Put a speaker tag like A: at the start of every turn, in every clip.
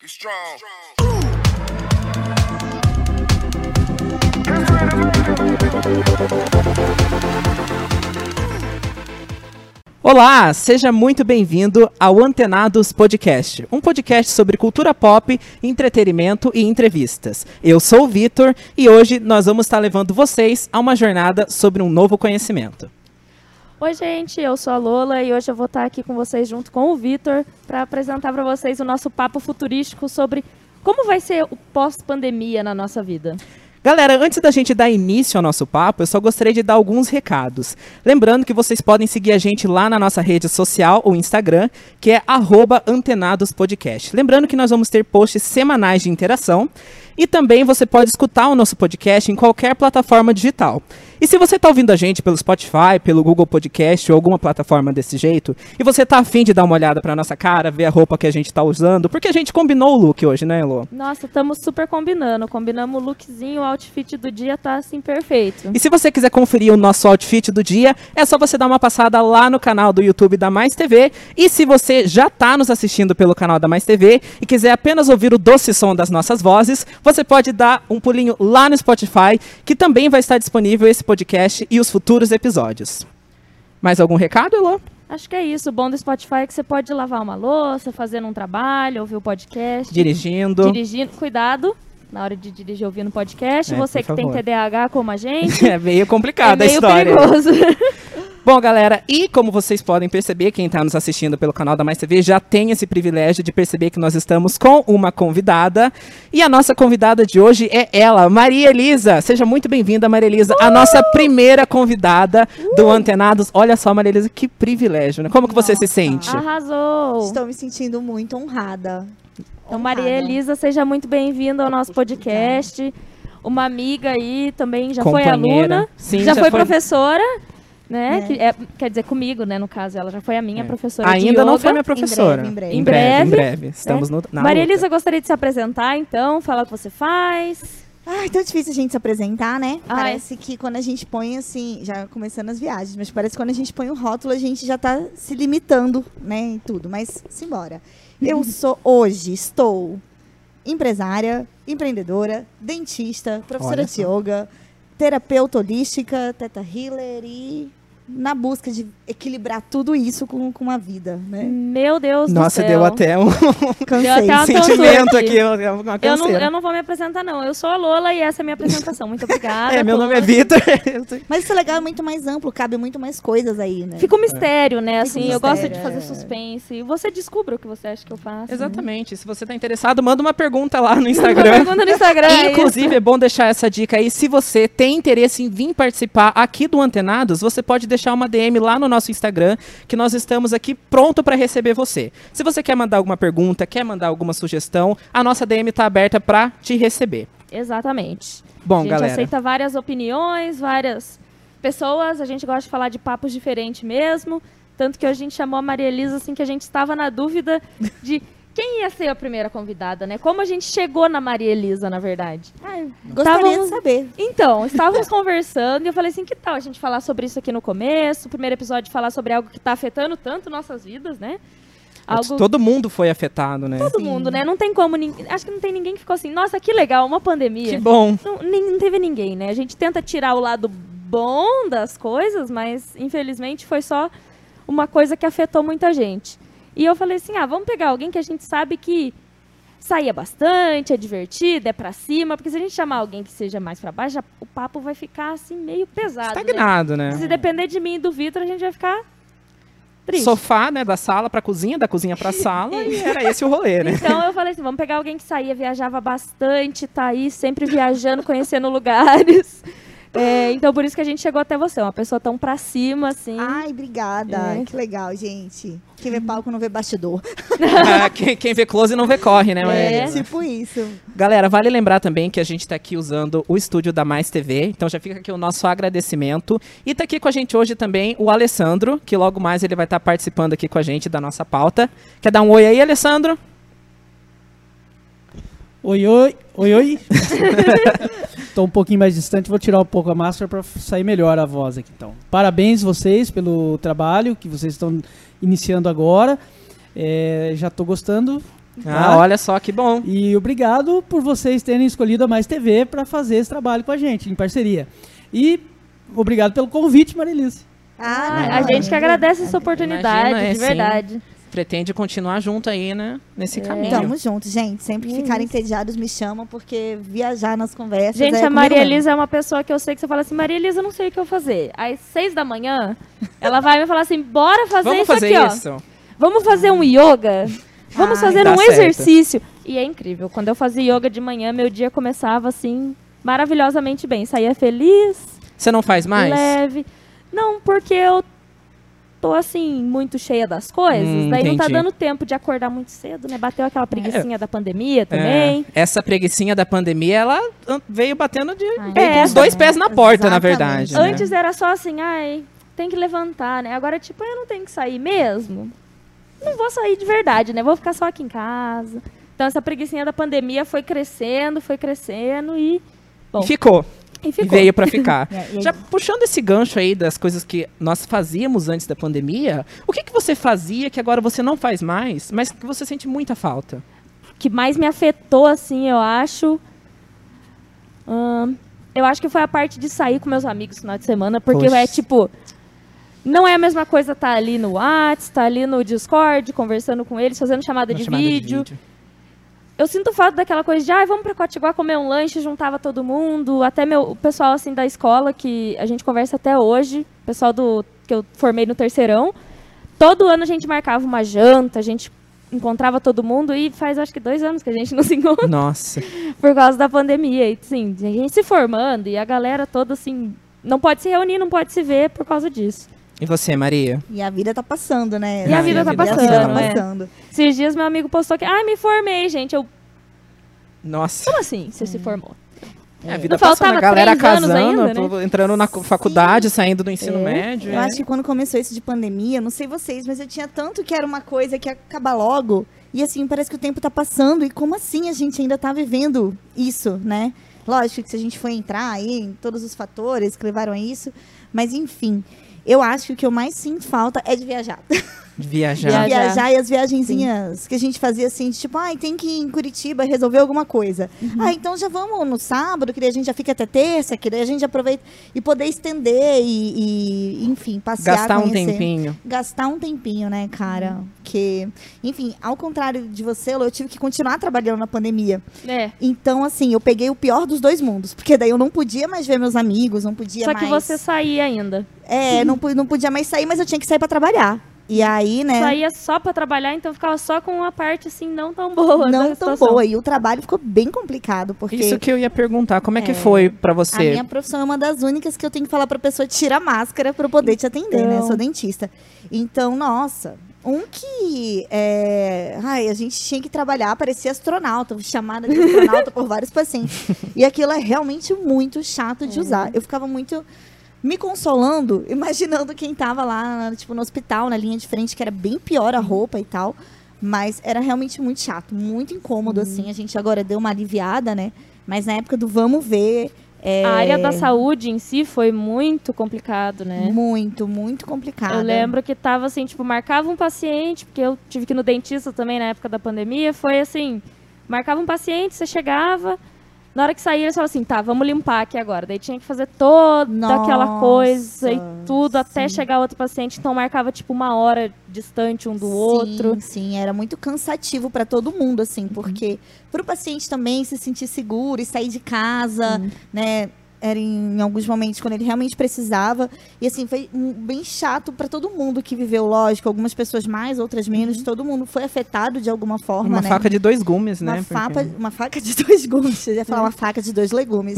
A: You strong.
B: Olá, seja muito bem-vindo ao Antenados Podcast, um podcast sobre cultura pop, entretenimento e entrevistas. Eu sou o Vitor e hoje nós vamos estar levando vocês a uma jornada sobre um novo conhecimento.
C: Oi, gente, eu sou a Lola e hoje eu vou estar aqui com vocês junto com o Vitor para apresentar para vocês o nosso papo futurístico sobre como vai ser o pós-pandemia na nossa vida.
B: Galera, antes da gente dar início ao nosso papo, eu só gostaria de dar alguns recados. Lembrando que vocês podem seguir a gente lá na nossa rede social, o Instagram, que é arroba antenadospodcast. Lembrando que nós vamos ter posts semanais de interação e também você pode escutar o nosso podcast em qualquer plataforma digital. E se você está ouvindo a gente pelo Spotify, pelo Google Podcast ou alguma plataforma desse jeito, e você está afim de dar uma olhada pra nossa cara, ver a roupa que a gente está usando, porque a gente combinou o look hoje, né, Elô?
C: Nossa, estamos super combinando. Combinamos o lookzinho, o outfit do dia tá assim perfeito.
B: E se você quiser conferir o nosso outfit do dia, é só você dar uma passada lá no canal do YouTube da Mais TV. E se você já está nos assistindo pelo canal da Mais TV e quiser apenas ouvir o doce som das nossas vozes, você pode dar um pulinho lá no Spotify, que também vai estar disponível esse podcast e os futuros episódios. Mais algum recado, Elô?
C: Acho que é isso. O bom do Spotify é que você pode lavar uma louça, fazer um trabalho, ouvir o podcast.
B: Dirigindo.
C: Dirigindo. Cuidado na hora de dirigir ouvindo podcast.
B: É,
C: você
B: por
C: que tem
B: favor.
C: TDAH como a gente.
B: É meio complicada a
C: é meio
B: história.
C: perigoso.
B: Bom, galera, e como vocês podem perceber, quem está nos assistindo pelo canal da Mais TV já tem esse privilégio de perceber que nós estamos com uma convidada. E a nossa convidada de hoje é ela, Maria Elisa. Seja muito bem-vinda, Maria Elisa, a nossa primeira convidada
C: Uh!
B: do Antenados. Olha só, Maria Elisa, que privilégio, né? Como que você se
D: Nossa.
B: sente?
C: Ah, Arrasou.
D: Estou me sentindo muito honrada.
C: Então, Maria Elisa, seja muito bem-vinda
D: Tá
C: ao nosso podcast. Uma amiga aí também já foi
B: Companheira.
C: aluna,
B: Sim, já
C: já, foi,
B: foi-
C: professora, né?
D: É.
C: Que é- quer dizer, comigo, né? No caso, ela já foi a minha
B: É.
C: professora. de
B: Ainda não
C: yoga.
B: foi minha professora.
D: breve, em breve.
B: Em breve,
C: Em
B: em breve. Estamos no, na
C: Né? Maria
B: luta.
C: Elisa, gostaria de se apresentar, então, falar o que você faz.
D: Ai, tão difícil a gente se apresentar, né?
C: Ai.
D: Parece que quando a gente põe assim, já começando as viagens, mas parece que quando a gente põe o rótulo, a gente já tá se limitando, né, em tudo. Mas simbora. Eu sou hoje, estou empresária, empreendedora, dentista, professora
B: Olha
D: de yoga, terapeuta holística, teta healer e na busca de equilibrar tudo isso com, com a vida, né?
C: Meu Deus do
B: É. Nossa,
C: céu.
B: deu até um
D: Cansei.
C: até uma
B: sentimento
C: tontura
B: aqui. Uma
C: Eu não,
B: canseira.
C: eu não vou me apresentar, não. Eu sou a Lola e essa é a minha apresentação. Muito obrigada.
B: É, meu nome é
C: Lola.
B: Vitor.
D: Mas isso é legal, é muito mais amplo, cabe muito mais coisas aí, né?
C: Fica um mistério, né? Assim, eu gosto de
D: mistério,
C: fazer
D: é.
C: suspense. Você descubra o que você acha que eu faço. né?
B: Exatamente. Se você tá interessado, manda uma pergunta lá no
C: Uma
B: Instagram.
C: pergunta no Instagram. é isso.
B: Inclusive, é bom deixar essa dica aí. Se você tem interesse em vir participar aqui do Antenados, você pode deixar uma DM lá no nosso Instagram, que nós estamos aqui pronto para receber você. Se você quer mandar alguma pergunta, quer mandar alguma sugestão, a nossa DM tá aberta para te receber.
C: Exatamente.
B: Bom,
C: a gente
B: galera.
C: aceita várias opiniões, várias pessoas. A gente gosta de falar de papos diferentes mesmo. Tanto que a gente chamou a Maria Elisa assim que a gente estava na dúvida de quem ia ser a primeira convidada, né? Como a gente chegou na Maria Elisa, na verdade.
D: Gostaria
C: Tava um-
D: de saber.
C: Então, estávamos conversando e eu falei assim, que tal a gente falar sobre isso aqui no começo, o primeiro episódio falar sobre algo que está afetando tanto nossas vidas, né? Algo
B: Todo mundo foi afetado, né?
C: todo mundo, né? Não tem como, nin- acho que não tem ninguém que ficou assim, nossa, que legal, uma pandemia.
B: Que bom.
C: Não, nem- não teve ninguém, né? A gente tenta tirar o lado bom das coisas, mas infelizmente foi só uma coisa que afetou muita gente. E eu falei assim: ah, vamos pegar alguém que a gente sabe que saía bastante, é divertido, é pra cima, porque se a gente chamar alguém que seja mais pra baixo, já- o papo vai ficar assim meio pesado. Né?
B: Estagnado, né?
C: Se depender de mim e do Vitor, a gente vai ficar triste.
B: Sofá, né? Da sala pra cozinha, da cozinha pra sala. e era esse o rolê, né?
C: Então eu falei assim, vamos pegar alguém que saía, viajava bastante, tá aí sempre viajando, conhecendo lugares. É, então por isso que a gente chegou até você, uma pessoa tão pra cima, assim.
D: Ai, obrigada.
C: É.
D: Que legal, gente. Quem vê palco não vê bastidor.
B: Ah, quem, quem vê close não vê corre, né? Maria
C: É.
B: Elisa?
D: Tipo isso.
B: Galera, vale lembrar também que a gente está aqui usando o estúdio da Mais TV, então já fica aqui o nosso agradecimento. E tá aqui com a gente hoje também o Alessandro, que logo mais ele vai estar participando aqui com a gente da nossa pauta. Quer dar um oi aí, Alessandro?
E: Oi, oi, oi, oi. Tô um pouquinho mais distante, vou tirar um pouco a máscara para sair melhor a voz aqui, então. Parabéns vocês pelo trabalho que vocês estão iniciando agora. É, já tô gostando.
B: Ah, olha só que bom.
E: E obrigado por vocês terem escolhido a Mais TV para fazer esse trabalho com a gente, em parceria. E obrigado pelo convite, Marilice.
C: Ah, a gente que agradece essa oportunidade,
B: Imagina, é,
C: de verdade.
B: Pretende continuar junto aí, né? Nesse
C: É.
B: caminho.
C: Então,
D: Tamo junto, gente. Sempre que ficarem entediados, me chamam, porque viajar nas conversas. é
C: Gente, a
D: comigo
C: Maria
D: mesmo.
C: Elisa é uma pessoa que eu sei que você fala assim, Maria Elisa, eu não sei o que eu fazer. Às seis da manhã, ela vai me falar assim, bora fazer
B: Vamos
C: isso
B: fazer
C: aqui, ó.
B: isso?
C: Vamos fazer um yoga? Vamos
D: Ai,
C: fazer
B: dá
C: um
B: certo.
C: exercício. E é incrível. Quando eu fazia yoga de manhã, meu dia começava assim, maravilhosamente bem. Saía feliz,
B: Você não faz mais?
C: leve. Não, porque eu tô assim, muito cheia das coisas.
B: Hum,
C: daí não tá
B: entendi.
C: dando tempo de acordar muito cedo, né? Bateu aquela preguiçinha da pandemia também.
B: É, essa preguiçinha da pandemia, ela an- veio batendo de
C: Ai,
B: veio com
C: é.
B: os dois pés na porta, na
D: Exatamente.
B: verdade. né?
C: Antes era só assim, ai, tem que levantar, né? Agora, tipo, eu não tenho que sair mesmo. Não vou sair de verdade, né? Vou ficar só aqui em casa. Então, essa preguiçinha da pandemia foi crescendo, foi crescendo e, bom,
B: E Ficou.
C: e
B: E
C: ficou.
B: veio pra ficar.
D: É, e aí-
B: Já puxando esse gancho aí das coisas que nós fazíamos antes da pandemia, o que, que você fazia que agora você não faz mais, mas que você sente muita falta?
C: O que mais me afetou, assim, eu acho... ahn, eu acho que foi a parte de sair com meus amigos no final de semana, porque
B: Poxa.
C: é tipo... Não é a mesma coisa estar ali no WhatsApp, estar ali no Discord, conversando com eles, fazendo chamada,
B: Na
C: de,
B: chamada
C: vídeo. eu sinto falta daquela coisa de, ai, vamos pra Cotiguá comer um lanche, juntava todo mundo, até meu o pessoal assim da escola que a gente conversa até hoje, o pessoal do que eu formei no terceirão. Todo ano a gente marcava uma janta, a gente encontrava todo mundo e faz acho que dois anos que a gente não se encontra
B: Nossa.
C: por causa da pandemia. E sim, a gente se formando e a galera toda assim, não pode se reunir, não pode se ver por causa disso.
B: E você, Maria?
D: E a vida tá passando, né?
C: E a vida
B: tá
D: E a vida
B: passando,
D: tá
C: é.
D: passando.
C: Esses dias meu amigo postou que, ai, me formei, gente. Eu,
B: Nossa.
C: como assim? Você se formou?
B: É, a vida
C: Não faltava
B: passando, a galera
C: três anos
B: casando,
C: ainda, né?
B: tudo- entrando na co- faculdade, saindo do ensino
C: É.
B: médio.
D: Eu acho que quando começou isso de pandemia, não sei vocês, mas eu tinha tanto que era uma coisa que ia acabar logo. E assim, parece que o tempo tá passando. E como assim a gente ainda tá vivendo isso, né? Lógico que se a gente for entrar aí em todos os fatores que levaram a isso. Mas enfim, eu acho que o que eu mais sinto falta é de viajar.
B: Viajar.
C: Viajar.
D: De viajar e as viagenzinhas que a gente fazia assim, de tipo, ai, tem que ir em Curitiba resolver alguma coisa.
C: Uhum.
D: Ah, então já vamos no sábado, que daí a gente já fica até terça, que daí a gente aproveita e poder estender e, e, enfim, passear,
B: Gastar um
D: conhecer.
B: tempinho.
D: Gastar um tempinho, né, cara?
C: Uhum.
D: Porque, enfim, ao contrário de você, Lô, eu tive que continuar trabalhando na pandemia.
C: É.
D: Então, assim, eu peguei o pior dos dois mundos. Porque daí eu não podia mais ver meus amigos, não podia
C: Só
D: é mais...
C: que você saía ainda.
D: É, não, pu- não podia mais sair, mas eu tinha que sair pra trabalhar. E aí, né...
C: Saía é só pra trabalhar, então ficava só com uma parte assim não tão boa.
D: não
C: da
D: tão
C: situação.
D: boa. E o trabalho ficou bem complicado, porque
B: Isso que eu ia perguntar, como é que
D: É.
B: foi pra
D: a
B: você?
D: minha profissão é uma das únicas que eu tenho que falar pra pessoa tira a máscara pra eu poder te atender, né? Eu sou dentista. Então, nossa. Um que é, ai, a gente tinha que trabalhar, parecia astronauta, chamada de astronauta por vários pacientes. E aquilo é realmente muito chato
C: É.
D: de usar. Eu ficava muito me consolando, imaginando quem tava lá, tipo, no hospital, na linha de frente, que era bem pior a roupa e tal. Mas era realmente muito chato, muito incômodo,
C: Uhum.
D: assim. A gente agora deu uma aliviada, né? Mas na época do vamos ver. é,
C: A área da saúde em si foi muito complicado, né?
D: Muito, muito complicado.
C: Eu lembro que tava assim, tipo, marcava um paciente, porque eu tive que ir no dentista também na época da pandemia, foi assim, marcava um paciente, você chegava, na hora que saía, eles falavam assim, tá, vamos limpar aqui agora. Daí tinha que fazer toda aquela
D: Nossa,
C: coisa e tudo, até chegar outro paciente, então marcava, tipo, uma hora distante um do outro.
D: Sim, sim, era muito cansativo pra todo mundo,
B: Uhum.
D: assim, porque pro paciente também se sentir seguro e sair de casa,
B: Uhum.
D: né? Era em alguns momentos quando ele realmente precisava. E assim, foi hum, bem chato pra todo mundo que viveu, lógico. Algumas pessoas mais, outras menos. Todo mundo foi afetado de alguma forma,
B: Uhum. Uma
D: né?
B: faca de dois gumes, né?
D: uma,
B: Porque- Uhum.
D: fapa, uma faca de dois gumes. Eu ia falar uma faca de dois legumes.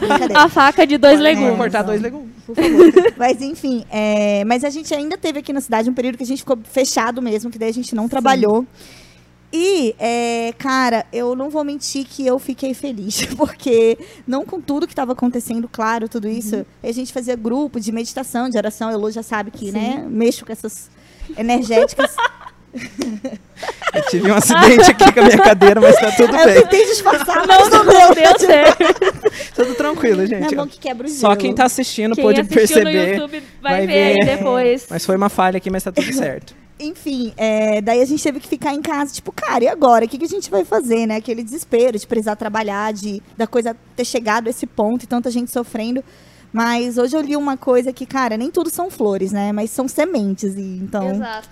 D: Brincadeira.
C: A faca de dois
D: É.
B: Vou
C: legumes.
B: cortar dois legumes.
D: por favor. mas enfim, é, mas a gente ainda teve aqui na cidade um período que a gente ficou fechado mesmo, que daí a gente não trabalhou. E, é, cara, eu não vou mentir que eu fiquei feliz, porque não com tudo que estava acontecendo, claro,
C: Uhum.
D: tudo isso, a gente fazia grupo de meditação, de oração, a Elô já sabe que, né, mexo com essas energéticas.
B: Eu tive um acidente aqui com a minha cadeira, mas tá tudo
D: eu
B: bem.
D: tentei disfarçar,
C: Não,
D: mas
C: não, não deu certo.
B: Tudo tranquilo,
D: é
B: gente.
D: a mão que quebra o gelo.
B: Só quem tá assistindo
C: Quem
B: pôde
C: assistiu no
B: perceber.
C: YouTube vai,
B: vai
C: ver,
B: ver.
C: aí depois.
B: Mas foi uma falha aqui, mas tá tudo certo.
D: Enfim, é, daí a gente teve que ficar em casa, tipo, cara, e agora? O que, que a gente vai fazer, né? Aquele desespero de precisar trabalhar, de da coisa ter chegado a esse ponto e tanta gente sofrendo. Mas hoje eu li uma coisa que, cara, nem tudo são flores, né? Mas são sementes. E, então,
B: um
A: Exato.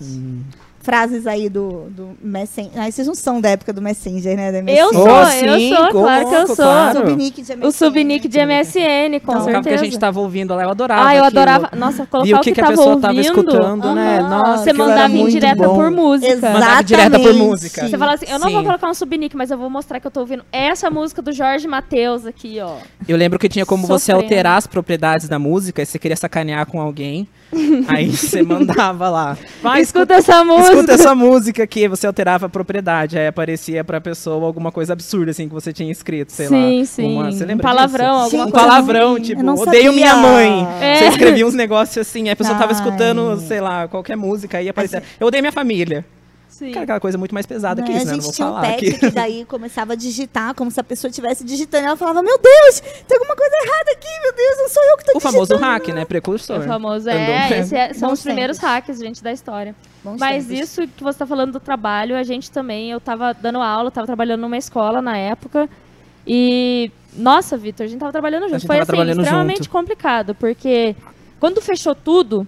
D: frases aí do, do Messenger. Ah, vocês não são da época do Messenger, né? Da
C: Eu
D: MSN.
C: sou,
B: Oh,
C: eu
B: sim,
C: sou,
B: como
C: claro que eu
B: louco,
C: sou.
B: claro.
D: Subnick de MSN.
C: O subnick de MSN, com
B: Então, o que a
C: certeza.
B: gente tava ouvindo lá, eu adorava.
C: ah, eu
B: aquilo.
C: adorava. Nossa, colocar
B: E o
C: que,
B: que, que a
C: tava
B: pessoa
C: ouvindo.
B: tava escutando, né?
D: Aham.
B: Nossa,
C: Você
B: aquilo era
C: mandava em
B: muito
C: direta
B: bom.
C: por música.
B: Mandava direta por música.
D: Exatamente.
C: Você fala assim, eu não
B: Sim.
C: vou colocar um subnick, mas eu vou mostrar que eu tô ouvindo essa música do Jorge Matheus aqui, ó.
B: Eu lembro que tinha como você
C: Sofrendo.
B: alterar as propriedades da música, e você queria sacanear com alguém, aí você mandava lá. Vai,
C: Escuta essa
B: Ah,
C: música.
B: Escuta essa música aqui, você alterava a propriedade, aí aparecia pra pessoa alguma coisa absurda, assim, que você tinha escrito, sei lá.
C: Sim, sim.
B: uma- você lembra
C: Um
B: disso?
C: palavrão, alguma
B: Um
D: coisa
B: palavrão,
D: assim. Eu
B: tipo,
D: não
B: odeio
D: sabia.
B: minha mãe.
C: É.
B: Você escrevia uns negócios assim, aí a pessoa tava
D: Ai.
B: escutando, sei lá, qualquer música, aí aparecia, eu odeio minha família.
C: Sim.
B: Cara, aquela coisa muito mais pesada que
D: Né,
B: isso,
D: a
B: né? Não
D: gente
B: vou
D: tinha um
B: falar
D: pet
B: aqui.
D: que daí começava a digitar como se a pessoa estivesse digitando. E ela falava, meu Deus, tem alguma coisa errada aqui, meu Deus, não sou eu que tô
B: O
D: digitando.
B: famoso hack, né?
C: O
B: Precursor.
C: famoso
B: Andou. né?
C: é, esse é- são
D: Bons
C: os primeiros
D: tempos.
C: hacks, gente, da história.
D: Bons
C: Mas
D: tempos.
C: isso que você tá falando do trabalho, a gente também, eu tava dando aula, tava trabalhando numa escola na época. E, nossa, Vitor, a gente tava trabalhando junto.
B: gente
C: Foi
B: tava
C: assim,
B: trabalhando
C: extremamente
B: junto.
C: complicado, porque quando fechou tudo,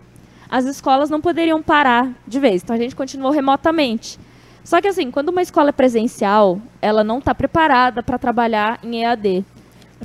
C: as escolas não poderiam parar de vez. Então a gente continuou remotamente. Só que assim, quando uma escola é presencial, ela não tá preparada para trabalhar em EAD.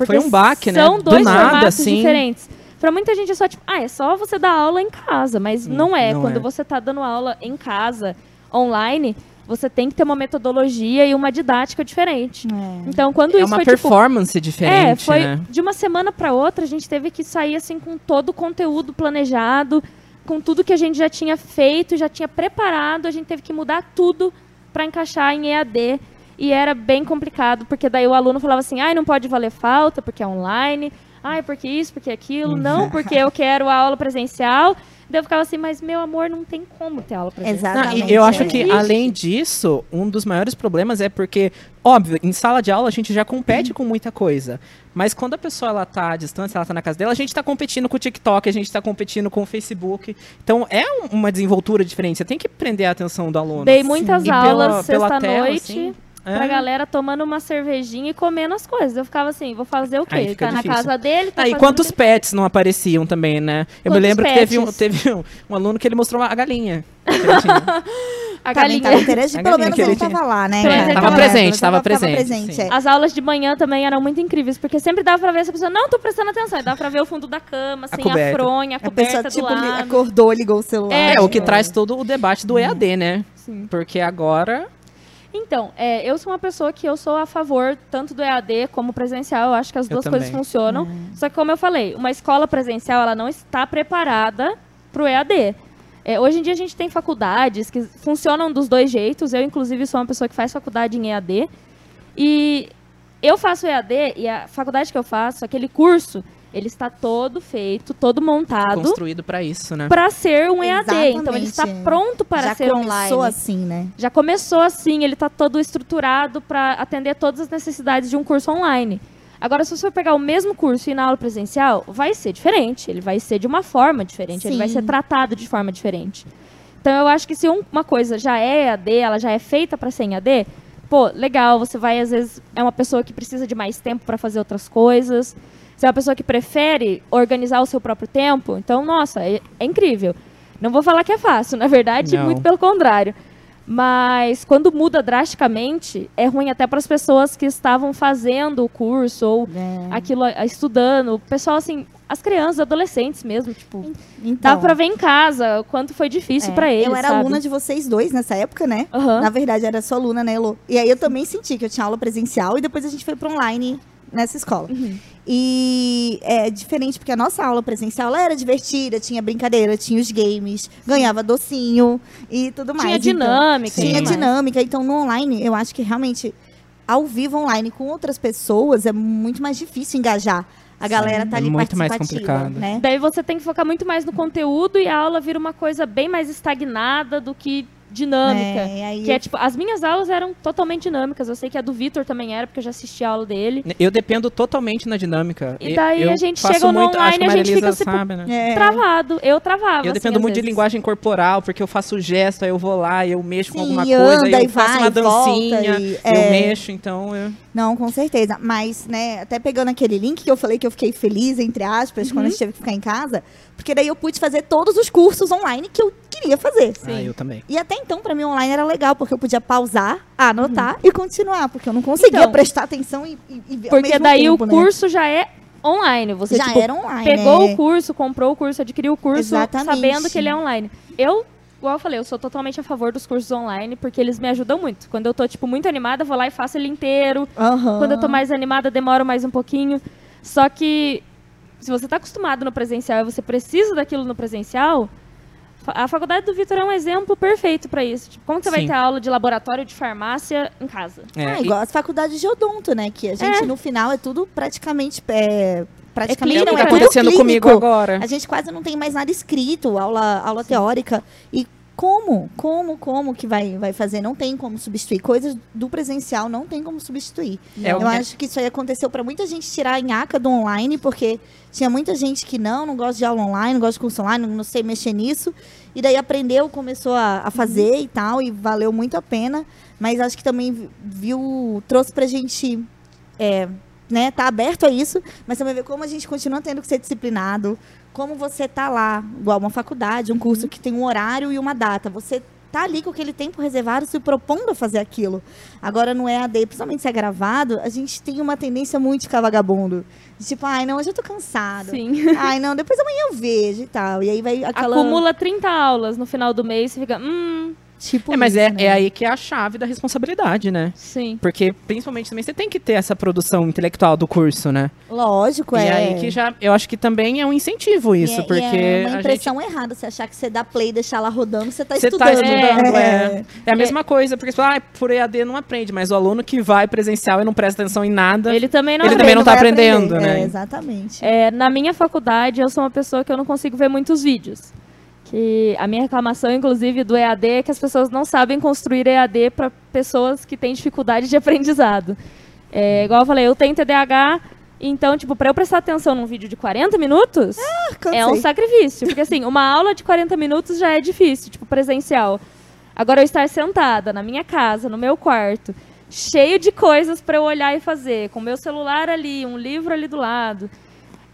B: Foi um baque, né?
C: São
B: Do
C: dois
B: nada,
C: formatos
B: assim.
C: diferentes. Pra muita gente é só tipo, ah, é só você dar aula em casa, mas não é.
B: não
C: Quando
B: é.
C: você tá dando aula em casa, online, você tem que ter uma metodologia e uma didática diferente. Então, quando
B: É
C: isso
B: uma
C: foi tipo,
B: performance diferente,
C: é, foi
B: né?
C: de uma semana para outra, a gente teve que sair assim com todo o conteúdo planejado, com tudo que a gente já tinha feito, já tinha preparado, a gente teve que mudar tudo para encaixar em EAD. E era bem complicado, porque daí o aluno falava assim: "Ai, não pode valer falta porque é online. Ai, porque isso, porque
B: Uhum.
C: aquilo. Não, porque eu quero a aula presencial". Daí eu ficava assim: "Mas meu amor, não tem como ter aula presencial".
B: Não,
D: Exatamente. é.
B: e eu acho que,
C: Existe.
B: além disso, um dos maiores problemas é porque, óbvio, em sala de aula a gente já compete
C: Uhum.
B: com muita coisa. Mas quando a pessoa ela tá à distância, ela tá na casa dela, a gente tá competindo com o TikTok, a gente tá competindo com o Facebook. Então é um- uma desenvoltura diferente. Você tem que prender a atenção do aluno.
C: Dei muitas
B: E pela-
C: aulas
B: pela tela,
C: sexta-noite.
B: assim,
C: pra
B: é.
C: galera tomando uma cervejinha e comendo as coisas. Eu ficava assim, vou fazer o quê?
B: Aí
C: Ele
B: fica
C: tá na
B: difícil.
C: casa dele, tá
B: Ah, e
C: fazendo
B: quantos
C: o quê?
B: pets não apareciam também, né? Eu me
C: Quantos
B: lembro que teve, um,
C: pets?
B: teve um, um aluno que ele mostrou uma- a galinha. que ele tinha. tá
C: A
D: Também
C: galinha.
D: tava interessante,
B: A
D: pelo
B: galinha
D: menos
B: que
D: eu
B: ele
D: não tava lá, né?
C: Pelo
D: cara?
C: menos ele
D: Tava
C: tava
B: presente, tava presente, sim.
D: é.
C: As aulas de manhã também eram muito incríveis, porque sempre dava pra ver se a pessoa não tô prestando atenção, e dava pra ver o fundo da cama, assim, a,
B: coberta.
C: fronha, a
D: A
C: coberta
D: pessoa,
C: do
D: tipo, li-
C: lado.
D: acordou, ligou o celular.
B: É, o que
D: tipo,
B: traz todo o debate do EAD, né?
C: Sim.
B: Porque agora
C: Então, é, eu sou uma pessoa que eu sou a favor tanto do EAD como presencial. Eu acho que as
B: Eu
C: duas
B: também.
C: coisas funcionam.
D: Uhum.
C: Só que como eu falei, uma escola presencial ela não está preparada para o EAD. É, hoje em dia a gente tem faculdades que funcionam dos dois jeitos. Eu inclusive sou uma pessoa que faz faculdade em EAD e eu faço EAD e a faculdade que eu faço, aquele curso, ele está todo feito, todo montado
B: construído pra isso, né?
C: para ser um EAD. Então ele
D: Exatamente,
C: está
D: é.
C: pronto para
D: já
C: ser online.
D: começou assim, né?
C: Já começou assim, ele está todo estruturado para atender todas as necessidades de um curso online. Agora, se você for pegar o mesmo curso e ir na aula presencial, vai ser diferente. Ele vai ser de uma forma diferente, ele
D: Sim.
C: vai ser tratado de forma diferente. Então, eu acho que se um- uma coisa já é EAD, ela já é feita para ser em AD, pô, legal, você vai, às vezes, é uma pessoa que precisa de mais tempo para fazer outras coisas. Você é uma pessoa que prefere organizar o seu próprio tempo, então, nossa, é, é incrível. Não vou falar que é fácil, na verdade,
B: Não.
C: muito pelo contrário. Mas quando muda drasticamente, é ruim até para as pessoas que estavam fazendo o curso ou
D: É.
C: aquilo a- estudando. O pessoal, assim, as crianças, adolescentes mesmo, tipo, dá
D: Então,
C: para ver em casa o quanto foi difícil
D: é,
C: para eles.
D: Eu era
C: sabe?
D: aluna de vocês dois nessa época, né?
C: Aham.
D: Na verdade, era sua aluna, né, Elô? E aí eu também senti que eu tinha aula presencial e depois a gente foi para online nessa escola.
C: Uhum.
D: E é diferente porque a nossa aula presencial ela era divertida, tinha brincadeira, tinha os games, ganhava docinho e tudo mais.
C: Tinha
D: Então,
C: dinâmica.
B: Sim.
C: e
D: tinha
C: tudo mais.
D: dinâmica. Então, no online, eu acho que realmente, ao vivo online com outras pessoas, é muito mais difícil engajar. A galera tá
B: é
D: ali
B: muito mais
D: participativa,
B: complicado.
D: né?
C: Daí você tem que focar muito mais no conteúdo e a aula vira uma coisa bem mais estagnada do que dinâmica.
D: É, e aí
C: Que é tipo, as minhas aulas eram totalmente dinâmicas. Eu sei que a do Vitor também era, porque eu já assisti a aula dele.
B: Eu dependo totalmente na dinâmica.
C: E
B: Eu-
C: daí
B: eu
C: a gente
B: faço
C: chega no
B: muito, acho
C: online
B: que
C: e a
B: Maria
C: gente
B: Elisa
C: fica, tipo,
B: sabe, né?
D: é,
C: Travado. Eu travava.
B: Eu
C: assim,
B: dependo
C: às
B: muito de
C: vezes.
B: linguagem corporal, porque eu faço gesto, aí eu vou lá, eu mexo
D: sim,
B: com alguma
D: e
B: coisa,
D: assim, anda
B: aí
D: e
B: eu faço
D: vai,
B: uma
D: volta
B: dancinha,
D: e-
B: eu
D: é.
B: mexo, então eu...
D: Não, com certeza. Mas, né, até pegando aquele link que eu falei que eu fiquei feliz, entre aspas, quando a
C: Uhum.
D: gente teve que ficar em casa, porque daí eu pude fazer todos os cursos online que eu queria fazer.
B: Ah, eu também.
D: E até então, pra mim, online era legal, porque eu podia pausar, anotar e continuar, porque eu não conseguia
C: Então,
D: prestar atenção e, e, e ver ao
C: Porque
D: mesmo
C: daí
D: tempo,
C: o
D: né?
C: curso já é online. Você
D: já
C: tipo,
D: era online.
C: pegou
D: né?
C: o curso, comprou o curso, adquiriu o curso,
D: Exatamente.
C: sabendo que ele é online. Eu, igual eu falei, eu sou totalmente a favor dos cursos online, porque eles me ajudam muito. Quando eu tô, tipo, muito animada, eu vou lá e faço ele inteiro.
D: Aham.
C: Quando eu
B: Ah.
C: tô mais animada, demoro mais um pouquinho. Só que se você tá acostumado no presencial e você precisa daquilo no presencial, fa- a faculdade do Vitor é um exemplo perfeito pra isso. Tipo, como que você vai
B: Sim.
C: ter aula de laboratório de farmácia em casa?
B: É,
D: Ah,
B: e-
D: igual as faculdades de odonto, né? Que a gente, no final, é tudo praticamente... É, praticamente
B: é o que
C: clínico,
D: não,
B: tá
D: é tudo
B: acontecendo comigo
D: clínico.
B: agora.
D: A gente quase não tem mais nada escrito, aula, aula teórica. E como, como, como que vai, vai fazer? Não tem como substituir. Coisas do presencial não tem como substituir.
B: É o
D: Assim, Eu
B: que-
D: acho que isso aí aconteceu para muita gente tirar a nhaca do online, porque tinha muita gente que não, não gosta de aula online, não gosta de curso online, não, não sei mexer nisso. E daí aprendeu, começou a, a fazer e tal, e valeu muito a pena. Mas acho que também vi- viu, trouxe pra gente. É, né, tá aberto a isso, mas também ver como a gente continua tendo que ser disciplinado, como você tá lá, igual uma faculdade, um curso que tem um horário e uma data. Você tá ali com aquele tempo reservado se propondo a fazer aquilo. Agora no EAD, principalmente se é gravado, a gente tem uma tendência muito de ficar vagabundo. De tipo, ai, não, hoje eu tô cansado.
C: Sim.
D: Ai, não, depois amanhã eu vejo e tal. E aí vai aquela...
C: Acumula 30 aulas no final do mês e fica, hum,
D: Tipo
B: É, mas
D: isso,
B: é,
D: né?
B: é aí que é a chave da responsabilidade, né?
C: sim.
B: Porque, principalmente, também você tem que ter essa produção intelectual do curso, né?
D: Lógico, é.
B: E aí que já... Eu acho que também é um incentivo
D: E
B: isso,
D: é- e
B: porque...
D: é
B: a
D: uma
B: gente-
D: impressão errada você achar que você dá play e deixar ela rodando, você tá
B: Você
D: estudando.
B: tá estudando,
D: É.
B: é. é. a mesma coisa, porque você fala, ah, por EAD não aprende, mas o aluno que vai presencial e não presta atenção em nada.
C: Ele também não
B: Ele
C: é
B: também não tá
D: vai
B: aprendendo,
D: aprender.
B: né?
D: É, exatamente.
C: É, na minha faculdade, eu sou uma pessoa que eu não consigo ver muitos vídeos. Que a minha reclamação, inclusive, do EAD é que as pessoas não sabem construir EAD para pessoas que têm dificuldade de aprendizado. É, igual eu falei, eu tenho TDAH, então, tipo, para eu prestar atenção num vídeo de 40 minutos,
D: Ah,
C: é um sacrifício. Porque, assim, uma aula de 40 minutos já é difícil, tipo, presencial. Agora, eu estar sentada na minha casa, no meu quarto, cheio de coisas para eu olhar e fazer, com meu celular ali, um livro ali do lado.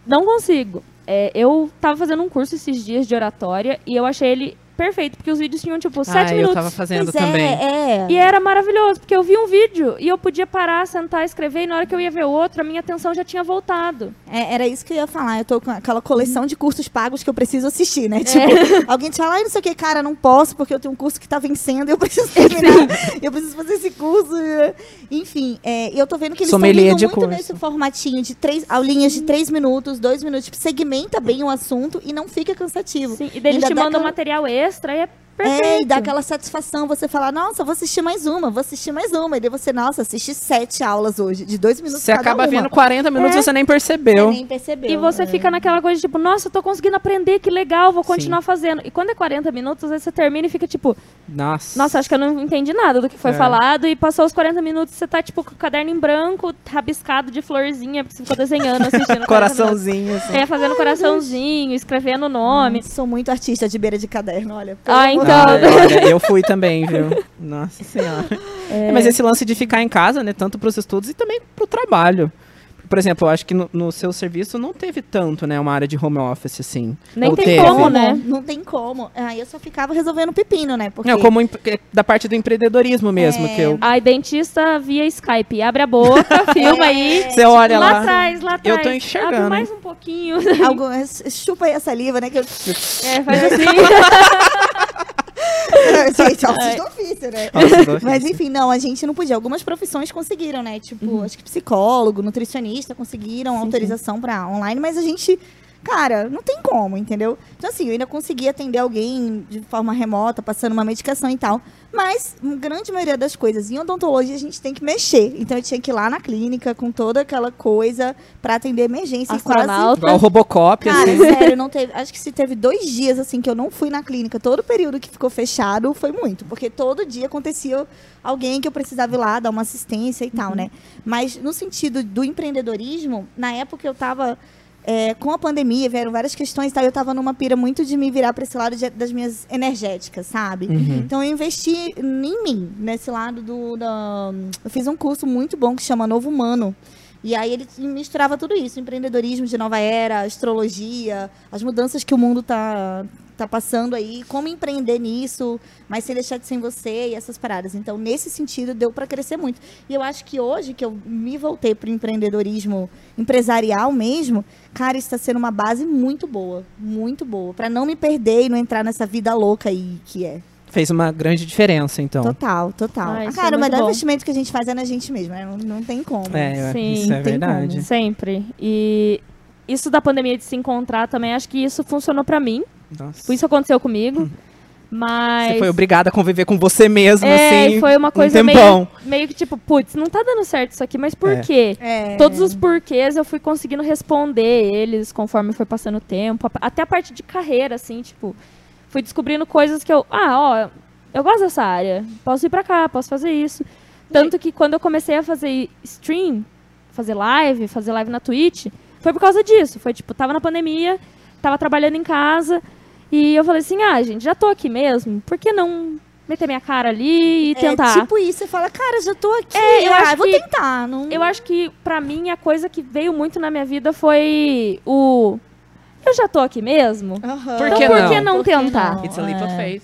C: Não consigo. É, eu tava fazendo um curso esses dias de oratória e eu achei ele perfeito, porque os vídeos tinham, tipo, sete
B: ah,
C: minutos.
B: eu tava fazendo
D: Pois é,
B: também.
D: é.
C: E era maravilhoso, porque eu vi um vídeo e eu podia parar, sentar, escrever, e na hora que eu ia ver o outro, a minha atenção já tinha voltado.
D: É, era isso que eu ia falar. Eu tô com aquela coleção de cursos pagos que eu preciso assistir, né? Tipo, alguém te fala, ai, não sei o que, cara, não posso, porque eu tenho um curso que tá vencendo, eu preciso terminar, eu preciso fazer esse curso. Enfim, é, eu tô vendo que eles estão
B: Sommelier
D: vindo
B: de
D: muito
B: curso.
D: nesse formatinho de três aulinhas de três minutos, dois minutos. Tipo, segmenta bem o assunto e não fica cansativo.
C: Sim, e daí eles
D: Ainda
C: te
D: dá
C: mandam
D: aquela-
C: material extra e é perfeito.
D: É, e dá aquela satisfação você falar, nossa, vou assistir mais uma, vou assistir mais uma. E daí você, nossa, assisti sete aulas hoje, de dois minutos
B: Você
D: cada
B: acaba
D: uma.
B: vendo 40 minutos e você nem
D: Você
B: percebeu.
D: nem percebeu.
C: E você
D: é.
C: fica naquela coisa, tipo, nossa, eu tô conseguindo aprender, que legal, vou
B: né? Sim.
C: continuar fazendo. E quando é 40 minutos, às vezes você termina e fica, tipo,
B: Nossa.
C: nossa, acho que eu não entendi nada do que foi
B: É.
C: falado. E passou os 40 minutos, você tá, tipo, com o caderno em branco, rabiscado de florzinha, porque você ficou desenhando, assistindo. 40 minutos.
B: Coraçãozinho, assim.
C: É, fazendo coraçãozinho, escrevendo o
B: Hum,
C: nome.
D: Sou muito artista de beira de caderno, olha.
C: Ah,
D: Pelo amor
C: então.
B: Ai, olha, eu fui também, viu? Nossa senhora. É, Mas esse lance de ficar em casa, né? Tanto pros estudos e também pro trabalho. Por exemplo, eu acho que no, no seu serviço não teve tanto, né? Uma área de home office, assim.
C: Nem
B: Ou
C: tem
B: teve?
C: como, né?
D: Não tem como. Ah, eu só ficava resolvendo pepino, né? Porque
B: Não, como em- é, da parte do empreendedorismo mesmo, que eu...
C: Ai, dentista via Skype. Abre a boca, filma aí.
B: Você olha
C: lá,
B: lá...
C: atrás, lá atrás.
B: Eu tô enxergando,
C: Abre
B: hein?
C: mais um pouquinho.
D: algo, chupa aí a saliva, né? Que eu...
C: É, faz assim.
D: gente, altos do ofício, né?
B: Nossa, do
D: Mas
B: ofício.
D: enfim, não, a gente não podia. Algumas profissões conseguiram, né? Tipo, acho que psicólogo, nutricionista conseguiram autorização pra online, mas a gente Cara, não tem como, entendeu? Então, assim, eu ainda consegui atender alguém de forma remota, passando uma medicação e tal. Mas, a grande maioria das coisas em odontologia, a gente tem que mexer. Então, eu tinha que ir lá na clínica com toda aquela coisa pra atender emergência. e Quase
C: Astronauta.
B: Igual o Robocop,
D: Cara,
B: assim.
D: sério, não teve. Acho que se teve dois dias assim que eu não fui na clínica, todo o período que ficou fechado foi muito, porque todo dia acontecia alguém que eu precisava ir lá dar uma assistência e
B: Uhum.
D: tal, né? Mas no sentido do empreendedorismo, na época eu tava é, com a pandemia, vieram várias questões, e tal, eu tava numa pira muito de me virar para esse lado de- das minhas energéticas, sabe?
B: Uhum.
D: Então eu investi em mim, nesse lado do. da- Eu fiz um curso muito bom que chama Novo Humano. E aí ele misturava tudo isso, empreendedorismo de nova era, astrologia, as mudanças que o mundo tá, tá passando aí, como empreender nisso, mas sem deixar de ser em você e essas paradas. Então, nesse sentido, deu para crescer muito. E eu acho que hoje que eu me voltei pro empreendedorismo empresarial mesmo, cara, isso tá sendo uma base muito boa, muito boa, para não me perder e não entrar nessa vida louca aí que é.
B: Fez uma grande diferença, então.
D: Total, total.
C: Ah,
D: Ah,
C: isso é
D: cara, o
C: muito
D: melhor
C: bom.
D: investimento que a gente faz é na gente mesmo, né? Não, não tem como.
B: É,
C: Sim,
B: isso é
D: não tem
B: verdade.
C: Sempre. E isso da pandemia de se encontrar também, acho que isso funcionou pra mim.
B: Nossa.
C: Isso aconteceu comigo. Mas.
B: Hum. Você foi obrigada a conviver com você mesmo,
C: é,
B: assim.
C: e foi uma coisa meio,
B: tempão.
C: meio que tipo, putz, não tá dando certo isso aqui, mas por
B: É.
C: quê?
D: É.
C: Todos os porquês eu fui conseguindo responder eles conforme foi passando o tempo. a- Até a parte de carreira, assim, tipo, fui descobrindo coisas que eu. Ah, ó, eu gosto dessa área. Posso ir pra cá, posso fazer isso. Tanto que quando eu comecei a fazer stream, fazer live, fazer live na Twitch, foi por causa disso. Foi tipo, tava na pandemia, tava trabalhando em casa. E eu falei assim, ah, gente, já tô aqui mesmo, por que não meter minha cara ali e tentar?
D: É, tipo isso, você fala, cara, já tô aqui,
C: É, eu
D: ah,
C: acho
D: vou
C: que-
D: tentar. Não...
C: Eu acho que, pra mim, a coisa que veio muito na minha vida foi o. Eu já tô aqui mesmo?
D: Aham.
B: Por
C: então
B: que
C: por
B: não?
C: que não
D: Por que
C: tentar?
D: não?
B: It's a
C: É,
B: leap of faith.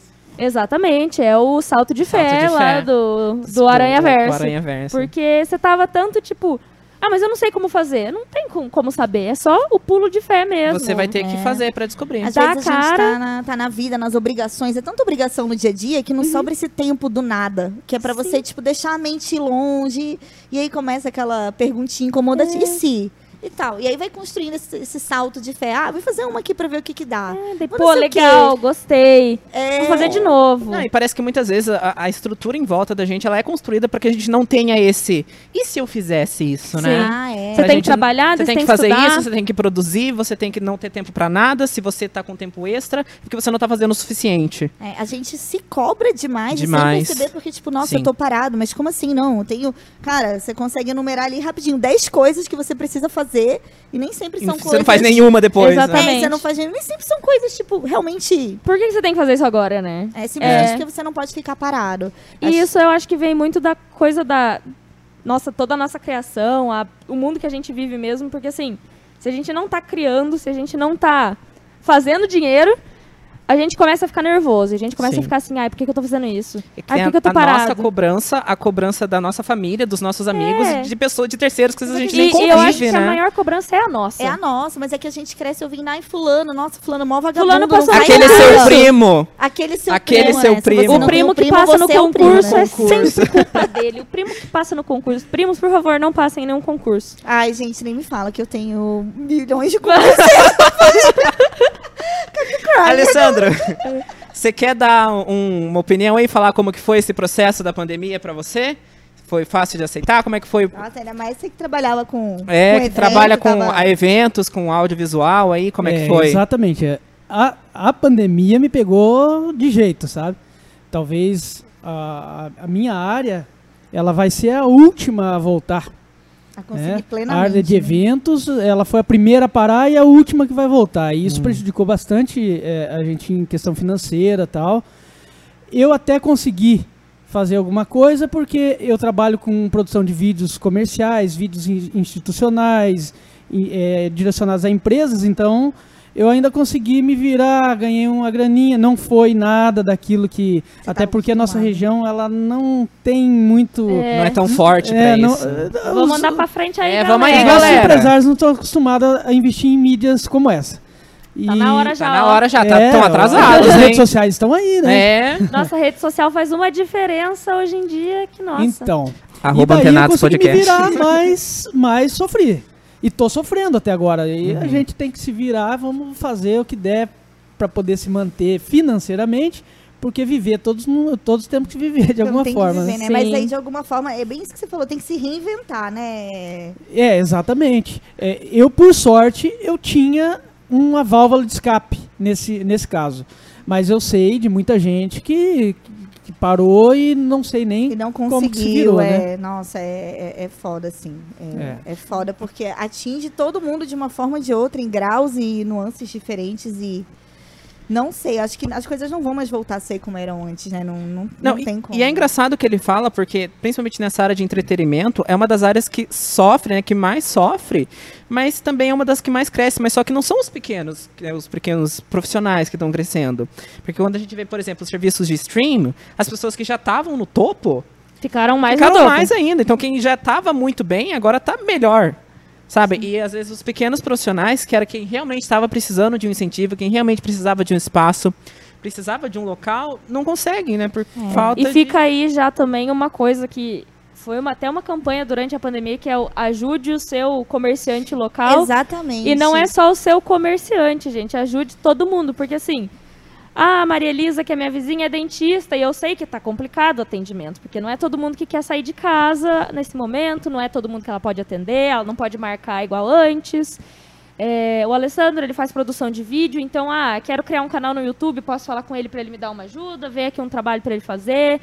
C: Exatamente, é o salto de
B: Salto
C: fé
B: de
C: lá
B: fé.
C: do, do Aranha
B: Do
C: Verso.
B: Aranha Verso.
C: Porque você tava tanto tipo. Ah, mas eu não sei como fazer. Não tem com- como saber. É só o pulo de fé mesmo.
B: Você vai ter que
D: É.
B: fazer pra descobrir.
D: Às
C: Então, Dá
D: vezes
C: a
D: a gente
C: cara.
D: tá na, tá na vida, nas obrigações. É tanta obrigação no dia a dia que não sobra esse tempo do nada. Que é pra
C: Uhum. Sim.
D: você, tipo, deixar a mente longe. E aí começa aquela perguntinha incomodante.
C: É.
D: E se? E tal. E aí vai construindo esse, esse salto de fé. Ah, vou fazer uma aqui pra ver o que que dá.
C: Ah, daí,
D: Mas
C: Pô,
D: não sei o quê.
C: legal, gostei.
D: É,
C: Vou fazer de novo.
B: Não, e parece que muitas vezes a, a estrutura em volta da gente ela é construída pra que a gente não tenha esse. E se eu fizesse isso, né?
D: Ah, é.
C: Você
B: a
C: tem que
B: gente-
C: trabalhar,
B: Você
C: daí
B: tem que fazer
C: estudar.
B: isso, você tem que produzir, você tem que não ter tempo pra nada. Se você tá com tempo extra, é porque você não tá fazendo o suficiente.
D: É, a gente se cobra demais,
B: Demais.
D: e sem perceber, porque, tipo, nossa,
B: Sim.
D: eu tô parado, mas como assim? Não, eu tenho. Cara, você consegue enumerar ali rapidinho 10 coisas que você precisa fazer e nem sempre
B: E
D: são
B: você
D: coisas.
B: não faz nenhuma depois.
C: Exatamente.
B: Né?
D: É, você não faz nenhuma. Nem sempre são coisas, tipo, realmente.
C: Por que que você tem que fazer isso agora, né?
D: É
C: É.
D: simplesmente porque você não pode ficar parado.
C: E isso eu acho que vem muito da coisa da. Nossa, toda a nossa criação, a- o mundo que a gente vive mesmo, porque assim, se a gente não tá criando, se a gente não tá fazendo dinheiro, a gente começa a ficar nervoso, a gente começa
B: Sim.
C: a ficar assim, ai, por que, que eu tô fazendo isso?
B: É que
C: Ai,
B: tem
C: por que, que eu tô
B: a, a nossa
C: parado?
B: cobrança, a cobrança da nossa família, dos nossos amigos,
C: É.
B: de pessoas, de terceiros que às vezes a
C: E,
B: gente nem
C: e
B: convive,
C: eu acho que
B: né?
C: a maior cobrança é a nossa.
D: É a nossa, mas é que a gente cresce ouvindo, ai, fulano, nossa, fulano, mó vagabundo.
C: Fulano passou
D: não faz
B: Aquele
D: nada."
B: seu primo.
D: Aquele seu
B: Aquele
D: primo.
B: seu
D: né? Se você
B: primo.
D: não
C: O
D: tem
C: primo que passa no
D: você é o primo,
C: concurso
D: né?
C: é sempre culpa dele. O primo que passa no concurso. Primos, por favor, não passem em nenhum concurso.
D: Ai, gente, nem me fala que eu tenho milhões de concursos.
B: Alessandra, você quer dar um- uma opinião aí, falar como que foi esse processo da pandemia pra você? Foi fácil de aceitar? Como é que
C: Um
B: foi?
D: Nossa, ainda mais você que trabalhava com.
B: É,
D: com
B: que
D: evento,
B: trabalha com
D: tava-
B: a eventos, com audiovisual aí, como é, que foi?
E: Exatamente. é. A, a pandemia me pegou de jeito, sabe? Talvez a, a- a minha área ela vai ser a última a voltar.
D: a
E: né?
D: conseguir
E: A
D: plenamente.
E: área de
D: né?
E: eventos, ela foi a primeira a parar e a última que vai voltar. E
B: Hum.
E: isso prejudicou bastante é, a gente em questão financeira e tal. Eu até consegui fazer alguma coisa porque eu trabalho com produção de vídeos comerciais, vídeos in- institucionais, e, é, direcionados a empresas, então eu ainda consegui me virar, ganhei uma graninha, não foi nada daquilo que...
D: Você
E: até
D: tá
E: porque a nossa
D: acostumado.
E: região, ela não tem muito...
B: Não é tão forte
E: É,
B: pra
E: não-
B: isso.
C: Vamos
E: os-
C: andar pra frente aí,
B: É,
C: galera.
B: vamos aí,
E: é,
B: galera.
E: Os empresários não estão acostumados a investir em mídias como essa. E
C: Tá na hora já.
B: Tá
C: ó.
B: na hora já,
E: é,
B: tá, tão
E: ó,
B: atrasados,
E: As redes
B: hein?
E: sociais estão aí, né?
B: É,
C: Nossa rede social faz uma diferença hoje em dia que nossa.
E: Então, e
B: arroba
E: daí eu
B: Antenados
E: consegui me
B: Podcast.
E: virar, mas, mas sofri. E tô sofrendo até agora. E a
B: Uhum.
E: gente tem que se virar, vamos fazer o que der para poder se manter financeiramente, porque viver todos não- todos temos que viver de alguma
D: tem
E: forma.
D: Que
E: né?
D: viver, né? Mas
C: Sim.
D: aí, de alguma forma, é bem isso que você falou, tem que se reinventar, né?
E: É, exatamente. É, eu, por sorte, eu tinha uma válvula de escape nesse, nesse caso. Mas eu sei de muita gente que, que parou e não sei nem.
D: E não
E: Como que se
D: conseguiu.
E: virou, né?
D: é, Nossa, é, é, é foda, assim. É, é foda, porque atinge todo mundo de uma forma ou de outra, em graus e nuances diferentes e. Não sei, acho que as coisas não vão mais voltar a ser como eram antes, né? Não, não, não,
B: Não, e-
D: tem como.
B: E é engraçado o que ele fala, porque, principalmente nessa área de entretenimento, é uma das áreas que sofre, né? Que mais sofre, mas também é uma das que mais cresce. Mas só que não são os pequenos, que é os pequenos profissionais que estão crescendo. Porque quando a gente vê, por exemplo, os serviços de stream, as pessoas que já estavam no topo
C: Ficaram mais no
B: ficaram
C: topo.
B: mais ainda. Então quem já estava muito bem, agora tá melhor. Sabe? E às vezes os pequenos profissionais, que era quem realmente estava precisando de um incentivo, quem realmente precisava de um espaço, precisava de um local, não conseguem, né? Por falta
C: É. E
B: de-
C: fica aí já também uma coisa que foi uma- até uma campanha durante a pandemia, que é o ajude o seu comerciante local.
D: Exatamente.
C: E não é só o seu comerciante, gente. Ajude todo mundo, porque assim. Ah, a Maria Elisa, que é minha vizinha, é dentista, e eu sei que tá complicado o atendimento, porque não é todo mundo que quer sair de casa nesse momento, não é todo mundo que ela pode atender, ela não pode marcar igual antes. É, o Alessandro, ele faz produção de vídeo, então, ah, quero criar um canal no YouTube, posso falar com ele para ele me dar uma ajuda, ver aqui um trabalho para ele fazer.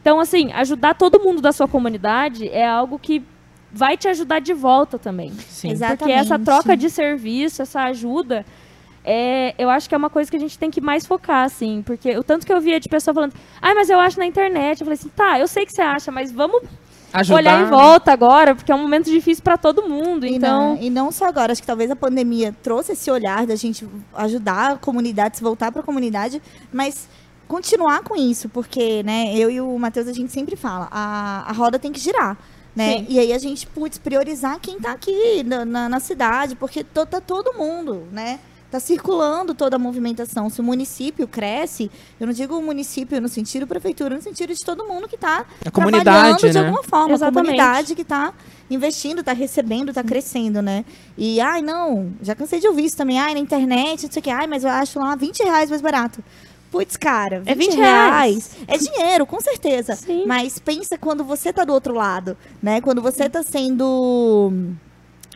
C: Então, assim, ajudar todo mundo da sua comunidade é algo que vai te ajudar de volta também.
B: Sim.
C: Porque essa troca de serviço, essa ajuda, é, eu acho que é uma coisa que a gente tem que mais focar, assim. Porque o tanto que eu via de pessoa falando, ai, mas eu acho na internet. Eu falei assim, tá, eu sei que você acha, mas vamos
B: Ajudar.
C: olhar em volta agora, porque é um momento difícil para todo mundo.
D: né? E
C: então,
D: não, é? e não só agora, acho que talvez a pandemia trouxe esse olhar da gente ajudar a comunidade, se voltar para a comunidade, mas continuar com isso, porque, né, eu e o Matheus, a gente sempre fala, a, a roda tem que girar. Né?
C: Sim.
D: E aí a gente, putz, priorizar quem tá aqui na, na, na cidade, porque to, tá todo mundo, né? Tá circulando toda a movimentação. Se o município cresce, eu não digo o município no sentido prefeitura, no sentido de todo mundo que tá
B: A comunidade,
D: trabalhando de
B: né?
D: alguma forma.
C: Exatamente.
D: A comunidade que está investindo, está recebendo, está crescendo, né? E, ai, não, já cansei de ouvir isso também. Ai, na internet, não sei o que. Ai, mas eu acho lá 20 reais mais barato. Putz, cara, 20,
C: É 20
D: reais. É dinheiro, com certeza.
C: Sim.
D: Mas pensa quando você tá do outro lado, né? Quando você tá sendo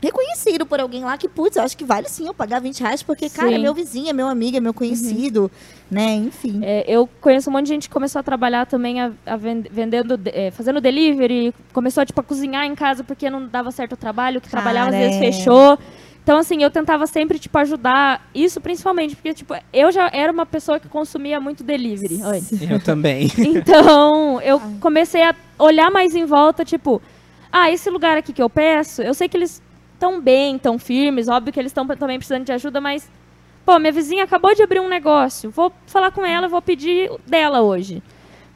D: reconhecido por alguém lá que, putz, eu acho que vale sim eu pagar 20 reais, porque, cara, é
C: Sim. Uhum.
D: meu vizinho, é meu amigo, é meu conhecido, né? Enfim.
C: É, eu conheço um monte de gente que começou a trabalhar também a, a ven- vendendo, de- é, fazendo delivery, começou tipo, a cozinhar em casa porque não dava certo o trabalho, que
D: Cara,
C: trabalhava às vezes
D: é.
C: fechou. Então, assim, eu tentava sempre, tipo, ajudar. Isso principalmente, porque, tipo, eu já era uma pessoa que consumia muito delivery antes.
B: Eu também.
C: Então, eu comecei a olhar mais em volta, tipo, ah, esse lugar aqui que eu peço, eu sei que eles estão bem, estão firmes, óbvio que eles estão também precisando de ajuda, mas, pô, minha vizinha acabou de abrir um negócio, vou falar com ela, vou pedir dela hoje.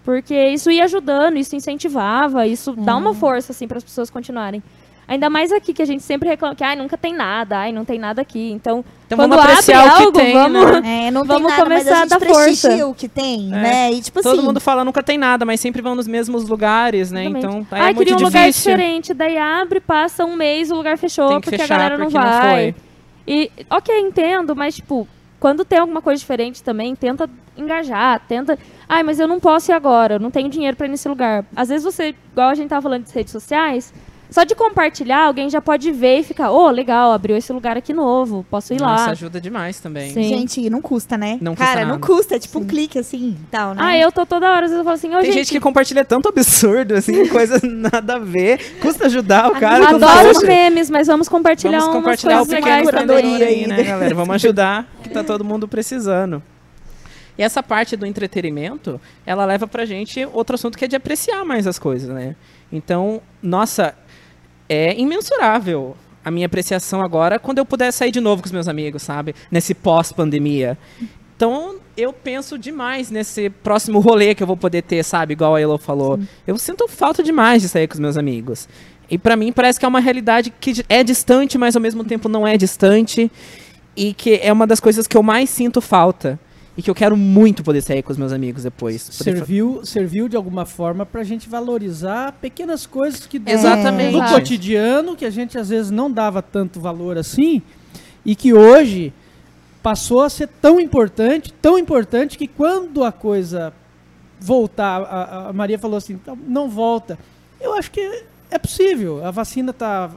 C: Porque isso ia ajudando, isso incentivava, isso dá uma força, assim, para as pessoas continuarem. Ainda mais aqui, que a gente sempre reclama que, ai, nunca tem nada, ai, não tem nada aqui. Então,
B: Então
C: quando
B: vamos apreciar
C: abre
B: o que
C: algo,
B: tem,
C: vamos... assim.
B: né?
D: É, não
C: Vamos
D: tem nada, mas
C: começar
D: a
C: a
D: gente
C: dar força.
D: prestigia o que
B: É.
D: tem, né? E tipo
B: Todo
D: assim,
B: mundo fala, nunca tem nada, mas sempre vão nos mesmos lugares, né?
C: Exatamente.
B: Então, aí é
C: Ah,
B: muito
C: queria um
B: difícil.
C: lugar diferente, daí abre, passa um mês, o lugar fechou,
B: Tem que
C: porque
B: fechar,
C: a galera não
B: porque não
C: vai.
B: foi.
C: e, ok, entendo, mas, tipo, quando tem alguma coisa diferente também, tenta engajar, tenta. Ai, mas eu não posso ir agora, eu não tenho dinheiro pra ir nesse lugar. Às vezes você, igual a gente tava falando de redes sociais, só de compartilhar, alguém já pode ver e ficar, ô, legal, abriu esse lugar aqui novo, posso ir
B: Nossa,
C: lá.
B: ajuda demais também.
C: Sim.
D: Gente, não custa, né?
B: Não
D: Cara,
B: custa
D: não
B: nada.
D: custa. É tipo um clique assim e tal, né?
C: Ah, eu tô toda hora, às vezes eu falo assim, ô,
B: Tem gente...
C: gente,
B: que compartilha tanto absurdo, assim, coisa nada a ver. Custa ajudar o cara. não
C: adoro os
B: custa.
C: memes, mas vamos compartilhar
B: Vamos
C: umas
B: compartilhar o
C: coisas
B: pequeno
C: legais
D: empreendedor
C: também.
B: curadoria
D: também.
B: aí, né, galera? Vamos ajudar, que tá todo mundo precisando. E essa parte do entretenimento, ela leva pra gente outro assunto que é de apreciar mais as coisas, né? Então, nossa, é imensurável a minha apreciação agora quando eu puder sair de novo com os meus amigos, sabe? Nesse pós-pandemia. Então, eu penso demais nesse próximo rolê que eu vou poder ter, sabe? Igual a Elo falou. Eu sinto falta demais de sair com os meus amigos. E pra mim parece que é uma realidade que di- é distante, mas ao mesmo tempo não é distante. E que é uma das coisas que eu mais sinto falta. e que eu quero muito poder sair com os meus amigos depois. Poder fa-
E: Serviu, serviu de alguma forma pra gente valorizar pequenas coisas que dão
B: Exatamente.
E: no cotidiano, que a gente às vezes não dava tanto valor assim, e que hoje passou a ser tão importante, tão importante que quando a coisa voltar, a, a Maria falou assim, "Então, não volta. Eu acho que é possível, a vacina tá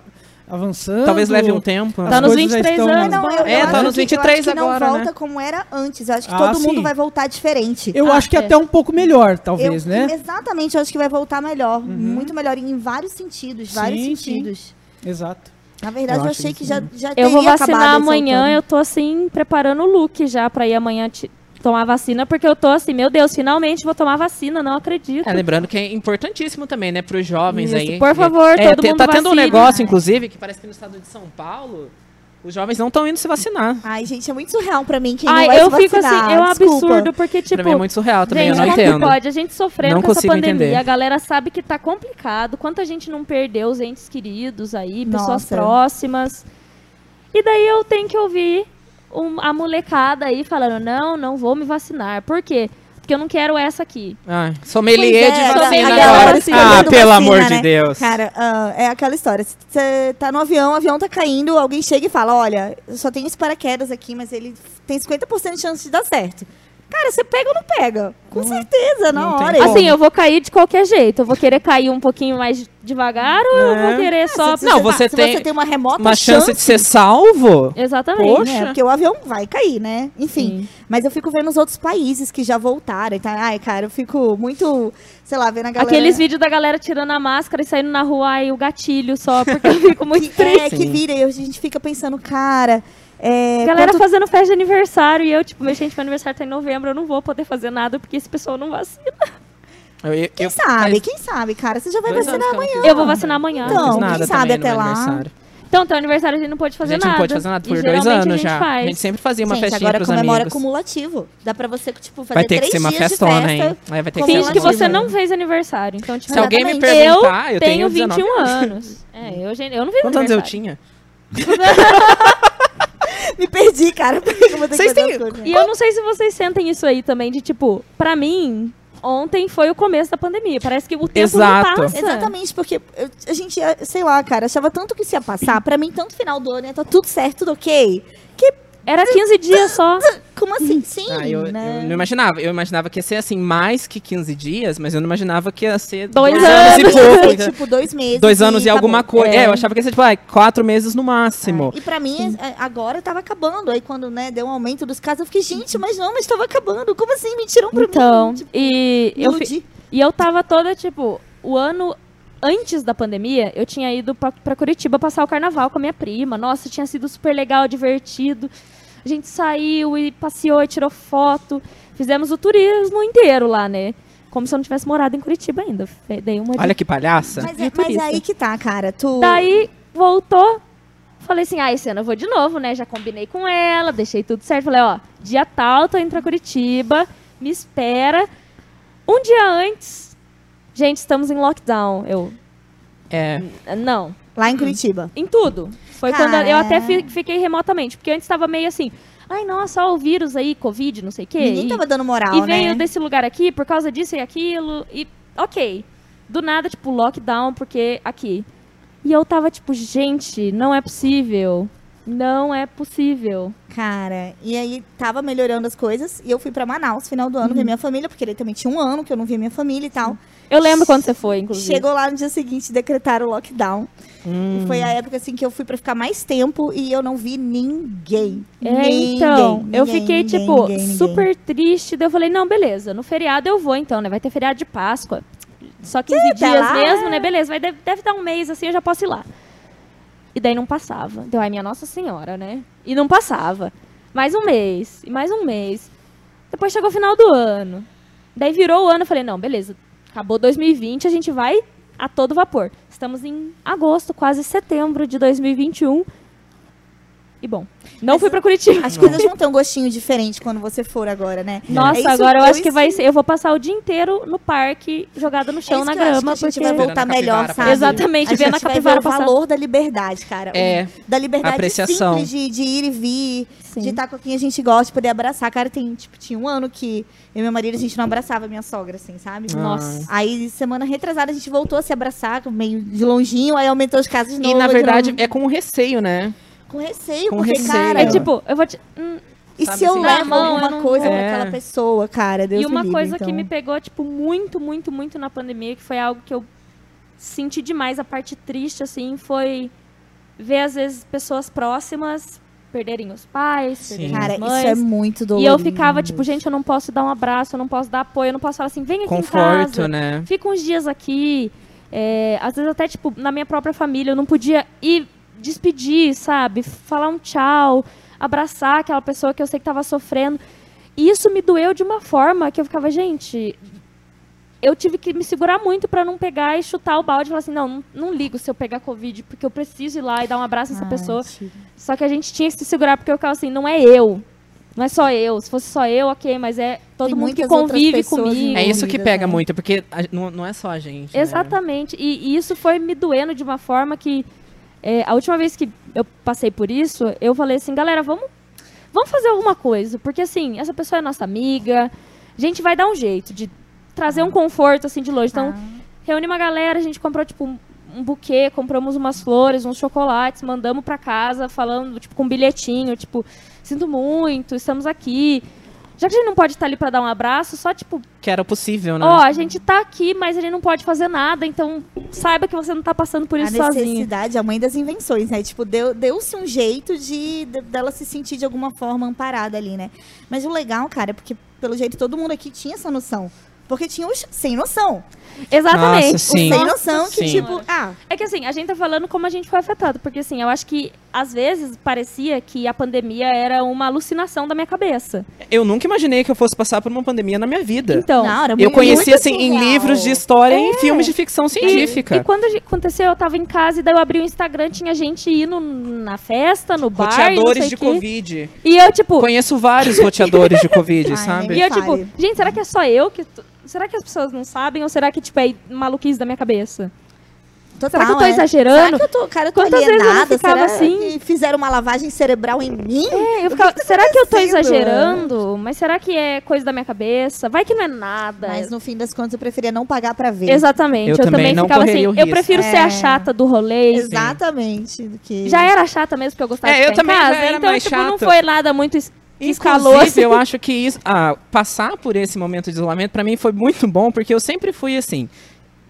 E: avançando.
B: Talvez leve um tempo.
E: as
C: Tá nos
E: coisas já
C: 23
E: estão-
C: anos,
D: Mas não, eu,
B: É,
D: eu
B: tá
D: acho
B: nos
D: que- eu
B: 23
D: acho que não
B: agora, né?
D: volta como era antes. Eu acho que
E: Ah,
D: todo mundo
E: sim.
D: vai voltar diferente.
E: Eu
C: Ah,
E: acho que
C: é.
E: até um pouco melhor,
D: Eu-
E: talvez, né?
D: Exatamente, eu acho que vai voltar
B: Uhum.
D: melhor. Muito melhor, em vários sentidos, vários
E: Sim, sim.
D: sentidos.
E: Exato.
D: Na verdade,
B: Eu
D: eu,
B: acho
D: achei
B: isso
D: que já, já
C: Eu
D: teria
C: vou vacinar
D: acabado esse
C: amanhã,
D: outono.
C: eu tô assim, preparando o look já pra ir amanhã te- tomar vacina, porque eu tô assim, meu Deus, finalmente vou tomar vacina, não acredito.
B: É, lembrando que é importantíssimo também, né, para os jovens
C: Isso,
B: aí.
C: por favor,
B: é,
C: todo
B: te-
C: mundo
B: Tá tendo um
C: vacina.
B: negócio, inclusive, que parece que no estado de São Paulo, os jovens não estão indo se vacinar.
D: Ai, gente, é muito surreal pra mim quem não vai
C: Ai, eu
D: se
C: fico
D: vacinar,
C: assim, é um
D: desculpa.
C: absurdo, porque tipo.
B: pra mim é muito surreal também,
C: Gente,
B: eu não
C: como
B: entendo.
C: que pode? A gente sofrendo
B: Não
C: com essa
B: consigo
C: pandemia,
B: entender.
C: a galera sabe que tá complicado, quanta gente não perdeu os entes queridos aí, pessoas
D: Nossa.
C: próximas. E daí eu tenho que ouvir um- a molecada aí falando, não, não vou me vacinar. Por quê? Porque eu não quero essa aqui.
B: Ai, Ah, sommelier
D: Pois
B: de
D: é, a
B: vacina
D: galera
B: agora.
D: se
B: Ah,
D: olhando
B: pelo
D: vacina,
B: amor de
D: né?
B: Deus.
D: Cara, ah, é aquela história. Você tá no avião, o avião tá caindo, alguém chega e fala: Olha, eu só tem esse paraquedas aqui, mas ele tem 50% de chance de dar certo. Cara, você pega ou não pega? Com certeza, na
B: não tem
D: hora.
B: como.
C: Assim, eu vou cair de qualquer jeito. Eu vou querer cair um pouquinho mais devagar ou eu vou
B: É.
C: querer só.
D: Se
B: Não, você
D: se
B: tem
D: você tem uma remota
B: Uma chance de ser salvo?
C: Exatamente.
B: Poxa.
D: né? Porque o avião vai cair, né? Enfim.
C: Sim.
D: Mas eu fico vendo os outros países que já voltaram. Então, ai, cara, eu fico muito, sei lá, vendo a galera.
C: Aqueles vídeos da galera tirando a máscara e saindo na rua aí o gatilho só, porque eu fico muito
D: que,
C: triste.
D: é, que
B: Sim.
D: vira e a gente fica pensando, cara. É,
C: Galera
D: quanto-
C: fazendo festa de aniversário e eu, tipo, meu gente, meu aniversário tá em novembro, eu não vou poder fazer nada porque esse pessoal não vacina.
B: Eu, eu,
D: quem
B: eu-
D: sabe?
B: faz
D: Quem sabe, cara? Você já vai
B: dois
D: vacinar
B: anos que não
D: amanhã.
B: fiz
C: Eu vou vacinar amanhã.
B: nada. Eu não
D: Então,
B: fiz nada
D: quem sabe
B: também no
D: até
B: meu
D: lá.
B: aniversário.
C: Então, teu aniversário a gente não pode
B: A
C: fazer
B: gente
C: nada.
B: não pode fazer nada
C: E
B: por dois
C: geralmente a
B: anos
C: gente
B: já.
C: Faz.
B: A gente sempre fazia uma
D: Gente,
B: festinha
D: agora é
B: pros
D: comemora
B: amigos.
D: cumulativo. Dá pra você, tipo, fazer
B: Vai ter que
D: três
B: ser uma
D: dias de
B: festona, hein?
D: festa.
B: Aí vai ter que ser
D: Finge
C: Finge
B: uma
C: que
D: Exatamente.
C: você
B: festona.
C: não fez aniversário. Então, tipo,
B: Se alguém me
D: Exatamente.
B: perguntar, eu,
C: tenho
B: 19
C: 21 anos. É, eu, gen- eu não fiz
B: Quantos anos eu
C: aniversário.
B: tinha?
D: Me perdi, cara. porque eu vou ter que
B: Vocês
D: fazer
B: têm-
D: as coisas.
C: E eu não sei se vocês sentem isso aí também, de tipo, pra mim, ontem foi o começo da pandemia. Parece que o tempo
B: Exato.
C: não passa.
D: Exatamente, porque eu- a gente, ia- sei lá, cara, achava tanto que isso ia passar. Pra mim, tanto final do ano, ia tá tudo certo, tudo ok. Que,
C: Era 15 dias só.
D: como assim? Sim,
B: Ah, eu,
D: né?
B: eu não imaginava. Eu imaginava que ia ser assim, mais que 15 dias, mas eu não imaginava que ia ser
C: Dois
B: anos,
C: anos.
B: e pouco.
D: Foi,
B: entendeu?
D: tipo, dois meses. tá
B: dois anos e
D: acabou.
B: alguma coisa. É. eu achava que ia ser tipo, ah, quatro meses no máximo.
D: E pra mim, é, agora tava acabando. Aí quando, né, deu um aumento dos casos, eu fiquei, gente, mas não, mas tava acabando. Como assim? Mentiram pra
C: Então,
D: mim. Tipo,
C: e
D: me
C: eu, fi-
D: iludi.
C: E eu tava toda, tipo, o ano antes da pandemia, eu tinha ido pra, pra Curitiba passar o carnaval com a minha prima. Nossa, tinha sido super legal, divertido. A gente saiu e passeou e tirou foto. Fizemos o turismo inteiro lá, né? Como se eu não tivesse morado em Curitiba ainda. Fe- Dei uma
B: Olha que palhaça.
D: Mas,
C: de
D: é- mas
C: turista.
D: aí que tá, cara. Tu...
C: Daí voltou. Falei assim, ah, esse ano eu vou de novo, né? Já combinei com ela, deixei tudo certo. Falei, ó, dia tal, tô indo pra Curitiba, me espera. Um dia antes, gente, estamos em lockdown. Eu,
B: É.
C: não,
D: Lá em Curitiba.
C: em tudo. Foi quando eu
D: Cara.
C: até fi- fiquei remotamente, porque antes tava meio assim, ai, nossa, ó, o vírus aí, Covid, não sei o quê.
D: Ninguém
C: e-
D: tava dando moral,
C: e
D: né?
C: veio desse lugar aqui por causa disso e aquilo. E ok. Do nada, tipo, lockdown, porque aqui. E eu tava tipo, gente, não é possível. Não é possível.
D: Cara, e aí tava melhorando as coisas. E eu fui pra Manaus final do
C: Uhum.
D: ano ver minha família, porque ele também tinha um ano que eu não via minha família e tal.
C: Eu lembro quando você foi, inclusive.
D: Chegou lá no dia seguinte, decretaram o lockdown.
C: Hum,
D: E foi a época assim que eu fui pra ficar mais tempo e eu não vi ninguém.
C: É,
D: Ninguém,
C: então, eu
D: ninguém,
C: fiquei,
D: ninguém,
C: tipo,
D: ninguém, ninguém.
C: super triste. Daí eu falei, não, beleza, no feriado eu vou então, né? Vai ter feriado de Páscoa. Só 15
D: até
C: dias
D: tá lá,
C: mesmo, né? Beleza, vai, deve, deve dar um mês assim, eu já posso ir lá. E daí não passava. Deu, ai, minha Nossa Senhora, né? E não passava. Mais um mês, e mais um mês. Depois chegou o final do ano. Daí virou o ano, eu falei, não, beleza, acabou 2020, a gente vai a todo vapor. Estamos em agosto, quase setembro de 2021. e bom. Não fui pra Curitiba.
D: As coisas vão ter um gostinho diferente quando você for agora, né?
C: Nossa,
D: É isso-
C: agora eu
D: é
C: acho que
D: isso-
C: vai ser. Eu vou passar o dia inteiro no parque, jogada no
D: é
C: chão,
D: isso
C: na
D: que eu acho
C: grama,
D: que a gente
C: porque.
D: vai
B: Vendo
D: voltar
B: na
D: melhor,
B: capivara
D: sabe?
C: Exatamente,
D: a gente
C: vendo a
D: vai
C: capivara
D: ver o
C: passar.
D: valor da liberdade, cara.
C: hum.
B: É.
D: Da liberdade
B: Apreciação.
D: simples de, de ir e vir,
C: Sim.
D: de estar com quem a gente gosta, de poder abraçar. Cara, tem, tipo, tinha um ano que eu e meu marido, a gente não abraçava minha sogra, assim, sabe?
B: Ah.
C: Nossa.
D: Aí, semana retrasada, a gente voltou a se abraçar, meio de longinho, aí aumentou os casos de novo.
B: E na
D: de
B: verdade
D: novo.
B: é com receio, né?
D: Com receio,
B: com
D: porque,
B: receio.
D: cara...
C: É tipo, eu vou te. hum,
D: e
B: sabe
D: se eu
B: assim,
C: ah,
D: levo
C: mão, eu
D: alguma
C: não
D: coisa
B: vou.
D: pra aquela
B: É.
D: pessoa, cara? Deus
C: e
D: me
C: uma
D: livre,
C: coisa
D: então.
C: que me pegou, tipo, muito, muito, muito na pandemia, que foi algo que eu senti demais, a parte triste, assim, foi ver, às vezes, pessoas próximas perderem os pais,
B: Sim.
C: perderem
D: Cara,
C: as
D: isso
C: mães.
D: é muito
C: e
D: dolorido.
C: eu ficava, tipo, gente, eu não posso dar um abraço, eu não posso dar apoio, eu não posso falar assim, vem aqui em
B: Conforto,
C: casa,
B: né?
C: fica uns dias aqui. É, às vezes até, tipo, na minha própria família, eu não podia ir despedir, sabe? Falar um tchau, abraçar aquela pessoa que eu sei que tava sofrendo. E isso me doeu de uma forma que eu ficava, gente, eu tive que me segurar muito pra não pegar e chutar o balde e falar assim, não, não, não ligo se eu pegar Covid, porque eu preciso ir lá e dar um abraço nessa
D: Ai,
C: pessoa.
D: tira.
C: Só que a gente tinha que se segurar, porque eu ficava assim, não é eu. Não é só eu. Se fosse só eu, ok, mas é todo
D: Tem
C: mundo que
D: muitas outras
C: convive
D: pessoas
C: comigo.
B: É isso que
D: envolvidas,
B: pega
D: né?
B: muito, porque a- não, não é só a gente. né?
C: Exatamente. E, e isso foi me doendo de uma forma que é, a última vez que eu passei por isso, eu falei assim, galera, vamos, vamos fazer alguma coisa. Porque assim, essa pessoa é nossa amiga, a gente vai dar um jeito de trazer
B: Ah.
C: um conforto assim de longe. Então, reúne uma galera, a gente comprou tipo um, um buquê, compramos umas flores, uns chocolates, mandamos pra casa falando, tipo, com um bilhetinho, tipo, sinto muito, estamos aqui. Já que a gente não pode estar ali pra dar um abraço, só tipo
B: Que era possível, né?
C: Ó, a gente tá aqui, mas a gente não pode fazer nada, então saiba que você não tá passando por isso
D: a
C: sozinho.
D: necessidade, a mãe das invenções, né? Tipo, deu- deu-se um jeito de, de- dela se sentir de alguma forma amparada ali, né? Mas o legal, cara, é porque pelo jeito todo mundo aqui tinha essa noção. Porque tinha os sem noção.
C: Exatamente.
B: Nossa, sim.
D: Os sem noção que,
B: Sim.
D: tipo, ah,
C: É que assim, a gente tá falando como a gente foi afetado, porque assim, eu acho que às vezes parecia que a pandemia era uma alucinação da minha cabeça.
B: Eu nunca imaginei que eu fosse passar por uma pandemia na minha vida.
C: Então, É.
D: não, era
B: eu
D: muito
B: conheci, assim, em
D: surreal.
B: livros de história e em filmes de ficção científica.
C: e quando a gente- aconteceu, eu tava em casa e daí eu abri o Instagram, tinha gente indo na festa, no bar, e não
B: Roteadores
C: sei
B: de
C: o quê.
B: Covid.
C: E eu tipo,
B: Conheço vários roteadores de Covid,
D: Ai,
B: sabe?
D: nem
C: E eu, tipo,
D: Fale.
C: gente, será que é só eu que. tô- Será que as pessoas não sabem? Ou será que, tipo, é maluquice da minha cabeça?
D: Total,
C: Será que eu tô
D: é.
C: exagerando?
D: Será que eu tô, cara, eu tô
C: Quantas vezes eu não
D: alienada?
C: ficava
D: Será
C: assim?
D: que fizeram uma lavagem cerebral em mim?
C: É, eu ficava, será que eu tô
D: acontecendo?
C: exagerando? Mas será que é coisa da minha cabeça? Vai que não é nada.
D: Mas no fim das contas eu preferia não pagar pra ver.
C: Exatamente.
B: Eu
C: Eu,
B: também
C: também,
B: não
C: ficava
B: correria
C: assim.
B: o
C: Eu
B: risco.
C: prefiro ser
D: É.
C: a chata do rolê. assim.
D: Exatamente. do que-
C: Já era chata mesmo, porque eu gostava
B: É,
C: de
B: eu
C: ficar
B: também
C: em
B: já
C: casa.
B: era
C: então,
B: mais
C: tipo, não
B: chata.
C: foi nada muito es- que escalou.
B: Inclusive,
C: assim.
B: eu acho que isso, ah, passar por esse momento de isolamento pra mim foi muito bom, porque eu sempre fui assim,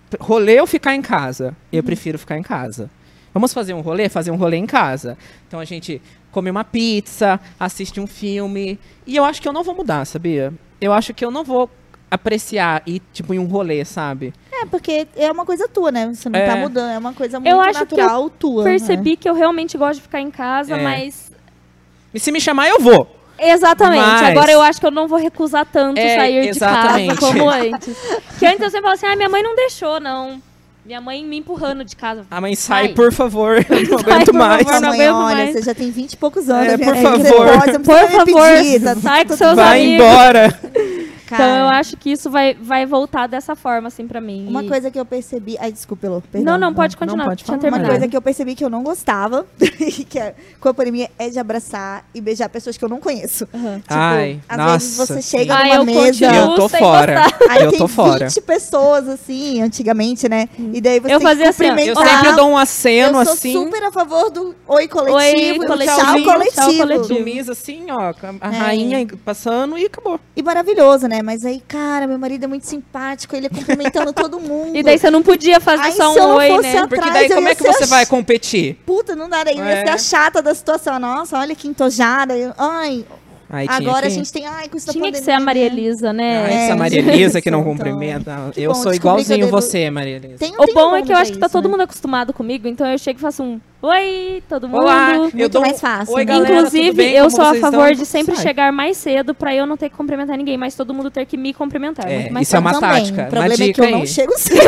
B: p- rolê eu ficar em casa,
C: Uhum.
B: eu prefiro ficar em casa. Vamos fazer um rolê? Fazer um rolê em casa. Então a gente come uma pizza, assiste um filme, e eu acho que eu não vou mudar, sabia? Eu acho que eu não vou apreciar ir, tipo, em um rolê, sabe?
D: É, porque é uma coisa tua, né? Você não
B: É.
D: tá mudando, é uma coisa muito
C: acho que eu
D: natural tua. né?
C: Percebi que eu realmente gosto de ficar em casa,
B: É.
C: mas.
B: E se me chamar, eu vou.
C: Exatamente.
B: Mas-
C: Agora eu acho que eu não vou recusar tanto
B: É,
C: sair
B: exatamente.
C: de casa como antes. que antes eu sempre falava assim: ah, minha mãe não deixou, não. Minha mãe me empurrando de casa.
B: A mãe sai,
C: Sai.
B: por favor, eu não
C: Sai,
B: aguento
C: por
B: mais.
D: Mas,
C: favor, não
D: mãe,
C: aguento
D: olha,
C: mais.
D: você já tem 20 e poucos anos.
B: É,
D: né?
B: por
D: Aí você
B: favor.
D: pode, você não precisa
C: Por
D: me
C: favor,
D: pedir, tá-
C: sai com
D: tá-
C: seus
B: Vai
C: amigos.
B: embora.
D: Cara,
C: Então eu acho que isso vai, vai voltar dessa forma, assim, pra mim.
D: Uma
C: E-
D: coisa que eu percebi... Ai, desculpa, Elô. perdão.
C: Não, não, pode continuar.
B: Não, pode
C: Deixa eu
B: falar.
D: Uma
C: terminar.
D: coisa que eu percebi que eu não gostava, que é, com a pandemia, é de abraçar e beijar pessoas que eu não conheço.
C: Aham.
D: Tipo,
B: Ai,
D: às
B: nossa.
D: vezes você chega
C: Ah,
D: numa
C: eu
D: mesa...
C: continuo.
B: Eu tô
C: sem
B: fora.
D: Aí
B: Eu
D: tem
B: tô fora.
D: 20 pessoas, assim, antigamente, né? E daí você
C: Eu
D: tem que
C: fazia assim, ó,
B: Eu
D: cumprimentar.
B: sempre dou um
D: Eu
B: aceno
D: sou
B: assim.
D: super a favor do oi coletivo,
C: Oi,
D: e do
C: coletivo,
D: tchau,
B: tchau
D: coletivo.
C: coletivo.
B: do Miss, assim, ó, com a
D: É.
B: rainha passando e acabou.
D: E maravilhoso, né? Mas aí, cara, meu marido é muito simpático, ele é cumprimentando todo mundo.
C: E daí você não podia fazer
D: Ai,
C: só
D: se eu
C: um
D: não
C: oi,
D: fosse
C: né?
D: a-
B: Porque
D: Atrás
B: daí
D: eu
B: como
D: ia
B: é que você
D: ser-
B: vai competir?
D: Puta, não dá, daí eu ia
B: É.
D: ser a chata da situação. Nossa, olha que entojada. Eu- Ai,
B: Aí tinha
D: agora a
B: que-
D: gente tem. Ai, com isso da
C: Tinha que
D: pandemia,
C: ser a Maria
D: né?
C: Elisa,
B: Ah,
C: né?
B: essa
D: É,
B: Maria
D: gente,
B: Elisa que não
D: então.
B: cumprimenta.
D: Que
B: Eu
D: bom,
B: sou
D: descobri que eu
B: igualzinho
D: devo-
B: você, Maria Elisa.
D: Tem- um
C: O
D: tem
C: bom
D: como
C: é que eu acho
D: mudar
C: que tá
D: isso,
C: todo
D: né?
C: mundo acostumado comigo, então eu chego e faço um Oi, todo mundo.
B: Olá, eu
D: Muito
B: dou um-
D: mais fácil,
B: Oi,
D: né?
B: galera,
C: Inclusive,
B: tudo bem?
C: eu
B: Como
C: sou a
B: vocês
C: favor
B: estão?
C: de sempre
B: Sai.
C: chegar mais cedo pra eu não ter que cumprimentar ninguém, mas todo mundo ter que me cumprimentar. né?
B: É,
C: Muito mais
B: isso é uma
C: fácil.
D: Também.
B: tática,
D: O
B: uma
D: problema é que
B: dica
D: eu não
B: aí.
D: chego cedo.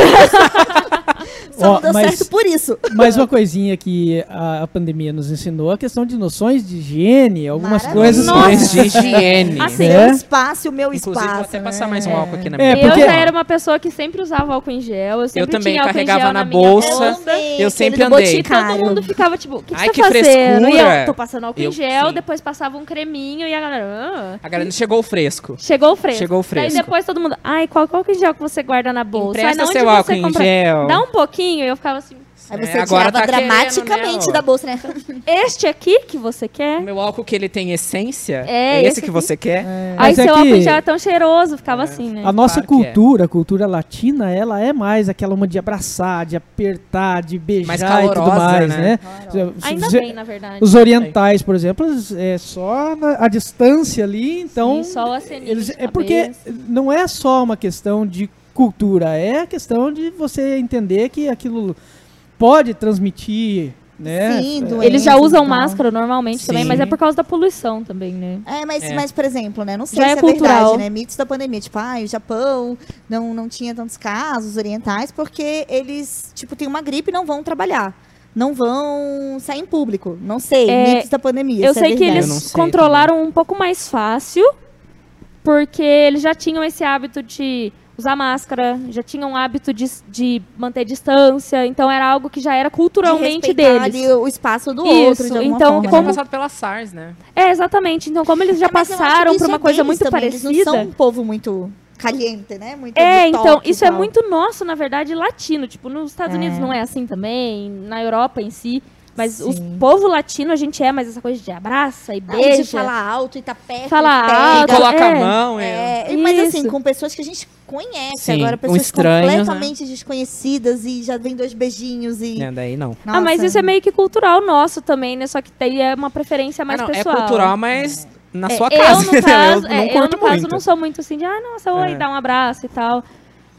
D: Só
E: Ó,
D: não deu
E: mas-
D: certo por isso.
E: Mais uma coisinha que a, a pandemia nos ensinou, a questão de noções de higiene, algumas
D: Maravilha.
E: coisas.
C: Nossa.
B: Mas de higiene.
C: Assim,
D: Seu
E: É.
D: espaço e o meu
B: Inclusive,
D: espaço.
B: vou até
D: né?
B: passar mais um álcool aqui na
E: É,
B: minha
E: porque-
B: boca.
C: Eu já era uma pessoa que sempre usava álcool em gel. Eu, sempre
B: também
C: tinha álcool em
B: carregava
C: gel
B: na
C: minha
B: bolsa.
D: Também,
B: eu
D: um aquele
B: sempre
D: do
B: andei.
C: E todo
D: Boticário.
C: mundo ficava tipo, o que, que
B: Ai,
C: você
B: que
C: tá fazendo? E
B: frescura.
C: eu tô passando álcool
B: Eu-
C: em gel,
B: sim.
C: depois passava um creminho e a galera. "Ah".
B: A galera chegou o fresco.
C: Chegou o fresco.
B: Chegou o fresco.
C: Daí depois todo mundo, ai, qual qual álcool em gel que você guarda na bolsa? Ai,
B: Empresta
C: não, onde
B: seu
C: você
B: álcool em
C: compra?"
B: gel.
C: Dá um pouquinho e eu ficava assim,
D: Aí
B: É,
D: você
B: agora
D: tirava
B: tá querendo, né,
D: dramaticamente
B: ó.
D: da bolsa, né?
C: este aqui que você quer?
B: O meu álcool que ele tem essência,
C: É,
B: é esse
C: esse
B: que
C: aqui.
B: você quer.
C: Aí
E: Mas é
C: seu álcool
E: que
C: em gel é tão cheiroso, ficava assim, né?
E: A nossa
B: Claro que é.
E: cultura, a cultura latina, ela é mais aquela uma de abraçar, de apertar, de beijar
B: Mais
E: e tudo
B: calorosa,
E: mais,
B: né?
E: né? Se-
C: Ainda
E: se-
C: bem, na verdade.
E: Os orientais, por exemplo, é só na- a distância ali, então.
C: Sim, só o aceninho
E: eles,
C: de
E: é porque
C: cabeça.
E: não é só uma questão de cultura, é a questão de você entender que aquilo pode transmitir, né?
D: Sim, então.
E: É,
D: doença
C: Eles já
D: e
C: usam
D: tal.
C: máscara normalmente também,
B: Então. Sim.
C: mas é por causa da poluição também, né?
D: É mas,
B: É.
D: mas, por exemplo, né? Não sei
C: Já
D: se
C: é
D: é,
C: cultural.
D: verdade, né? Mitos da pandemia. Tipo, ah, o Japão não, não tinha tantos casos orientais porque eles, tipo, têm uma gripe e não vão trabalhar. Não vão sair em público. Não sei.
C: É,
D: mitos da pandemia.
C: Eu
D: isso é
C: sei que
D: verdade.
B: Eu não
C: eles
B: sei
C: controlaram um pouco mais fácil, porque eles já tinham esse hábito de usar máscara, já tinham o hábito de, de manter distância, então era algo que já era culturalmente
D: De
C: deles.
D: respeitar ali o espaço do
C: Isso,
D: outro, de alguma
C: então,
D: forma,
B: Eles
D: né?
B: tinham
C: como-
B: passado pela SARS, né?
C: É, exatamente. Então, como eles já
D: É, mas eu acho
C: passaram
D: que
C: por
D: isso
C: uma
D: é
C: coisa
D: deles
C: muito
D: também, Eles
C: parecida.
D: não são um povo muito caliente, né? Muito
C: É,
D: de
C: então,
D: toque e
C: isso é
D: tal.
C: muito nosso, na verdade, latino. Tipo, nos Estados
D: É.
C: Unidos não é assim também, na Europa em si. Mas o
D: Sim.
C: povo latino a gente é, mas essa coisa de abraça e
D: Ah, e
C: beija.
D: de falar alto e tá perto.
C: Falar
D: e pega.
C: alto,
B: E coloca
C: é,
B: a mão. É.
D: É, mas assim,
C: Isso.
D: com pessoas que a gente conhece
B: Sim,
D: agora,
B: um
D: pessoas
B: estranho,
C: né?
D: completamente desconhecidas e já vem dois beijinhos e.
B: Né, Daí não.
C: Ah, mas
D: Nossa.
C: isso é meio que cultural nosso também, né? Só que daí é uma preferência mais
B: Ah, não,
C: pessoal. É,
B: É cultural, mas na sua
C: eu,
B: casa.
C: no
B: entendeu?
C: caso,
B: eu
C: é,
B: não
C: eu,
B: curto
C: no caso,
B: muito.
C: não sou muito assim de, ah, nossa, oi,
B: É.
C: dá um abraço e tal.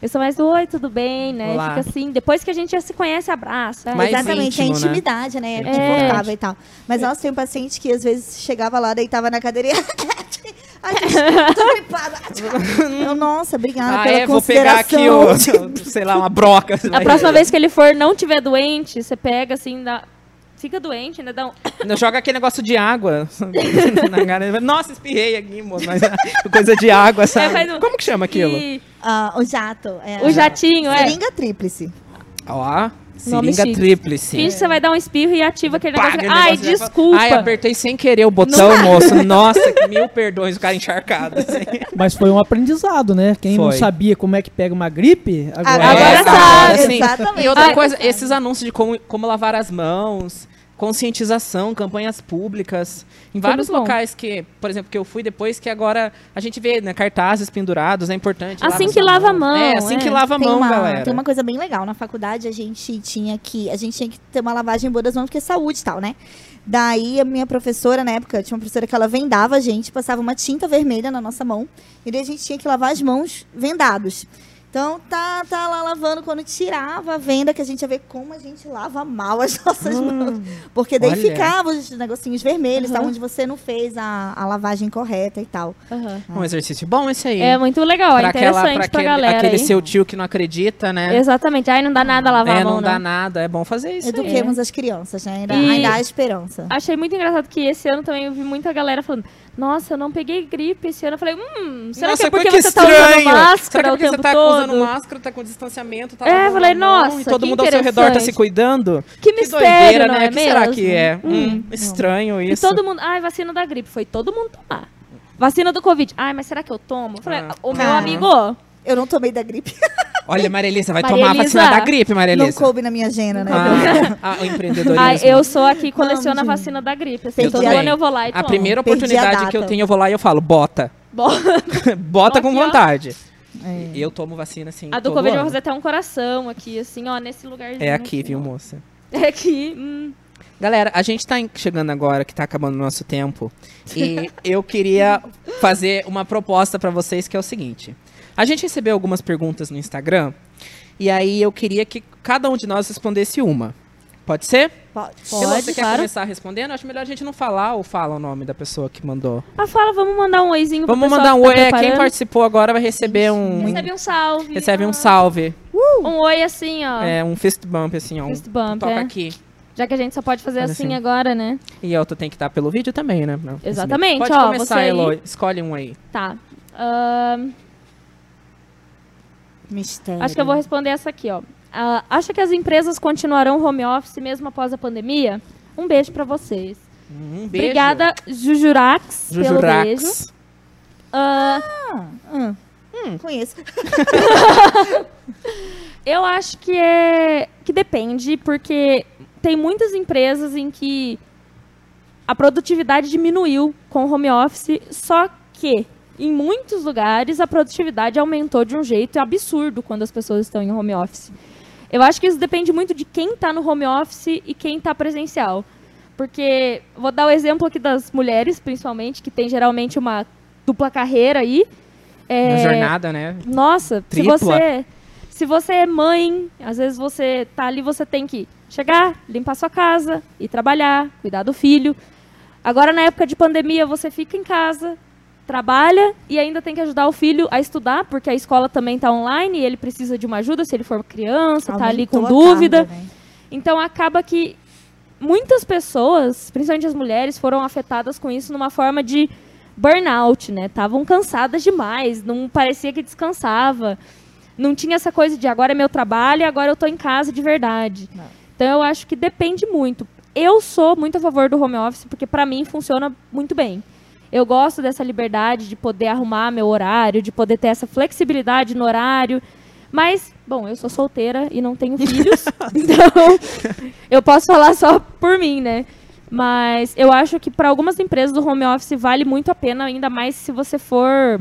C: Eu sou mais do oi, tudo bem, né?
B: Olá.
C: Fica assim, depois que a gente já se conhece, abraça.
B: Mas- mais
D: Exatamente,
B: íntimo,
D: a
B: né?
D: intimidade, né? É
B: É.
D: confortável e tal. Mas nossa, tem um paciente que às vezes chegava lá, deitava na cadeirinha. Ai, gente, tô gripada. Eu, nossa, obrigada
B: Ah,
D: pela
B: é, vou pegar
D: consideração.
B: aqui, o, sei lá, uma broca.
C: A próxima vez que ele for não tiver doente, você pega assim, dá... fica doente, né? Dá um...
B: Joga aquele negócio de água na cara. Nossa, espirrei aqui, moço. Mas é coisa de água, sabe?
C: faz um-
B: Como que chama aquilo?
C: E
D: Ah, o jato. É,
C: O jatinho, é.
D: Seringa tríplice.
B: Ó,
C: Nome
B: seringa
C: chique.
B: tríplice.
C: Finge que você vai dar um espirro e ativa aquele
B: Pá,
C: negócio. é-
B: aquele
C: Ai,
B: negócio vai-
C: desculpa. é.
B: Ai, apertei sem querer o botão, moço. Nossa, que mil perdões, o cara encharcado. assim.
E: Mas foi um aprendizado, né? Quem não
B: Foi.
E: sabia como é que pega uma gripe, agora,
B: É,
C: Agora sabe.
B: sim.
D: Exatamente.
B: E outra
C: Ai, é
B: coisa, esses anúncios de como, como lavar as mãos, conscientização, campanhas públicas, em
C: Foi
B: vários
C: muito bom.
B: locais que, por exemplo, que eu fui depois, que agora a gente vê né, cartazes pendurados, é importante.
C: Assim
B: as
C: que lava a mão,
B: É, assim
C: é.
B: que lava a
D: tem
B: mão,
D: uma,
B: galera.
D: Tem uma coisa bem legal. Na faculdade a gente tinha que. A gente tinha que ter uma lavagem boa das mãos, porque é saúde e tal, né? Daí a minha professora, na época, tinha uma professora que ela vendava a gente, passava uma tinta vermelha na nossa mão, e daí a gente tinha que lavar as mãos vendados. Então tá, tá lá lavando quando tirava a venda, que a gente ia ver como a gente lava mal as nossas mãos. Porque daí
B: Hum. olha.
D: ficava os negocinhos vermelhos, tá?
C: Aham.
D: Onde você não fez a, a lavagem correta e tal.
C: Aham.
B: Um exercício bom esse aí.
C: É muito legal, é
B: pra aquela-
C: interessante
B: pra
C: pra
B: aquele,
C: galera.
B: aquele
C: hein?
B: seu tio que não acredita, né?
C: Exatamente. Ai, não dá nada lavar
B: É,
C: a mão, né?
B: não dá nada, é bom fazer isso. aí.
D: Eduquemos as crianças, né? Ainda,
C: E-
D: ainda há esperança.
C: Achei muito engraçado que esse ano também eu vi muita galera falando: Nossa, eu não peguei gripe esse ano. Eu falei: Hum, será
B: Nossa,
C: que é porque
B: que
C: você tá usando
B: estranho.
C: máscara
B: será
C: o
B: que é porque
C: tempo
B: você tá usando
C: todo?
B: máscara, tá com distanciamento, tá
C: É,
B: lavando
C: falei,
B: a mão,
C: nossa,
B: e todo
C: que
B: mundo ao seu redor tá
C: interessante.
B: se cuidando.
C: Que
B: Que
C: mistério,
B: doideira,
C: não
B: né?
C: é
B: O que
C: mesmo?
B: será que é?
C: Hum.
B: Hum, estranho
C: E
B: isso.
C: todo mundo, ai, vacina da gripe. Foi todo mundo tomar. Vacina do Covid. Ai, mas será que eu tomo? Eu Falei,
B: Ah,
C: o meu
D: ah.
C: amigo,
D: Eu não tomei da gripe.
B: Olha, Marilisa, vai
C: Maria
B: tomar a vacina
C: Elisa.
B: da gripe,
D: Não
B: Marilisa.
D: coube na minha agenda, né?
B: Ah, ah, o empreendedorismo.
C: ai, eu sou aqui coleciona a
D: Vamos,
C: vacina da gripe. Assim,
D: Eu
C: todo
B: também.
C: ano eu vou lá e
B: A
C: tomo.
B: primeira
D: Perdi a
B: oportunidade
D: data.
B: que eu tenho, eu vou lá e eu falo, bota.
C: Bom,
B: Bota com
C: Aqui, ó.
B: vontade.
D: É.
B: E Eu tomo vacina, assim,
C: a do
B: todo
C: Covid vai
B: ano.
C: fazer até um coração aqui, assim, ó, nesse lugarzinho.
B: É aqui, viu, moça?
C: É aqui. hum.
B: Galera, a gente tá em- chegando agora, que tá acabando o nosso tempo. E eu queria fazer uma proposta pra vocês, que é o seguinte. A gente recebeu algumas perguntas no Instagram. E aí eu queria que cada um de nós respondesse uma. Pode ser?
D: Pode.
B: Se
C: Pode,
B: você quer
C: claro.
B: começar respondendo, acho melhor a gente não falar ou fala o nome da pessoa que mandou.
C: Ah, fala, vamos mandar um oizinho pro
B: Vamos
C: pessoal
B: mandar
C: que
B: um
C: tá
B: oi. é, quem
C: preparando.
B: participou agora vai receber um.
C: Recebe um salve.
B: Recebe
C: Ah,
B: um salve.
C: Um oi assim, ó.
B: É, um fist bump, assim, ó. Um
C: Fist bump,
B: toca
C: é.
B: aqui.
C: Já que a gente só pode fazer
B: Faz
C: assim,
B: assim.
C: agora, né?
B: E a outra tem que estar pelo vídeo também, né? Não,
C: Exatamente,
B: Pode
C: ó,
B: começar,
C: você aí.
B: Eloy. Escolhe um aí.
C: Tá. Ahn,
B: Um
D: Mistério.
C: acho que eu vou responder essa aqui, ó. Ah, acha que as empresas continuarão home office mesmo após a pandemia? Um beijo pra vocês.
B: Um beijo.
C: Obrigada, Jujurax, pelo beijo.
B: Jujurax.
C: Ah,
D: Ah, Conheço.
C: Eu acho que é que depende, porque tem muitas empresas em que a produtividade diminuiu com o home office, só que em muitos lugares a produtividade aumentou de um jeito absurdo quando as pessoas estão em home office. Eu acho que isso depende muito de quem está no home office e quem está presencial. Porque vou dar o exemplo aqui das mulheres, principalmente, que tem geralmente uma dupla carreira aí.
B: Uma
C: É,
B: jornada, né?
C: nossa,
B: Tripla.
C: se você se você é mãe, às vezes você tá ali, você tem que chegar, limpar sua casa, ir trabalhar, cuidar do filho. Agora na época de pandemia você fica em casa, trabalha e ainda tem que ajudar o filho a estudar, porque a escola também tá online e ele precisa de uma ajuda se ele for criança, tá ali com
D: Aumentou a
C: dúvida.
D: carga, né?
C: Então acaba que muitas pessoas, principalmente as mulheres, foram afetadas com isso numa forma de burnout, né? Estavam cansadas demais, não parecia que descansava. Não tinha essa coisa de agora é meu trabalho e agora eu tô em casa de verdade.
D: Não.
C: Então eu acho que depende muito. Eu sou muito a favor do home office porque para mim funciona muito bem. Eu gosto dessa liberdade de poder arrumar meu horário, de poder ter essa flexibilidade no horário. Mas, bom, eu sou solteira e não tenho filhos, então eu posso falar só por mim, né? Mas eu acho que para algumas empresas do home office vale muito a pena, ainda mais se você for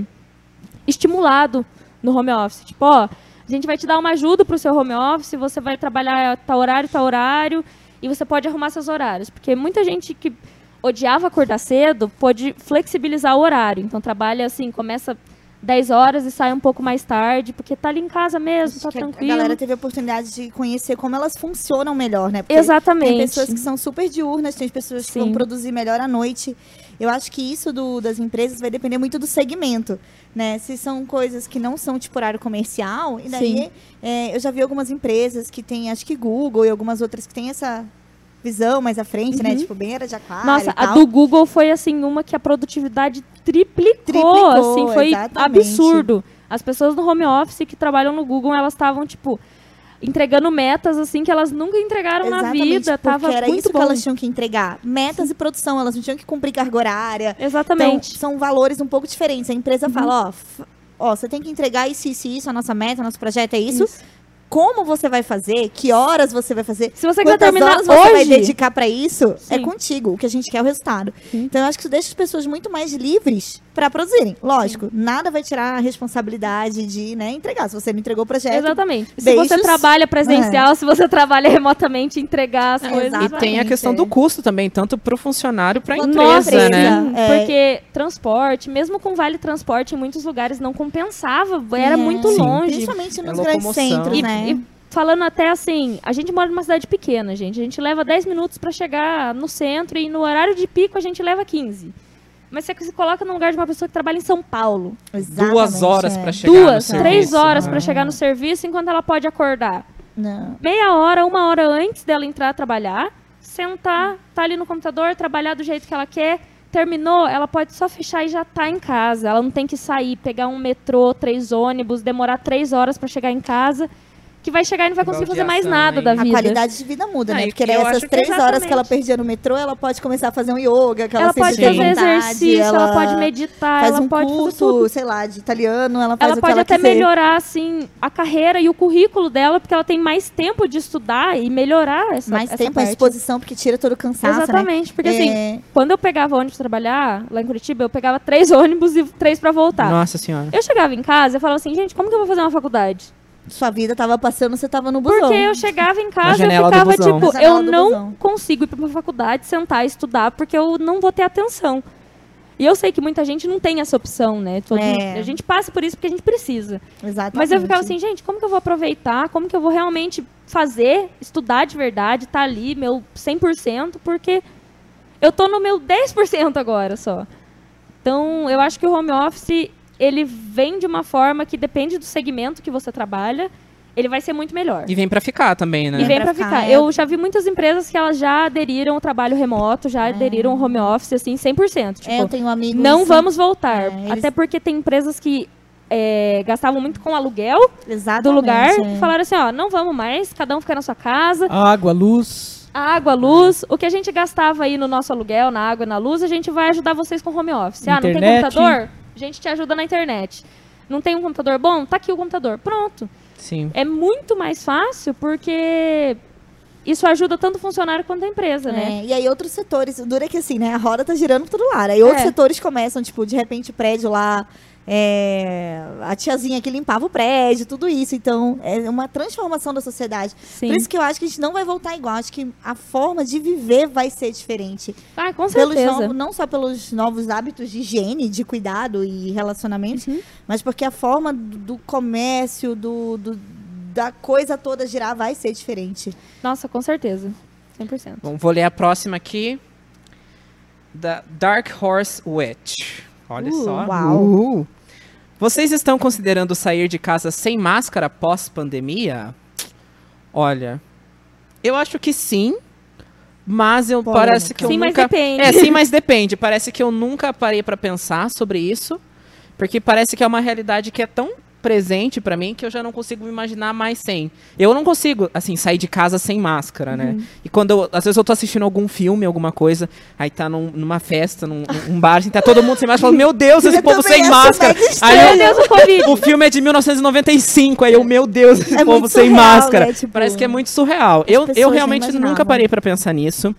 C: estimulado no home office. Tipo, ó, a gente vai te dar uma ajuda pro seu home office, você vai trabalhar tal horário, tal horário, e você pode arrumar seus horários. Porque muita gente que odiava acordar cedo pôde flexibilizar o horário. Então trabalha assim, começa 10 horas e sai um pouco mais tarde, porque tá ali em casa mesmo, tá
D: Acho que
C: tranquilo.
D: A galera teve a oportunidade de conhecer como elas funcionam melhor, né? Porque
C: Exatamente.
D: Tem pessoas que são super diurnas, tem pessoas que
C: Sim.
D: vão produzir melhor à noite. Eu acho que isso do- das empresas vai depender muito do segmento, né? Se são coisas que não são tipo horário comercial, e
C: Sim.
D: daí é, eu já vi algumas empresas que tem, acho que Google e algumas outras que tem essa visão mais à frente, né? Tipo, bem era de aquário
C: Uhum. Nossa,
D: e
C: a
D: tal.
C: do Google foi assim uma que a produtividade triplicou,
D: Triplicou,
C: assim, foi
D: exatamente.
C: absurdo. As pessoas no home office que trabalham no Google, elas estavam tipo entregando metas assim que elas nunca entregaram na
D: Exatamente,
C: vida,
D: porque
C: tava
D: era
C: muito
D: isso
C: bom.
D: que elas tinham que entregar. Metas e produção, elas não tinham que cumprir carga horária,
C: Exatamente. Uhum.
D: Então, são valores um pouco diferentes. A empresa fala, ó, f- ó, você tem que entregar isso, isso, e isso, a nossa meta, o nosso projeto é isso. Como você vai fazer? Que horas você vai fazer?
C: Se você quiser
D: Quantas
C: terminar
D: horas você vai
C: hoje,
D: dedicar pra isso? É
C: Sim.
D: contigo. O que a gente quer é o resultado.
C: Sim.
D: Então, eu acho que isso deixa as pessoas muito mais livres pra produzirem. Lógico, nada vai tirar a responsabilidade de né, entregar. Se você não entregou o projeto,
C: exatamente. Se
D: Beijos.
C: você trabalha presencial, se você trabalha remotamente, entregar as
D: É,
C: coisas.
B: E
D: exato.
B: tem a
D: Exatamente,
B: questão
D: é.
C: né?
B: do custo também, tanto pro funcionário pra
D: Quanto
B: empresa,
D: pra
B: né?
D: empresa.
C: sim,
D: É.
C: Porque transporte, mesmo com vale transporte, em muitos lugares não compensava, era
D: É.
C: muito
B: Sim.
C: longe.
D: principalmente
B: É
D: nos grandes
B: locomoção.
D: centros,
C: E,
D: né?
C: e falando até assim, a gente mora numa cidade pequena, gente. A gente leva 10 minutos pra chegar no centro e no horário de pico a gente leva 15. Mas você se coloca no lugar de uma pessoa que trabalha em São Paulo.
B: Duas
D: Exatamente,
B: horas
D: é.
B: pra chegar no
C: Duas,
B: serviço,
C: três horas
B: né?
C: pra chegar no serviço enquanto ela pode acordar.
D: Não.
C: Meia hora, uma hora antes dela entrar a trabalhar, sentar, tá ali no computador, trabalhar do jeito que ela quer. Terminou, ela pode só fechar e já tá em casa. Ela não tem que sair, pegar um metrô, três ônibus, demorar três horas pra chegar em casa, que vai chegar e não vai
B: Que
C: conseguir fazer mais
B: baldeação,
C: nada
B: hein?
C: da
D: A
C: vida.
D: qualidade de vida muda,
B: Ah,
D: né?
B: e
D: Porque
B: eu acho
D: essas
B: que
D: três horas
C: é exatamente.
D: que ela perdia no metrô, ela pode começar a fazer um yoga, que ela,
C: Ela
D: sente
C: pode
D: que é
C: fazer
D: vontade,
C: exercício, ela, pode meditar,
D: faz
C: ela
D: um
C: pode fazer
D: curso,
C: tudo.
D: sei lá, de italiano, ela faz
C: Ela
D: o
C: pode
D: que ela
C: até
D: quiser.
C: melhorar, assim, a carreira e o currículo dela, porque ela tem mais tempo de estudar e melhorar essa
D: Mais
C: essa
D: tempo à
C: parte.
D: disposição, porque tira todo o cansaço, né?
C: Exatamente, porque assim,
D: É,
C: quando eu pegava ônibus pra trabalhar, lá em Curitiba, eu pegava três ônibus e três pra voltar.
B: Nossa senhora.
C: Eu chegava em casa e falava assim, gente, como que eu vou fazer uma faculdade?
D: Sua vida tava passando, você tava no busão. é
C: Porque eu chegava em
B: Então. Na
C: casa e eu
B: janela do
C: ficava
B: busão.
C: tipo,
D: Na
C: eu
D: janela do
C: não
D: busão.
C: consigo ir pra uma faculdade, sentar e estudar, porque eu não vou ter atenção. E eu sei que muita gente não tem essa opção, né? Todo
D: É.
C: mundo- a gente passa por isso porque a gente precisa.
D: Exatamente.
C: Mas eu ficava assim, gente, como que eu vou aproveitar? Como que eu vou realmente fazer, estudar de verdade, tá ali, meu 100%, porque eu tô no meu 10% agora só. Então, eu acho que o home office, ele vem de uma forma que depende do segmento que você trabalha, ele vai ser muito melhor.
B: E vem pra ficar também, né?
C: E vem
D: pra
C: pra
D: ficar,
C: ficar.
D: é.
C: Eu já vi muitas empresas que elas já aderiram ao trabalho remoto, já aderiram ao home office, assim, 100%. Tipo,
D: É, eu tenho amigos.
C: não vamos voltar.
D: É, eles-
C: Até porque tem empresas que é, gastavam muito com aluguel
D: Exatamente,
C: do lugar.
D: é.
C: Falaram assim, ó, não vamos mais, cada um fica na sua casa.
E: é Água, luz.
C: Água, luz, o que a gente gastava aí no nosso aluguel, na água, na luz, a gente vai ajudar vocês com home office. Ah, não tem
E: Internet.
C: computador? A gente te ajuda na internet. Não tem um computador bom? Tá aqui o computador. Pronto.
B: Sim.
C: É muito mais fácil porque isso ajuda tanto o funcionário quanto a empresa, né?
D: É, E aí outros setores, o duro é que assim, né? A roda tá girando pro outro lado. Aí outros
C: É.
D: setores começam, tipo, de repente o prédio lá, é, a tiazinha que limpava o prédio, tudo isso. Então, é uma transformação da sociedade.
C: Sim.
D: Por isso que eu acho que a gente não vai voltar igual. Acho que a forma de viver vai ser diferente.
C: Ah, com
D: Pelos
C: certeza.
D: novos- não só pelos novos hábitos de higiene, de cuidado e relacionamentos,
C: Uhum.
D: mas porque a forma do, do comércio, do, do- da coisa toda girar vai ser diferente.
C: Nossa, com certeza. 100%.
B: Bom, vou ler a próxima aqui. Da Dark Horse Witch. Olha
D: Uh,
B: só.
D: uau.
B: Uh. Vocês estão considerando sair de casa sem máscara pós-pandemia? Olha, eu acho que sim, mas eu
D: Polêmica.
B: parece que eu
C: Sim, mas
B: nunca...
C: depende.
B: É, sim, mas depende. Parece que eu nunca parei pra pensar sobre isso, porque parece que é uma realidade que é tão presente pra mim que eu já não consigo me imaginar mais sem. Eu não consigo, assim, sair de casa sem máscara, né?
D: Uhum.
B: E quando eu, às vezes eu tô assistindo algum filme, alguma coisa, aí tá num- numa festa, num num bar, assim, tá todo mundo sem máscara, eu falo, meu Deus, esse
D: Eu
B: povo
D: também
B: sem
D: acho
B: máscara.
D: mega
B: Aí
C: Meu
B: eu,
C: Deus, o Covid.
B: o filme é de 1995, aí eu, meu Deus, esse
D: É
B: povo
D: muito
B: sem
D: surreal,
B: máscara.
D: né? Tipo,
B: Parece que é muito surreal. Eu,
D: pessoas
B: eu
D: não
B: realmente nunca
D: imaginavam.
B: parei pra pensar nisso,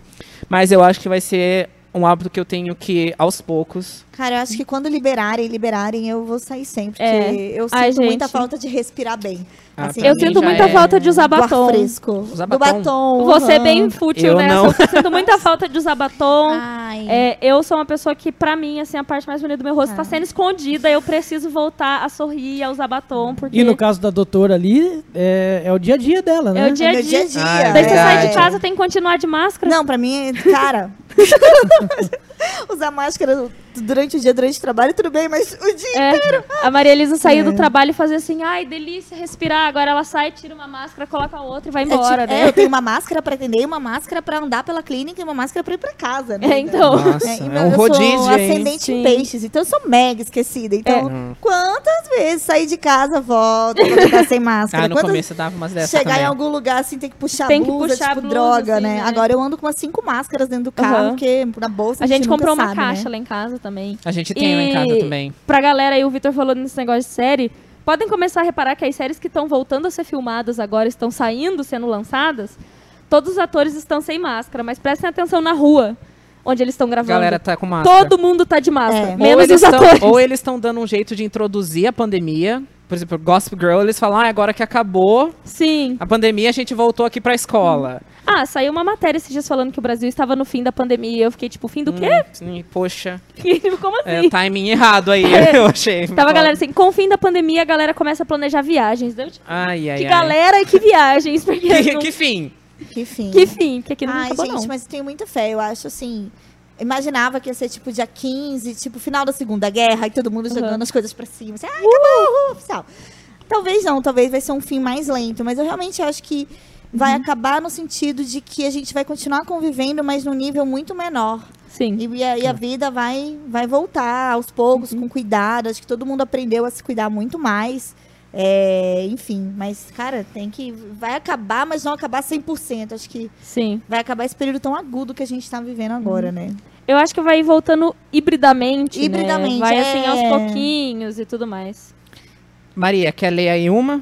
B: mas eu acho que vai ser um hábito que eu tenho que, aos poucos,
D: Cara, eu acho que quando liberarem, liberarem, eu vou sair sempre. Porque
C: É.
D: eu sinto
C: Ai, gente.
D: muita falta de respirar bem.
B: Ah,
D: Assim,
B: pra
C: Eu
B: mim
C: sinto
B: já
C: muita
B: é-
C: falta de usar
D: do ar
C: batom.
D: fresco.
B: Usar
D: do
B: batom?
D: batom.
C: Você é
D: aham.
C: bem fútil,
B: Eu
C: né?
B: não.
C: Eu sinto muita falta de usar batom.
D: Ai.
C: É, eu sou uma pessoa que, pra mim, assim, a parte mais bonita do meu rosto
D: Ah.
C: tá sendo escondida. Eu preciso voltar a sorrir, a usar batom, porque
E: E no caso da doutora ali, é, é o dia a dia dela, né?
C: é o dia a
D: Meu dia a
C: dia.
D: dia.
B: Ah, é
C: Daí você sai
B: verdade.
C: de casa, tem que continuar de máscara.
D: Não, pra mim, é- cara. Usar máscara durante o dia, durante o trabalho, tudo bem, mas o dia.
C: É, a Maria Elisa saía
D: É.
C: do trabalho e fazia assim, ai, delícia, respirar. Agora ela sai, tira uma máscara, coloca outra e vai embora,
D: é, tipo, é,
C: né?
D: eu tenho uma máscara pra atender, uma máscara pra andar pela clínica e uma máscara pra ir pra casa, né?
C: É, então.
B: Nossa,
D: e
B: é
D: meu-
B: um
D: Eu
B: rodízio,
D: sou
B: hein? É.
D: ascendente em
C: Sim. Hum.
D: peixes, então eu sou mega esquecida. Então, quantas vezes saí de casa, volto, vou ficar sem máscara?
B: Ah, no
D: quantas
B: começo eu dava umas dessas
D: chegar
B: também.
D: em algum lugar assim, tem que puxar
C: Tem
D: a
C: que
D: blusa,
C: puxar a
D: tipo,
C: blusa,
D: droga,
C: assim,
D: né?
C: né?
D: Agora eu ando com umas cinco máscaras dentro do carro,
C: Aham.
D: porque na bolsa
C: A gente
D: nunca
C: comprou uma
D: sabe, né?
C: caixa lá em casa também.
B: A gente tem lá em
C: E- tá
B: casa também.
C: Pra galera aí, o Vitor falou nesse negócio de série. Podem começar a reparar que as séries que estão voltando a ser filmadas agora, estão saindo, sendo lançadas, todos os atores estão sem máscara, mas prestem atenção na rua onde eles estão
B: A
C: gravando.
B: galera tá com máscara.
C: Todo mundo tá de máscara,
D: É.
B: ou
C: menos
B: eles
C: os
B: tão-
C: atores.
B: Ou eles estão dando um jeito de introduzir a pandemia. Por exemplo, Gossip Girl, eles falam, ah, agora que acabou
C: Sim.
B: a pandemia, a gente voltou aqui pra escola.
C: Ah, saiu uma matéria esses dias falando que o Brasil estava no fim da pandemia e eu fiquei tipo, fim do quê?
B: Sim, poxa,
C: Como assim?
B: Hum. é, timing errado aí, eu achei.
C: É. Tava a galera assim, com o fim da pandemia, a galera começa a planejar viagens. Deu, tipo,
B: Ai, ai,
C: que
B: ai.
C: galera e que viagens, porque
B: É. Que,
C: não-
B: que fim.
D: Que fim.
C: que fim, que aqui não
D: Ai,
C: acabou
D: gente,
C: não.
D: mas eu tenho muita fé. Eu acho assim. Imaginava que ia ser tipo dia 15, tipo final da Segunda Guerra, e todo mundo jogando as coisas pra cima. Assim, ah, acabou, uhul, oficial. Talvez não, talvez vai ser um fim mais lento, mas eu realmente acho que vai
C: Uhum.
D: acabar no sentido de que a gente vai continuar convivendo, mas num nível muito menor.
C: Sim.
D: E, e a,
C: Uhum.
D: e a vida vai, vai voltar aos poucos, com cuidado. Acho que todo mundo aprendeu a se cuidar muito mais. É, enfim, mas, cara, tem que. Vai acabar, mas não acabar 100%. Acho que
C: Sim.
D: vai acabar esse período tão agudo que a gente tá vivendo agora,
C: Uhum.
D: né?
C: Eu acho que vai voltando hibridamente, né?
D: Hibridamente,
C: Vai
D: é.
C: assim aos pouquinhos e tudo mais.
B: Maria, quer ler aí uma?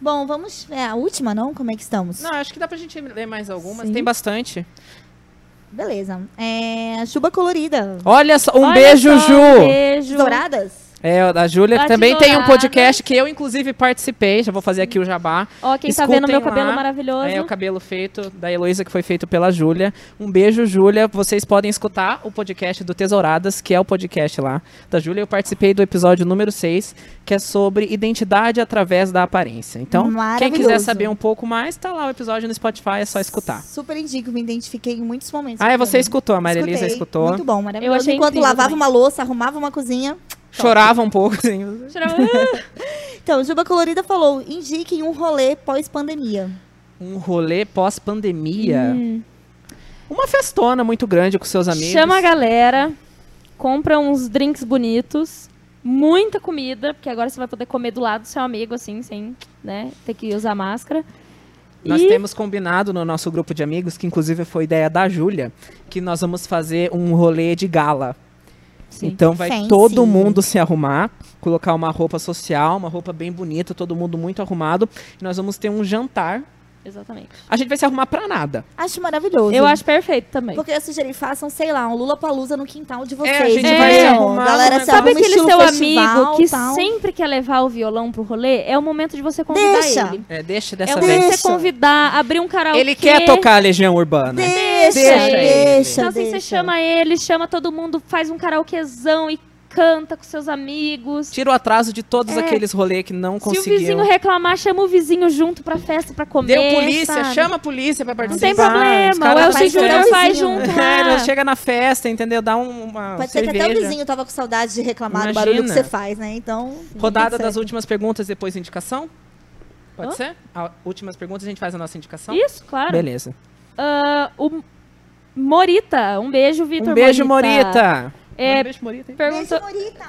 D: Bom, vamos. É a última, não? Como é que estamos?
B: Não, acho que dá pra gente ler mais algumas,
C: Sim.
B: tem bastante.
D: Beleza. É, a chuva colorida.
B: Olha só, um
C: Olha
B: beijo,
C: só, um
B: Ju!
C: Beijo.
D: Douradas?
B: É, a Júlia
C: Bate
B: também tem um
C: dourada.
B: podcast que eu, inclusive, participei. Já vou fazer aqui o jabá.
C: Ó, quem tá
B: Escutem
C: vendo meu cabelo
B: lá.
C: maravilhoso.
B: É, o cabelo feito da Heloísa, que foi feito pela Júlia. Um beijo, Júlia. Vocês podem escutar o podcast do Tesouradas, que é o podcast lá da Júlia. Eu participei do episódio número 6, que é sobre identidade através da aparência. Então, quem quiser
D: Maravilhoso.
B: saber um pouco mais, tá lá o episódio no Spotify, é só escutar.
D: Super indico, me identifiquei em muitos momentos.
B: Ah, é,
D: com
B: você
D: ele.
B: escutou, a Maria Elisa
D: Escutei.
B: escutou.
D: Muito bom, maravilhoso.
C: Eu achei
D: Enquanto
C: incrível
D: lavava
C: também.
D: uma louça, arrumava uma cozinha.
B: Chorava um pouco, assim.
C: Tirava-
D: Então, Juba Colorida falou: indiquem um rolê pós-pandemia.
B: Um rolê pós-pandemia.
D: Hum.
B: Uma festona muito grande com seus amigos.
C: Chama a galera, compra uns drinks bonitos, muita comida, porque agora você vai poder comer do lado do seu amigo, assim, sem né, ter que usar máscara.
B: Nós
C: e
B: temos combinado no nosso grupo de amigos, que inclusive foi ideia da Júlia, que nós vamos fazer um rolê de gala.
C: Sim.
B: Então vai
D: Fancy.
B: todo mundo se arrumar, colocar uma roupa social, uma roupa bem bonita, todo mundo muito arrumado. E nós vamos ter um jantar.
C: Exatamente.
B: A gente vai se arrumar pra nada.
D: Acho maravilhoso.
C: Eu acho perfeito também.
D: Porque eu sugeri, façam, sei lá, um Lula Palusa no quintal de vocês.
B: É, a gente
D: entendeu?
C: vai se
B: arrumar,
D: Galera,
B: né?
D: se
C: Sabe
D: arruma
C: aquele
D: estilo
C: seu
D: festival,
C: amigo que
D: tal.
C: sempre quer levar o violão pro rolê? É o momento de você convidar
D: Deixa.
C: ele.
B: É, deixa
C: É
B: dessa
C: o
B: vez.
C: momento de você
D: Deixa.
C: convidar, abrir um karaokê.
B: Ele quer tocar a Legião Urbana.
D: Deixa,
C: Deixa
D: deixa.
C: ele.
D: deixa
C: Então, assim, você chama ele, chama todo mundo, faz um karaokezão e canta com seus amigos.
B: Tira o atraso de todos
C: É.
B: aqueles rolês que não
C: Se o
B: Tipo, conseguiu.
C: vizinho reclamar, chama o vizinho junto pra festa, pra comer.
B: Deu polícia,
C: sabe?
B: chama a polícia pra
C: Não
B: participar.
C: tem
B: Os caras
C: problema. Ou é
B: fazem
C: o
D: faz
C: Gil Júnior
B: festa.
D: festa.
C: faz junto
B: É,
C: lá.
B: ela chega na festa, entendeu? Dá um- uma
D: Pode ser que
B: cerveja.
D: até o vizinho tava com saudade de reclamar do barulho que
B: Imagina.
D: você faz, né? Então.
B: Rodada
D: tudo
B: das
D: certo.
B: últimas perguntas, depois indicação? Pode
C: Hã?
B: ser? A últimas perguntas, a gente faz a nossa indicação?
C: Isso, claro.
B: Beleza. Um
C: Ah, o Morita, um beijo, Vitor
B: um beijo, Morita!
C: É,
B: Um beijo, Morita.
C: Perguntou
D: Beijo, Morita.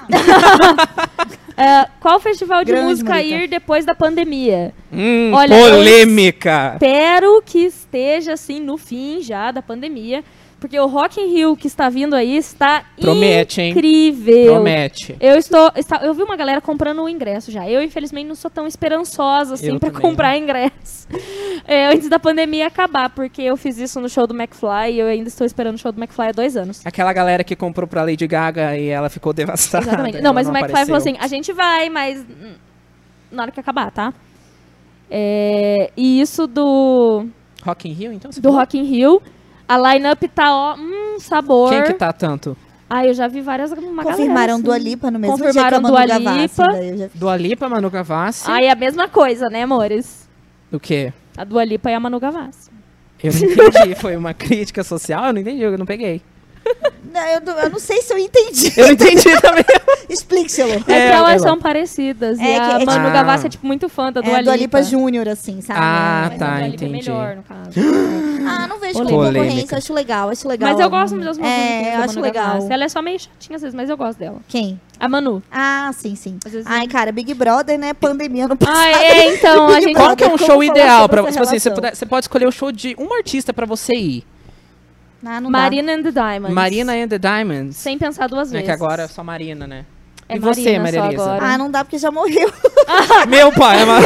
C: ah, qual festival de
D: Grande
C: música
D: Morita.
C: ir depois da pandemia?
B: Hum,
C: Olha,
B: polêmica!
C: Espero que esteja assim no fim já da pandemia, porque o Rock in Rio que está vindo aí está
B: Promete, hein?
C: incrível.
B: Promete.
C: Eu estou, está- eu vi uma galera comprando o ingresso já. Eu infelizmente não sou tão esperançosa assim
B: Eu
C: para
B: também.
C: comprar ingresso é, antes da pandemia acabar, porque eu fiz isso no show do McFly e eu ainda estou esperando o show do McFly há dois anos.
B: Aquela galera que comprou pra Lady Gaga e ela ficou devastada.
C: Exatamente.
B: ela
C: Não, mas o McFly falou
B: Tá, apareceu.
C: assim: a gente vai, mas hum, na hora que acabar, tá? É, e isso do
B: Rock in Rio, então? você
C: do
B: falou?
C: Rock in Rio. A line-up tá, ó, hum, sabor.
B: Quem que tá tanto?
C: Ah, eu já vi várias, uma galera,
D: Confirmaram
C: assim.
D: Dua Lipa no mesmo
C: Confirmaram
D: dia que a Manu
C: Dua
D: Gavassi,
C: Lipa.
D: daí eu já-
B: Dua Lipa, Manu Gavassi?
C: Ai, é a mesma coisa, né, amores?
B: O quê?
C: A Dua Lipa e a Manu Gavassi.
B: Eu não entendi. Foi uma crítica social? Eu não entendi, eu não peguei.
D: Não, eu, não- eu não sei se eu entendi.
B: Eu não entendi também.
D: Explique, Xelô.
C: É,
B: É,
C: que
B: vai
C: elas
B: lá.
C: são parecidas.
D: É
C: e
D: que-
C: a
D: é tipo-
C: Manu
B: Ah.
C: Gavassi é, tipo, muito fã da Dua
D: É a
C: Lipa.
D: Dua Lipa Júnior, assim, sabe?
B: Ah,
C: Mas
B: tá,
C: a Dua Lipa
B: entendi.
C: é melhor, no caso.
D: Ah, não vejo como
B: Polêmica.
D: concorrência. Acho legal, acho legal.
C: Mas eu gosto das músicas
D: É,
C: da
D: eu
C: Manu
D: acho legal.
C: Gavassi. Ela é só meio chatinha às vezes, mas eu gosto dela.
D: Quem?
C: A Manu.
D: Ah, sim, sim.
C: Às vezes-
D: Ai, cara, Big Brother, né? Pandemia não
C: Ah,
D: passado.
C: é, então, a
D: Big
C: gente...
B: Qual que é um
D: Como
B: show
D: falar
B: ideal
D: sobre
B: para
D: essa
B: você? Você,
D: relação?
B: puder- você pode escolher o show de um artista pra você ir.
D: Ah, não dá.
C: Marina and the Diamonds.
B: Marina and the Diamonds.
C: Sem pensar duas
B: É
C: vezes.
B: que agora é só Marina, né?
C: É
B: e você,
C: Marina
B: Maria
C: só
B: Elisa?
C: agora.
D: Ah, não dá porque já morreu.
B: Meu pai, é uma...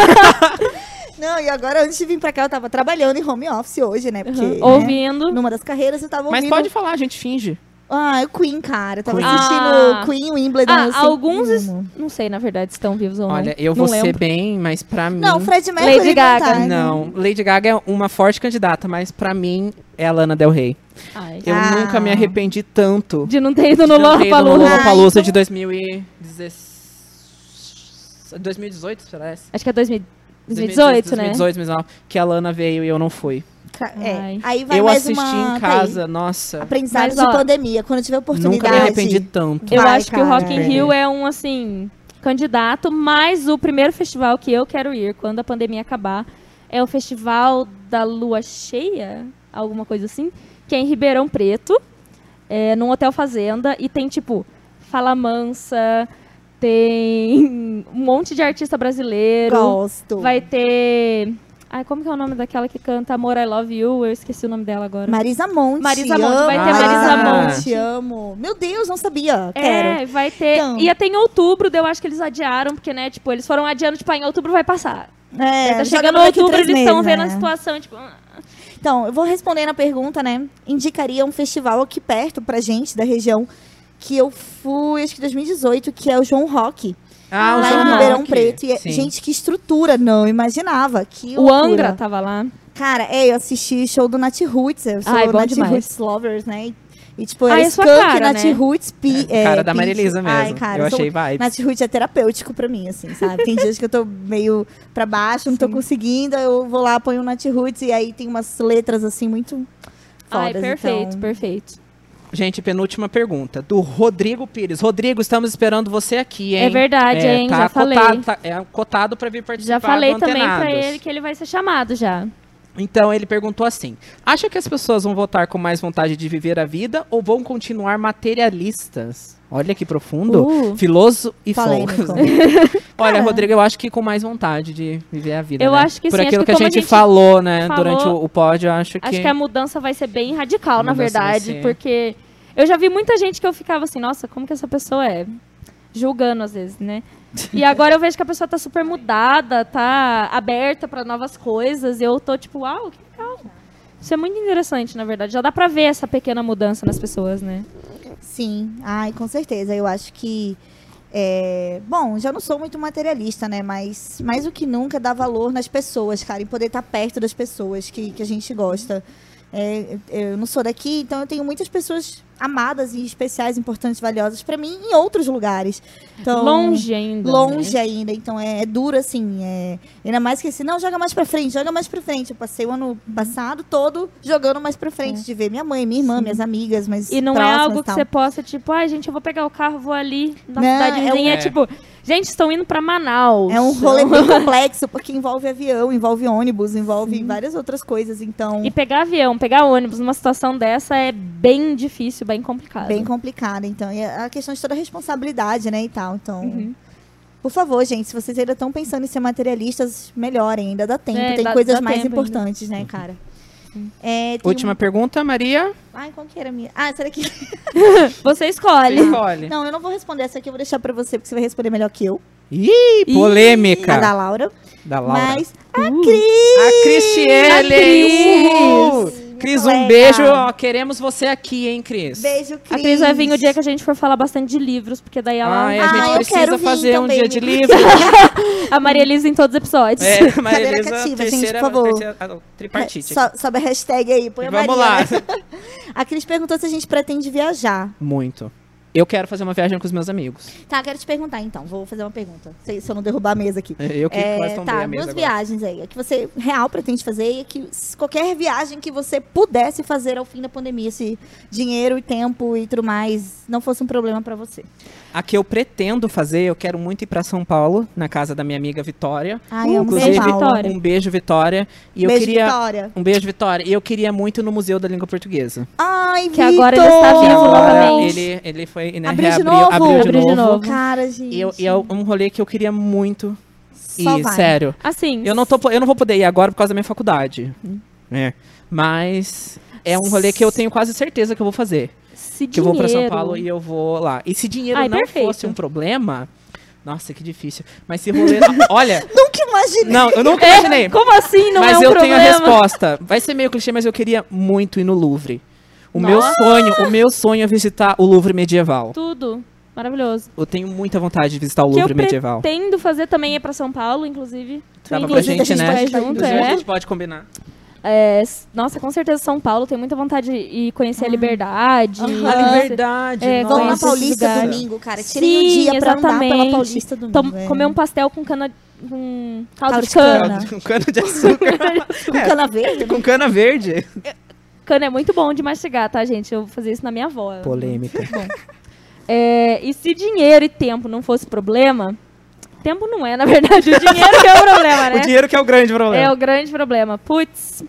D: Não, e agora antes de vir pra cá eu tava trabalhando em home office hoje, né? Porque
C: Uhum.
D: né,
C: Ouvindo.
D: numa das carreiras eu tava
B: mas
D: ouvindo.
B: pode falar, a gente finge.
D: Ah, o Queen, cara. Eu tava
B: Queen.
D: assistindo
C: Ah.
D: Queen Wimbledon.
C: Ah,
D: assim,
C: alguns. es-
D: amo.
C: Não sei, na verdade, estão vivos ou não.
B: Olha, eu
C: não
B: vou ser
C: lembro.
B: bem, mas pra mim. ah,
D: Não, Fred Mercury
C: Lady
D: não
C: Gaga.
D: tá, né?
B: Não, Lady Gaga é uma forte candidata, mas pra mim é a Lana Del Rey.
C: Ai.
B: Eu
D: Ah.
B: nunca me arrependi tanto
C: De não ter ido no
B: de não ter ido
C: Lola
B: no
C: Palusa.
B: Lollapalooza
D: Ah, então-
B: de 2016. 2018, parece.
C: Acho que é 2000 2018, né?
B: 2018, 2019, que a Lana veio e eu não fui.
D: Ca- é.
C: Ai.
D: Aí vai
B: eu
D: mais
B: assisti
D: uma-
B: em
D: tá aí.
B: casa, nossa.
D: Aprendizado
C: Mas, ó,
D: de pandemia. Quando eu tiver oportunidade.
B: Nunca me arrependi tanto.
C: Eu
D: Vai,
C: acho que o
D: cara.
C: Rock in Rio é um, assim, candidato, mas o primeiro festival que eu quero ir quando a pandemia acabar é o Festival da Lua Cheia, alguma coisa assim, que é em Ribeirão Preto, é, num hotel fazenda, e tem, tipo, Fala Mansa, tem um monte de artista brasileiro.
D: Gosto.
C: Vai ter. Ai, como que é o nome daquela que canta Amor, I Love You? Eu esqueci o nome dela agora.
D: Marisa Monte.
C: Marisa
D: amo.
C: Monte, vai
B: ter Marisa
C: Monte.
D: Amo. Meu Deus, não sabia. Quero.
C: é, vai ter.
D: Então.
C: Ia ter em outubro, daí eu acho que eles adiaram, porque, né, tipo, eles foram adiando, tipo, ah, em outubro vai passar.
D: É,
C: Daí tá
D: jogando
C: chegando
D: daqui
C: outubro,
D: três
C: eles estão
D: meses,
C: vendo a
D: né?
C: situação, tipo. ah,
D: Então, eu vou responder na pergunta, né? Indicaria um festival aqui perto pra gente, da região, que eu fui, acho que 2018, que é o João Rock.
B: Ah,
D: lá
B: João
D: em Ribeirão
B: Rock.
D: Preto. E é-
B: Sim.
D: gente, que estrutura, não imaginava. Que
C: O
D: loucura.
C: Angra tava lá.
D: Cara, é, eu assisti show do Nat Roots. Eu sou
C: Ai, bom
D: Nat
C: demais.
D: Roots Lovers, né? E, e, tipo,
C: Ai,
D: é
C: é sua
D: Skunk,
C: cara,
D: Nat
C: né?
D: Roots, pi, é,
B: cara da
D: Pink.
B: Marilisa mesmo.
D: Ai, cara,
B: eu
D: sou-
B: achei vibe.
D: Nath Ruth é terapêutico pra mim, assim, sabe? Tem dias que eu tô meio pra baixo, não tô conseguindo, eu vou lá, ponho o Nath Ruth e aí tem umas letras, assim, muito fodas.
C: Ai, perfeito,
D: então-
C: perfeito.
B: Gente, penúltima pergunta. Do Rodrigo Pires. Rodrigo, estamos esperando você aqui, hein?
C: É verdade, hein?
B: tá
C: já falei.
B: Cotado, tá- é cotado pra vir participar
C: Já falei
B: do
C: também pra
B: Antenados.
C: ele que ele vai ser chamado já.
B: Então, ele perguntou assim. Acha que as pessoas vão votar com mais vontade de viver a vida ou vão continuar materialistas? Olha que profundo.
C: Uh,
B: Filoso e fogo.
D: Polêmico.
B: Olha,
D: Cara.
B: Rodrigo, eu acho que com mais vontade de viver a vida,
C: Eu
B: né?
C: acho que
B: Por
C: sim, acho
B: aquilo
C: que
B: a
C: como a
B: gente
C: gente
B: falou, né,
C: falou-
B: durante o, o pódio, eu acho que...
C: Acho que é a mudança vai ser bem radical,
B: A
C: na
B: mudança vai
C: verdade,
B: ser-
C: porque eu já vi muita gente que eu ficava assim, nossa, como que essa pessoa é? Julgando às vezes, né? E agora eu vejo que a pessoa tá super mudada, tá aberta pra novas coisas, e eu tô tipo, uau, que legal. Isso é muito interessante, na verdade. Já dá pra ver essa pequena mudança nas pessoas, né?
D: então, Sim, ai, com certeza. Eu acho que. é, Bom, já não sou muito materialista, né? Mas mais do que nunca dá valor nas pessoas, cara, em poder estar perto das pessoas que, que a gente gosta. É, eu não sou daqui, então eu tenho muitas pessoas amadas e especiais, importantes, valiosas pra mim em outros lugares. Então,
C: longe ainda. né?
D: longe ainda, então é, é duro assim, é, ainda mais que assim, não, joga mais pra frente, joga mais pra frente. Eu passei o ano passado todo jogando mais pra frente, de ver minha mãe, minha irmã, minhas amigas, mas
C: É. E não é
D: próximas
C: algo
D: e
C: que
D: tal.
C: você possa, tipo, ai, gente, eu vou pegar o carro, vou ali na
D: Não,
C: cidade
D: é um-
C: vizinha.
B: É.
C: É tipo, gente, estão indo pra Manaus.
D: É um rolê bem complexo, porque envolve avião, envolve ônibus, envolve várias outras coisas, então
C: E pegar avião, pegar ônibus numa situação dessa é bem difícil, bem complicado.
D: é bem complicado, então. E a questão de toda a responsabilidade, né, e tal. Então,
C: Uhum.
D: por favor, gente, se vocês ainda estão pensando em ser materialistas, melhorem, ainda dá tempo,
C: É,
D: tem
C: dá-
D: coisas
C: dá
D: mais
C: tempo Uhum.
D: importantes, né, cara? É, tem
B: Última pergunta, Maria.
D: um- Ai, qual que era a minha? Ah, será que
C: Você escolhe.
B: Escolhe.
D: Não, eu não vou responder essa aqui, eu vou deixar pra você, porque você vai responder melhor que eu.
B: Ih, polêmica.
D: A da Laura.
B: da Laura.
D: Mas
C: Uh,
B: A
C: A
B: Cristiele!
C: Cris.
B: Uhul! Cris, um
D: Colega.
B: beijo. ó, queremos você aqui, hein, Cris?
D: beijo, Cris.
C: a Cris vai vir o dia que a gente for falar bastante de livros, porque daí ela,
B: Ai,
C: a,
B: a gente
D: Ah, eu
B: precisa
D: quero vir
B: fazer um
D: também,
B: dia de
D: me-
B: livro.
C: Maria Elisa em todos os episódios.
B: é, Maria
D: Cadeira
B: Elisa,
D: cativa, gente,
B: terceira,
D: por favor. É,
B: terceira- ah, não, tripartite.
D: So, sobe a hashtag aí, põe a
B: Vamos
D: Maria,
B: lá.
D: né? A Cris perguntou se a gente pretende viajar.
B: Muito. Eu quero fazer uma viagem com os meus amigos.
D: Tá, quero te perguntar então, vou fazer uma pergunta. Se, se eu não derrubar a mesa aqui.
B: Eu que
D: É,
B: quase tombei
D: tá,
B: a mesa agora.
D: duas viagens aí. A que você real pretende fazer e a que s- qualquer viagem que você pudesse fazer ao fim da pandemia, se dinheiro e tempo e tudo mais não fosse um problema pra você.
B: A que eu pretendo fazer, eu quero muito ir pra São Paulo, na casa da minha amiga Vitória.
D: Ai,
C: Uh,
D: amo
B: Inclusive,
D: São Paulo.
C: Vitória.
B: um beijo, Vitória. E eu
D: Beijo,
B: queria.
D: Vitória.
B: Um beijo, Vitória. E eu queria muito ir no Museu da Língua Portuguesa.
D: Ai,
C: Que agora ele
D: Vitor!
C: está
B: Que
C: vivo
B: agora
C: novamente.
B: ele, ele foi, né,
D: Oh, Abriu de
B: reabriu,
D: novo?
B: abriu de
C: Abriu de
B: novo.
C: novo.
D: Cara, gente.
B: E, eu, é. e é um rolê que eu queria muito ir,
D: Só vai.
B: sério.
C: Assim,
B: Eu não, tô, eu não vou poder ir agora por causa da minha faculdade. né? Mas é um rolê que eu tenho quase certeza que eu vou fazer.
C: se
B: Que eu vou pra São
C: dinheiro-
B: Paulo e eu vou lá. E se dinheiro
C: Ai,
B: não
C: perfeito.
B: fosse um problema. Nossa, que difícil. Mas se rolê. olha,
D: Nunca imaginei.
B: não, eu nunca imaginei.
C: É, como assim? Não
B: mas
C: é um
B: eu tenho
C: problema.
B: a resposta. Vai ser meio clichê, mas eu queria muito ir no Louvre. O meu sonho, o meu sonho é visitar o Louvre medieval.
C: Tudo. Maravilhoso.
B: Eu tenho muita vontade de visitar o
C: O que eu
B: Louvre medieval.
C: pretendo fazer também é pra São Paulo, inclusive.
B: Dava pra
C: inclusive,
B: gente,
C: a gente
B: né?
C: vai
D: Inclusive,
C: junto,
B: Inclusive,
C: é.
B: a gente pode combinar.
C: É, s- nossa, com certeza São Paulo. Tenho muita vontade de conhecer a liberdade.
D: Aham.
B: A
D: Nossa.
B: liberdade.
C: É,
D: Vão na
C: Conheço
D: Paulista
C: esse lugar.
D: domingo, cara. Tirem
C: Sim,
D: o dia pra andar pela
C: exatamente.
D: Paulista domingo.
C: Tom-
D: é.
C: Comer um pastel com cana. com caldo
D: Caldo
C: de
D: de
C: cana.
D: cana.
B: Com cana de açúcar.
C: um
D: Com cana verde?
B: É. Com cana verde.
C: Cana é muito bom de mastigar, tá, gente? Eu vou fazer isso na minha avó.
B: Polêmica.
C: É, e se dinheiro e tempo não fosse problema. Tempo não é, na verdade. O dinheiro que é o problema, né?
B: O dinheiro que é o grande
C: É
B: problema.
C: o grande problema. Putz.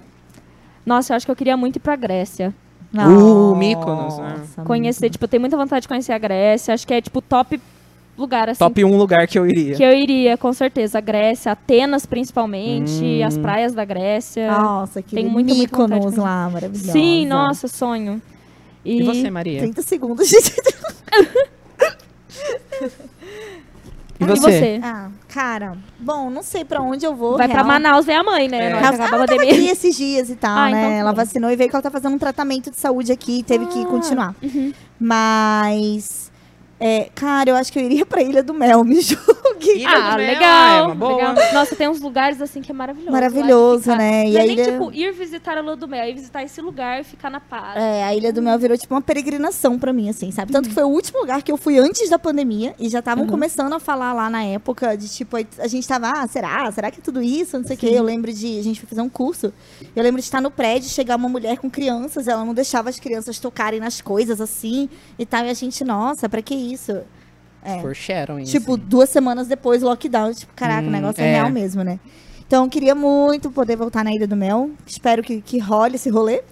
C: Nossa, eu acho que eu queria muito ir pra Grécia.
B: Uh, Mykonos, né?
D: Nossa,
C: Conhecer, tipo, eu tenho muita vontade de conhecer a Grécia. Acho que é, tipo, o top lugar, assim,
B: Top 1 lugar que eu iria.
C: Que eu iria, com certeza. A Grécia, Atenas, principalmente, as praias da Grécia.
D: Nossa, que
C: Tem muita, muita vontade de
D: Mykonos
C: conhecer.
D: lá, Ah, maravilhosa.
C: Sim, nossa, É. sonho. E,
B: E você, Maria?
D: 30 segundos, gente.
B: E E
C: E você?
D: Ah, cara, bom, não sei pra onde eu vou.
C: Vai pra
D: Ah, real.
C: Manaus ver a mãe, né?
B: É.
C: Na hora
D: Ela,
C: que
D: ela
C: acabar a
D: tava
C: pandemia.
D: Tá aqui esses dias e tal,
C: Ah,
D: né?
C: então
D: ela
C: pronto.
D: vacinou e veio que ela tá fazendo um tratamento de saúde aqui e teve que
C: Ah,
D: continuar. Mas, é, cara, eu acho que eu iria pra Ilha do Mel, me julgue.
B: Ilha
C: Ah,
B: do Mel,
C: legal,
B: é uma boa.
C: legal. Nossa, tem uns lugares assim que é maravilhoso.
D: Maravilhoso,
C: lá de ficar.
D: né? E
C: Não é
D: a
C: nem
D: ilha,
C: tipo ir visitar a Lua do Mel, é ir visitar esse lugar e ficar na paz.
D: é, a Ilha do Mel virou tipo uma peregrinação pra mim, assim, sabe? Tanto que foi o último lugar que eu fui antes da pandemia e já estavam começando a falar lá na época de tipo, a gente tava, ah, será? Será que é tudo isso? Não sei o quê. Eu lembro de, a gente foi fazer um curso, eu lembro de estar no prédio, chegar uma mulher com crianças, ela não deixava as crianças tocarem nas coisas assim e tal, e a gente, nossa, pra que isso? É.
B: Foreshadow, isso.
D: Tipo, duas semanas depois, lockdown. Tipo, caraca,
B: Hum,
D: o negócio é,
B: é.
D: real mesmo, né? Então, eu queria muito poder voltar na Ilha do Mel. Espero que, que role esse rolê.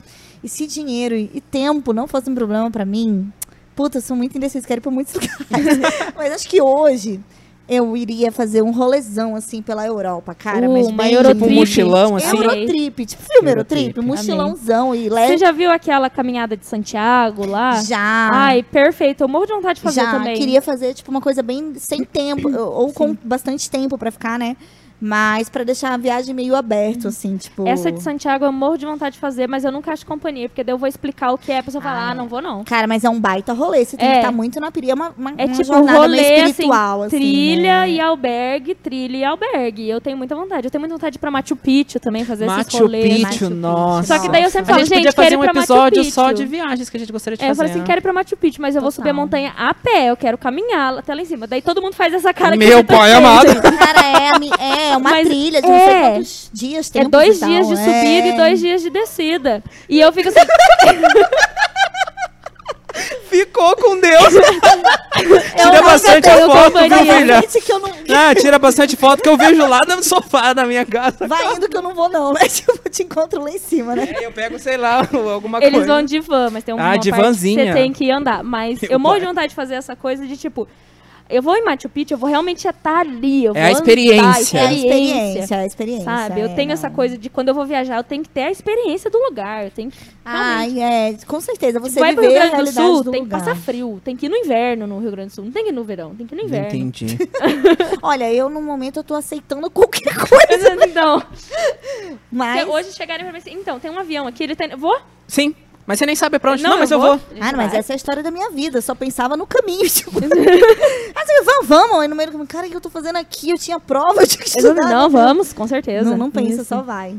D: E se dinheiro e, e tempo não fosse um problema pra mim, puta, eu sou muito indecisa, quero ir pra muitos lugares. Mas acho que hoje eu iria fazer um rolezão, assim, pela Europa, cara.
C: Uh,
D: mas
C: uma
D: bem-
B: tipo
C: Eurotrip.
B: um mochilão, assim.
C: Amei.
D: Eurotrip, tipo filme Eurotrip,
B: Eurotrip.
D: mochilãozão e
C: Você
D: leve.
C: já viu aquela caminhada de Santiago lá?
D: Já.
C: Ai, perfeito. Eu morro de vontade de fazer
D: já
C: também.
D: queria fazer tipo uma coisa bem sem tempo ou ou com bastante tempo pra ficar, né? Mas pra deixar a viagem meio aberto assim, tipo
C: Essa de Santiago eu morro de vontade de fazer, mas eu nunca acho companhia, porque daí eu vou explicar o que é, a pessoa fala,
D: Ah.
C: ah, não vou não.
D: Cara, mas é um baita rolê, você tem
C: É.
D: que estar muito na piria, é uma, uma,
C: É
D: uma
C: tipo
D: jornada
C: rolê,
D: meio
C: assim,
D: espiritual assim,
C: trilha
D: né?
C: e albergue, trilha e albergue. Eu tenho muita vontade. Eu tenho muita vontade de ir pra Machu Picchu também, fazer esses
B: Machu
C: rolês. né?
B: Picchu,
D: Machu Picchu.
B: nossa.
C: Só que daí eu sempre
B: a
C: falo,
B: gente, podia
C: gente,
B: fazer
C: quero
B: um
C: ir pra Machu
B: episódio
C: Picchu.
B: só de viagens que a gente gostaria de
C: É, eu
B: fazer. né?
C: falei assim, quero ir pra Machu Picchu, mas eu vou
D: Total.
C: subir a montanha a pé, eu quero caminhar lá- até lá em cima. Daí todo mundo faz essa cara que
B: Meu
C: você tá
B: pai
C: fazendo.
B: amado.
D: Cara, é, a mi- é uma
C: Mas
D: trilha de não sei
C: é.
D: quantos dias,
C: É
D: tempos
C: dois
D: e tal,
C: dias de
D: é.
C: subida e dois dias de descida. E eu fico assim,
B: Ficou com Deus. Tira
D: nunca
B: bastante
D: tenho
B: a foto, viu,
D: Vai
B: filha?
D: indo que eu não
B: Ah, tira bastante foto que eu vejo lá no sofá da minha casa.
D: vai indo que eu não vou não, né? Tipo, te encontro lá em cima, né?
B: É, eu pego, sei lá, alguma coisa.
C: Eles vão de van, mas tem uma
B: Ah,
C: parte que
B: divanzinha.
C: você tem que andar. Mas
B: Meu
C: eu morro de
B: pai.
C: vontade de fazer essa coisa de tipo. Eu vou em Machu Picchu, eu vou realmente estar ali. Eu
B: É
C: vou
B: a experiência.
D: É
C: Andar,
D: a experiência, é a experiência.
C: Sabe? Eu
D: é,
C: tenho essa
D: não.
C: coisa de quando eu vou viajar, eu tenho que ter a experiência do lugar. Eu tenho que.
D: Ai, é, com certeza. Você
C: Tipo, vai pro
D: viver
C: Rio
D: a
C: Grande do
D: realidade
C: Sul,
D: do
C: tem
D: lugar.
C: que passar frio. Tem que ir no inverno no Rio Grande do Sul. Não tem que ir no verão, tem que ir no inverno.
B: Entendi.
D: Olha, eu no momento eu tô aceitando qualquer coisa,
C: então,
D: mas.
C: hoje chegarem pra mim assim, então, tem um avião aqui, ele tá. indo- Vou?
B: Sim, mas você nem sabe pra onde. Não, mas eu vou.
C: Gente,
D: Ah, mas
C: vai.
D: essa é a história da minha vida. Eu só pensava no caminho. Tipo, assim, vamos, vamos. Aí no meio do caminho, cara, o que eu tô fazendo aqui? Eu tinha prova, eu tinha que
C: Eu-
D: estudar.
C: Não, vamos, com certeza.
D: Não, não pensa,
C: Isso.
D: só vai.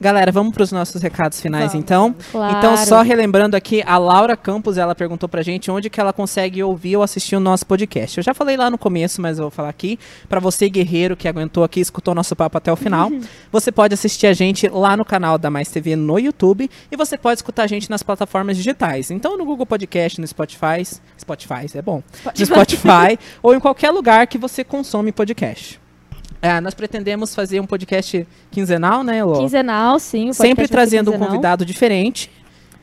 B: Galera, vamos para os nossos recados finais,
D: Vamos.
B: então.
C: Claro.
B: Então, só relembrando aqui, a Laura Campos, ela perguntou pra gente onde que ela consegue ouvir ou assistir o nosso podcast. Eu já falei lá no começo, mas eu vou falar aqui. Pra você, guerreiro, que aguentou aqui, escutou nosso papo até o final, você pode assistir a gente lá no canal da Mais TV no YouTube e você pode escutar a gente nas plataformas digitais. Então, no Google Podcast, no Spotify, Spotify é bom, no Spotify ou em qualquer lugar que você consome podcast. É, nós pretendemos fazer um podcast quinzenal, né, Lô?
C: Quinzenal, sim. o
B: Sempre
C: podcast vai ser
B: trazendo um
C: quinzenal.
B: convidado diferente.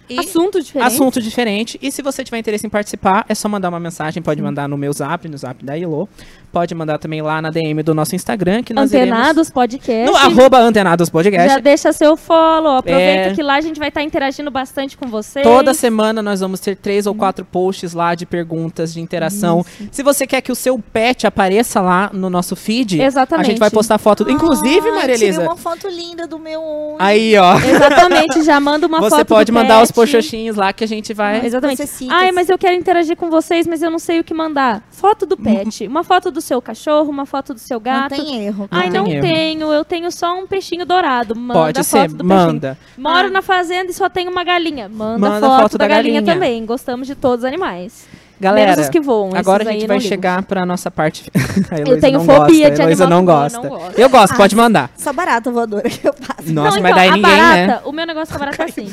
B: E
C: Assunto diferente.
B: assunto diferente. E se você tiver interesse em participar, é só mandar uma mensagem. Pode mandar no meu zap, no zap da Elo. Pode mandar também lá na DM do nosso Instagram, que nós
C: Antenados
B: iremos...
C: Podcast.
B: No arroba Antenados
C: já
B: Podcast.
C: deixa seu follow. Aproveita
B: É.
C: que lá a gente vai estar interagindo bastante com vocês.
B: Toda semana nós vamos ter três ou quatro posts lá de perguntas, de interação. Se você quer que o seu pet apareça lá no nosso feed,
C: Exatamente. Ah,
B: a gente vai postar foto. Inclusive,
D: Ai,
B: Maria
D: Tirei
B: Elisa,
D: uma foto linda do meu onde.
B: aí ó,
C: Exatamente, já manda uma foto.
B: você
C: do
B: pode mandar
C: pet.
B: os né? poxoxinhos lá que a gente vai...
C: Exatamente.
D: Você cita,
C: Ai, mas eu quero interagir com vocês, mas eu não sei o que mandar. Foto do pet, uma foto do seu cachorro, uma foto do seu
D: Não
C: gato.
D: tem erro.
C: Ai,
B: Não
C: não
B: tem erro.
C: tenho, eu tenho só um peixinho dourado. Manda
B: Pode
C: a foto
B: ser,
C: do peixinho.
B: manda.
D: Ah.
C: Moro na fazenda e só tenho uma galinha. Manda,
B: Manda
C: foto,
B: foto
C: da,
B: da
C: galinha.
B: galinha.
C: também. Gostamos de todos os animais.
B: Galera,
C: Menos os que voam.
B: Agora
C: Então, esses
B: a gente
C: aí
B: vai
C: não ligo.
B: chegar pra nossa parte. A
C: Eu
B: Heloísa
C: tenho
B: não
C: fobia
B: gosta, a
C: de
B: Heloísa
C: animal
B: não
C: que voa, eu
B: gosta.
C: não gosto.
B: Eu gosto, pode mandar.
D: Só barata voadora que eu passo.
B: Nossa,
C: não,
B: mas
C: então,
B: daí
C: a
B: ninguém,
C: barata,
B: né?
C: o meu negócio com a barata é assim.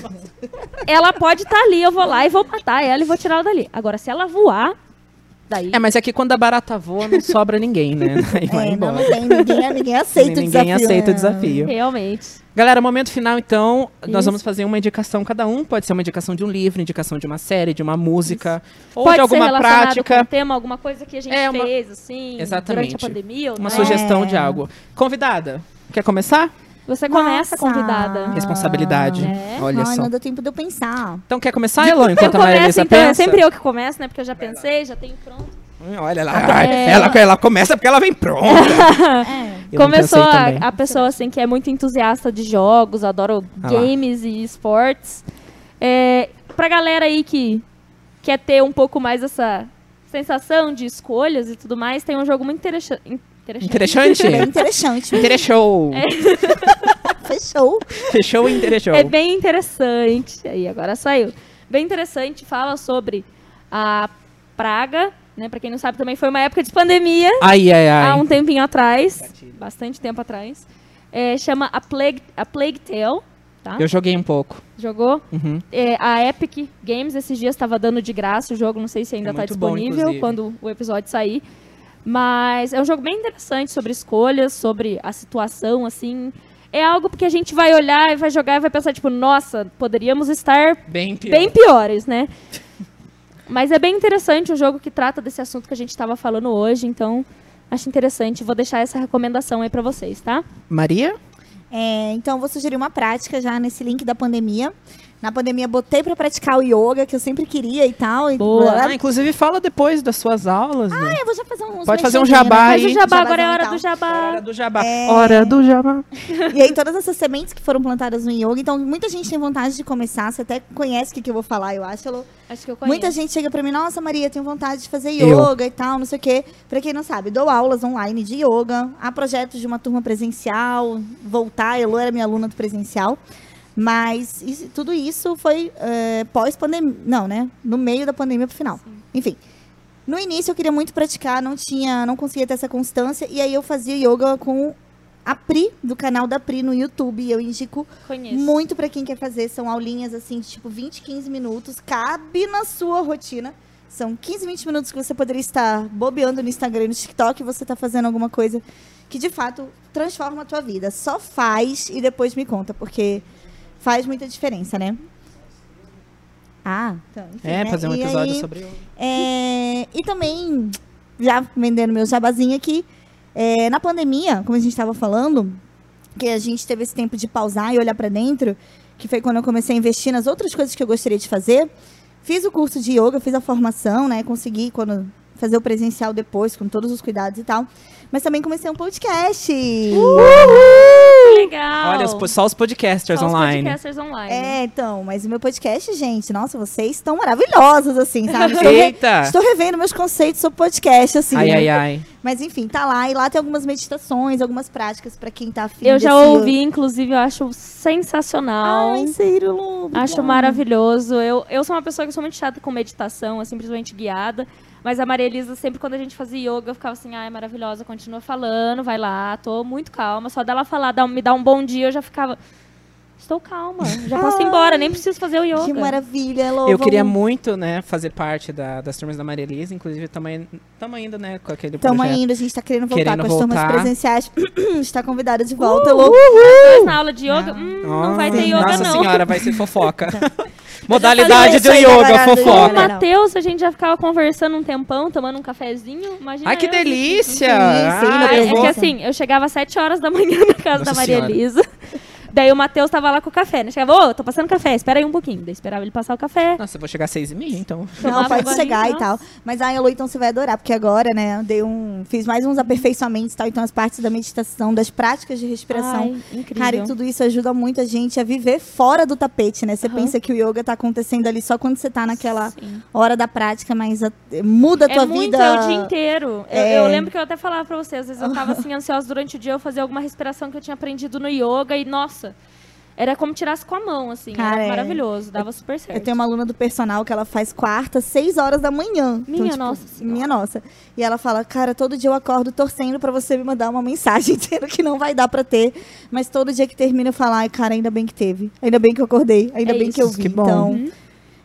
C: Ela pode estar ali, eu vou lá e vou matar ela e vou tirar ela dali. Agora, se ela voar, daí...
B: É, mas é que quando a barata voa, não sobra ninguém, né? Aí vai
D: É, não,
B: embora.
D: não tem. Ninguém, ninguém aceita o desafio.
B: ninguém aceita
C: É.
D: né?
B: o desafio.
C: Realmente.
B: Galera, momento final, então. Nós
C: Isso.
B: vamos fazer uma indicação cada um. Pode ser uma indicação de um livro, indicação de uma série, de uma música. Ou
C: pode
B: de
C: ser
B: alguma
C: relacionado com o
B: prática.
C: tema, alguma coisa que a gente
B: É, uma-
C: fez, assim,
B: Exatamente.
C: durante a pandemia. Ou
B: Uma
C: não. É,
B: sugestão de algo. Convidada, quer começar?
C: Você começa,
D: Nossa.
C: convidada.
B: Responsabilidade.
C: É.
B: Olha
D: Ai,
B: só.
D: não deu tempo de eu pensar.
B: Então quer começar, Elon?
C: Eu
B: Enquanto a Maria
C: começo,
B: Elisa
C: então. É
B: pensa?
C: sempre eu que começo, né? Porque eu já pensei, já tenho pronto.
B: Hum, Olha lá,
C: é.
B: ela, ela começa porque ela vem pronta.
D: É.
B: Eu não
C: Começou
B: cansei
C: a,
B: também.
C: a pessoa assim que é muito entusiasta de jogos, adora
B: Ah lá.
C: games e esportes. É, pra galera aí que quer ter um pouco mais essa sensação de escolhas e tudo mais, tem um jogo muito interessa- in- interessante.
B: Interessante?
D: Bem interessante.
B: Interessou.
D: Fechou.
B: Fechou o interessou.
C: É bem interessante. Aí, agora saiu. Bem interessante, fala sobre a praga, né? Pra quem não sabe, também foi uma época de pandemia.
B: Ai, ai, ai.
C: há um tempinho atrás, bastante tempo atrás, é, chama a Plague, a Plague Tale, tá?
B: Eu joguei um pouco.
C: Jogou?
B: Uhum.
C: É, a Epic Games esses dias estava dando de graça o jogo, não sei se ainda
B: É
C: está
B: muito bom,
C: disponível
B: inclusive.
C: quando o episódio sair. Mas é um jogo bem interessante sobre escolhas, sobre a situação, assim. É algo que a gente vai olhar e vai jogar e vai pensar, tipo, nossa, poderíamos estar
B: Bem pior.
C: bem piores, né? Mas é bem interessante o jogo que trata desse assunto que a gente estava falando hoje, então acho interessante. Vou deixar essa recomendação aí pra vocês, tá?
B: Maria?
D: É, então, vou sugerir uma prática já nesse link da pandemia. Na pandemia, botei pra praticar o yoga, que eu sempre queria e tal. E
C: Boa.
D: blá,
B: Ah, inclusive fala depois das suas aulas. né?
D: Eu vou já fazer uns
B: Pode fazer um
D: merchanzinho,
B: jabá então.
D: né?
C: Mas
B: aí.
C: o jabá, agora é a
D: Jabazão e
C: hora
D: tal.
C: do jabá.
B: Hora do jabá.
D: É.
B: Hora do jabá.
D: E aí, todas essas sementes que foram plantadas no yoga. Então, muita gente tem vontade de começar. Você até conhece o que, que eu vou falar, eu acho. Elô.
C: Acho que eu conheço.
D: Muita gente chega pra mim, nossa, Maria, tenho vontade de fazer
B: Eu.
D: yoga e tal, não sei o quê. Pra quem não sabe, dou aulas online de yoga. Há projetos de uma turma presencial. Voltar, a Elô era minha aluna do presencial. Mas isso- tudo isso foi eh, pós-pandemia. Não, né? No meio da pandemia pro final. Enfim. No início eu queria muito praticar, não tinha, não conseguia ter essa constância. E aí eu fazia yoga com a Pri, do canal da Pri no YouTube. E eu indico
C: Conheço.
D: muito pra quem quer fazer. São aulinhas assim, de tipo 20, 15 minutos. Cabe na sua rotina. São 15, 20 minutos que você poderia estar bobeando no Instagram e no TikTok e você tá fazendo alguma coisa que de fato transforma a tua vida. Só faz e depois me conta, porque faz muita diferença, né? Ah, então, enfim,
B: É,
D: né?
B: fazer um
D: E
B: episódio
D: aí,
B: sobre o-
D: é, e também, já vendendo meu jabazinho aqui, é, na pandemia, como a gente estava falando, que a gente teve esse tempo de pausar e olhar para dentro, que foi quando eu comecei a investir nas outras coisas que eu gostaria de fazer. Fiz o curso de yoga, fiz a formação, né? Consegui quando fazer o presencial depois, com todos os cuidados e tal. Mas também comecei um podcast.
C: Legal.
B: Olha, os po- só os podcasters
C: Só os
B: online.
C: podcasters online.
D: É, então, mas o meu podcast, gente, nossa, vocês estão maravilhosos, assim, sabe? Estou, re-
B: Tá, Eita!
D: estou revendo meus conceitos sobre podcast, assim.
B: Ai,
D: né?
B: ai, ai.
D: Mas enfim, tá lá e lá tem algumas meditações, algumas práticas pra quem tá afim.
C: Eu já
D: desse-
C: ouvi, inclusive, eu acho sensacional.
D: Ai, Cirulo. obrigada.
C: Acho maravilhoso. Eu, eu sou uma pessoa que sou muito chata com meditação, assim, principalmente guiada. Mas a Maria Elisa, sempre quando a gente fazia yoga, eu ficava assim, ai, maravilhosa, continua falando, vai lá, tô muito calma. Só dela falar, dar, um- me dar um bom dia, eu já ficava. Estou calma, já posso ir embora, nem preciso fazer o yoga.
D: Que maravilha, Lô.
B: Eu queria
D: vamos-
B: muito, né, fazer parte da- das turmas da Maria Elisa, inclusive também estamos indo, né, com aquele
D: Tamo
B: projeto.
D: indo, a gente tá querendo voltar
B: Querendo
D: com as turmas
B: voltar.
D: presenciais. está convidada de volta, Lô.
C: Depois na aula de yoga, hum, não vai ter
B: Ai,
C: yoga,
B: Nossa
C: não.
B: senhora, vai ser fofoca.
D: Eu
B: Modalidade do
D: já falei isso aí,
B: yoga,
D: galera, do
C: Com o
D: yoga.
B: fofoca.
C: Matheus, a gente já ficava conversando um tempão, tomando um cafezinho. Imagina
B: Ai, que
C: eu, gente,
B: delícia!
D: delícia, hein,
B: Ah,
D: meu
C: É,
B: eu
C: é
D: Deus.
B: vou-
C: que assim, eu chegava às 7 horas da manhã na casa
B: Nossa
C: da Maria
B: Senhora.
C: Elisa. Daí o Matheus tava lá com o café, né? Chegava, ô, tô passando café, espera aí um pouquinho. Daí esperava ele passar o café.
B: Nossa, eu vou chegar às seis e meia, então.
D: Não,
C: tomava um
D: pode
C: banho,
D: chegar e
C: nossa.
D: tal. Mas a Elô, então você vai adorar, porque agora, né, eu dei um. Fiz mais uns aperfeiçoamentos e tal. Então, as partes da meditação, das práticas de respiração.
C: Ai, incrível.
D: Cara, e tá tudo isso ajuda muito a gente a viver fora do tapete, né? Você
C: Aham.
D: pensa que o yoga tá acontecendo ali só quando você tá naquela
C: Sim.
D: hora da prática, mas a- muda a
C: É
D: tua
C: muito,
D: vida.
C: é o dia inteiro. Eu,
D: É.
C: eu lembro que eu até falava pra vocês, às vezes eu tava assim, ansiosa durante o dia, eu fazia alguma respiração que eu tinha aprendido no yoga e, nossa, era como tirasse com a mão, assim.
D: Cara,
C: era
D: é.
C: maravilhoso, dava super certo.
D: Eu tenho uma aluna do personal que ela faz quarta, seis horas da manhã. Então, tipo,
C: Minha nossa senhora.
D: Minha nossa. E ela fala, cara, todo dia eu acordo torcendo pra você me mandar uma mensagem dizendo que não vai dar pra ter. Mas todo dia que termina eu falo, ai, cara, ainda bem que teve. Ainda bem que eu acordei. Ainda
C: É
D: bem que eu
B: isso.
D: vi.
B: Que bom.
D: Então,
C: Uhum.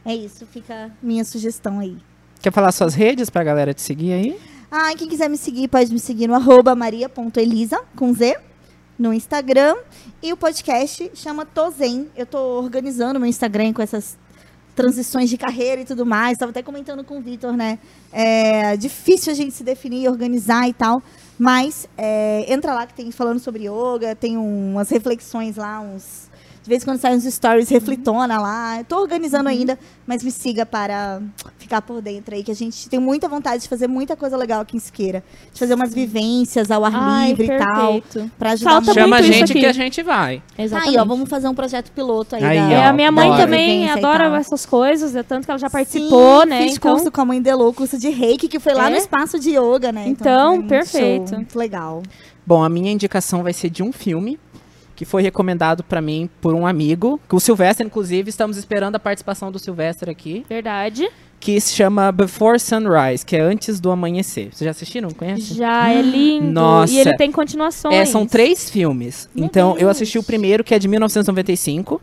D: é isso. Fica minha sugestão aí.
B: Quer falar suas redes pra galera te seguir aí?
D: Ah, e quem quiser me seguir, pode me seguir no arroba maria.elisa, com Z, no Instagram. E o podcast chama Tozen. Eu tô organizando meu Instagram com essas transições de carreira e tudo mais. Tava até comentando com o Vitor, né? É difícil a gente se definir, organizar e tal. Mas é, entra lá que tem falando sobre yoga, tem umas reflexões lá, uns...
C: Uhum.
D: De vez em quando saem uns stories reflitona lá. Eu tô organizando ainda, mas me siga para ficar ficar por dentro aí, que a gente tem muita vontade de fazer muita coisa legal aqui em Siqueira. De fazer umas vivências ao ar
C: Ai,
D: livre e tal.
C: perfeito.
D: Pra ajudar
C: Falta
D: muito.
B: Chama a
C: muito Tá então, isso
B: gente
C: aqui.
B: que a gente vai.
D: Aí, ó, vamos fazer um projeto piloto aí.
B: Aí,
D: da-
B: ó.
C: É, a minha mãe
B: da hora.
C: também
D: Vivência e
C: adora
D: tal.
C: essas coisas, é tanto que ela já participou,
D: Sim,
C: né?
D: Fiz
C: então,
D: curso com a mãe Delô, curso de reiki, que foi lá
C: É?
D: no espaço de yoga, né?
C: Então,
D: é muito
C: perfeito.
D: show, muito legal.
B: Bom, a minha indicação vai ser de um filme que foi recomendado pra mim por um amigo, que o Sylvester, inclusive, estamos esperando a participação do Sylvester aqui,
C: verdade.
B: que se chama Before Sunrise, que é antes do amanhecer. Vocês já assistiram? Conhece?
C: Já é lindo.
B: Nossa.
C: E ele tem continuações.
B: É, são três filmes.
D: Meu
B: então, eu
D: Deus.
B: assisti o primeiro, que é de 1995.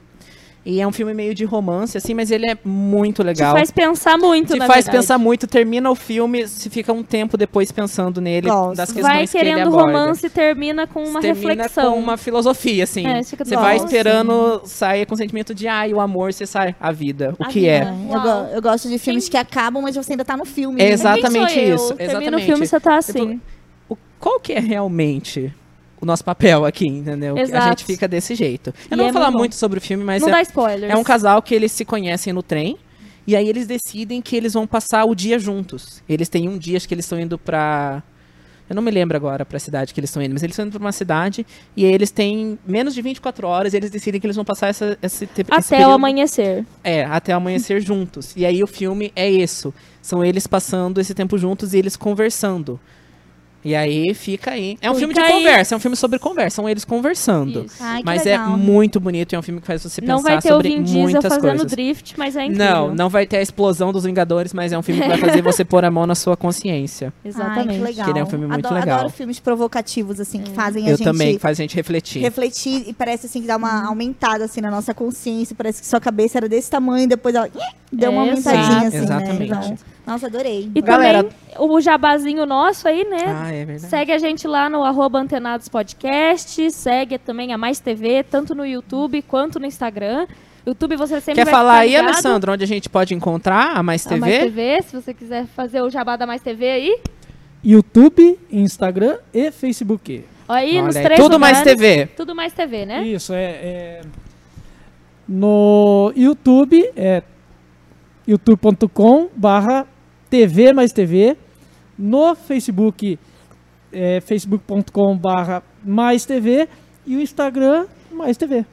B: E é um filme meio de romance, assim, mas ele é muito
C: Te
B: legal.
C: faz pensar muito,
B: Te
C: na
B: faz
C: verdade.
B: pensar muito, termina o filme, se fica um tempo depois pensando nele,
D: Gosto.
B: das questões
C: Vai
B: que ele
C: querendo
B: aborda.
C: romance e termina com uma
B: termina
C: reflexão.
B: com uma filosofia, assim.
C: É, isso fica
B: Você vai
C: bom, assim.
B: esperando sair com o sentimento de, ai, o amor, você sai, a vida, o
C: A
B: que
C: vida.
B: é.
C: Uau.
D: Eu, go- eu gosto de filmes que acabam, mas você ainda tá no filme.
B: É
D: né?
B: exato. exatamente
C: Quem sou eu?
B: isso,
C: Termina o
B: exatamente.
C: filme, você tá
B: Tipo,
C: assim.
B: O, qual que é realmente o nosso papel aqui, entendeu? Que A
C: Exato.
B: gente fica desse jeito. Eu
C: E
B: não
C: é
B: vou falar
C: muito bom.
B: muito sobre o filme, mas
C: Não
B: é,
C: dá spoilers.
B: é um casal que eles se conhecem no trem. E aí eles decidem que eles vão passar o dia juntos. Eles têm um dia acho que eles estão indo pra... Eu não me lembro agora pra cidade que eles estão indo, mas eles estão indo pra uma cidade e aí eles têm menos de 24 horas e eles decidem que eles vão passar essa, esse, te- esse
C: Até o
B: período
C: amanhecer.
B: é, até amanhecer juntos. E aí o filme é isso. São eles passando esse tempo juntos e eles conversando. E aí fica aí. É um
C: Então Fica
B: filme de
C: aí.
B: conversa, é um filme sobre conversa, são eles conversando.
C: Isso.
D: Ai, que
B: Mas
D: legal.
B: é muito bonito, e é um filme que faz você pensar
C: Não vai ter o
B: sobre
C: Vin Diesel
B: muitas
C: fazendo
B: coisas.
C: drift, mas é incrível.
B: Não, não vai ter a explosão dos Vingadores, mas é um filme que vai fazer você pôr a mão na sua consciência.
C: Exatamente.
D: Ai, que legal.
B: Que ele é um filme muito
D: adoro,
B: legal.
D: adoro filmes provocativos, assim, que fazem a
B: Eu
D: gente
B: também, que faz a gente refletir.
D: refletir e parece assim que dá uma aumentada assim na nossa consciência. Parece que sua cabeça era desse tamanho, depois ela ih, deu uma
C: É, exato.
D: aumentadinha, assim,
B: Exatamente.
D: né? Então, nossa, adorei.
C: E tá
B: Galera-
C: também o jabazinho nosso aí, né?
B: Ah, é verdade.
C: Segue a gente lá no arroba Antenados Podcast, segue também a Mais TV, tanto no YouTube quanto no Instagram. YouTube você sempre
B: Quer
C: vai
B: falar
C: ficar
B: aí,
C: ligado.
B: Alessandro, onde a gente pode encontrar a Mais
C: A
B: TV?
C: Mais TV, se você quiser fazer o jabá da Mais TV aí.
E: YouTube, Instagram e Facebook.
C: Aí
B: Olha
C: nos
B: aí,
C: três
B: Tudo
C: lugares.
B: Mais TV.
C: Tudo Mais TV, né?
E: Isso, é, é- No YouTube é youtube.com barra TV mais TV. No Facebook é facebook.com barra mais TV. E o Instagram mais TV.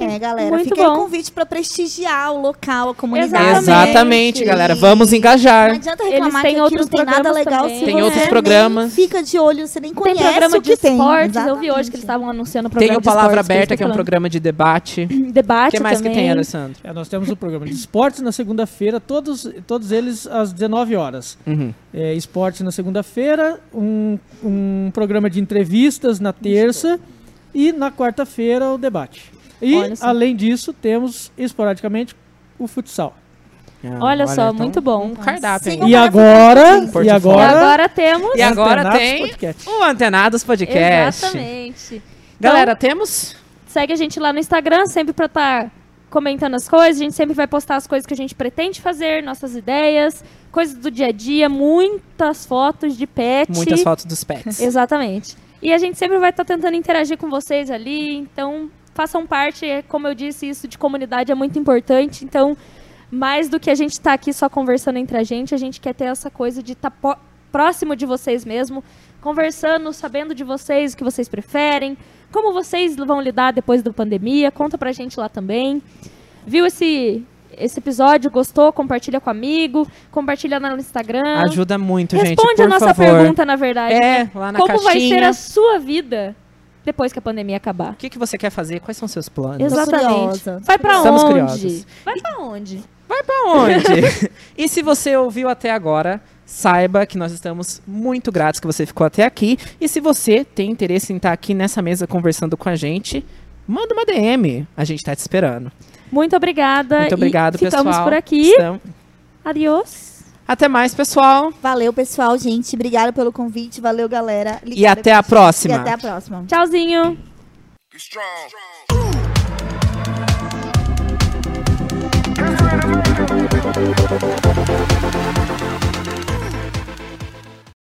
D: É, galera,
C: Muito
D: fica aí o
C: bom.
D: convite pra prestigiar o local, a comunidade.
C: Exatamente.
B: Exatamente, galera. Vamos engajar.
D: Não adianta reclamar
C: Eles têm
D: que aqui não
C: outros
D: tem nada
C: programas
D: legal
C: também.
D: se
B: Tem
D: você
B: outros
D: nem
B: programas.
D: Fica de olho, você nem
C: Tem
D: conhece
C: programa
D: o
C: de
D: que tem.
C: esportes, eu
D: Exatamente.
C: vi hoje que eles estavam anunciando o programa
B: Tem o
C: de
B: Palavra
C: esportes eles
B: Aberta, que é um
C: estão
B: programa de debate. O
C: falando. Debate
B: que mais
C: também.
B: que tem, Alessandro?
E: É, nós temos o programa de esportes na segunda-feira, todos, todos eles às 19 horas. É, esporte na segunda-feira, um, um programa de entrevistas na terça e na quarta-feira o debate. E,
C: Olha só.
E: além disso, temos esporadicamente o futsal.
B: Ah,
C: Olha só,
B: então,
C: muito bom.
B: Um cardápio, hein?
D: Não
E: E
D: vai
E: agora,
D: ficar
B: sem
E: e
C: E
E: agora,
C: agora temos...
B: E agora
E: Antenados
B: tem
E: Podcast.
B: o Antenados Podcast.
C: Exatamente. Então,
B: Galera, temos?
C: Segue a gente lá no Instagram, sempre pra estar comentando as coisas. A gente sempre vai postar as coisas que a gente pretende fazer, nossas ideias, coisas do dia a dia, muitas fotos de pet.
B: Muitas fotos dos pets.
C: Exatamente. E a gente sempre vai estar tentando interagir com vocês ali, então façam parte, É, como eu disse, isso de comunidade é muito importante, então mais do que a gente estar aqui só conversando entre a gente, a gente quer ter essa coisa de estar próximo de vocês mesmo, conversando, sabendo de vocês, o que vocês preferem, como vocês vão lidar depois da pandemia, conta pra gente lá também. Viu esse esse episódio, gostou? Compartilha com amigo, compartilha lá no Instagram.
B: Ajuda muito, gente.
C: Ah. Responde
B: por
C: a nossa
B: favor.
C: pergunta, na verdade.
B: É,
C: né?
B: lá na
C: Como vai
B: caixinha.
C: ser a sua vida depois que a pandemia acabar?
B: O que, que você quer fazer? Quais são seus planos?
C: Exatamente.
D: curiosa.
C: Vai pra
B: Estamos
C: onde?
B: curiosos.
C: Vai pra onde?
B: Pra onde? e se você ouviu até agora, saiba que nós estamos muito gratos que você ficou até aqui. E se você tem interesse em estar aqui nessa mesa conversando com a gente, manda uma DM. A gente tá te esperando.
C: Muito obrigada.
B: Muito
C: Tá, e
B: obrigado,
C: ficamos
B: pessoal.
C: por aqui.
B: Estamos-
C: Adiós.
B: Até mais, pessoal.
D: Valeu, pessoal, gente. Obrigada pelo convite. Valeu, galera.
B: E
D: Ligada
B: até
D: com
B: a
D: gente.
B: próxima.
D: E até a próxima.
C: Tchauzinho.
A: Be strong.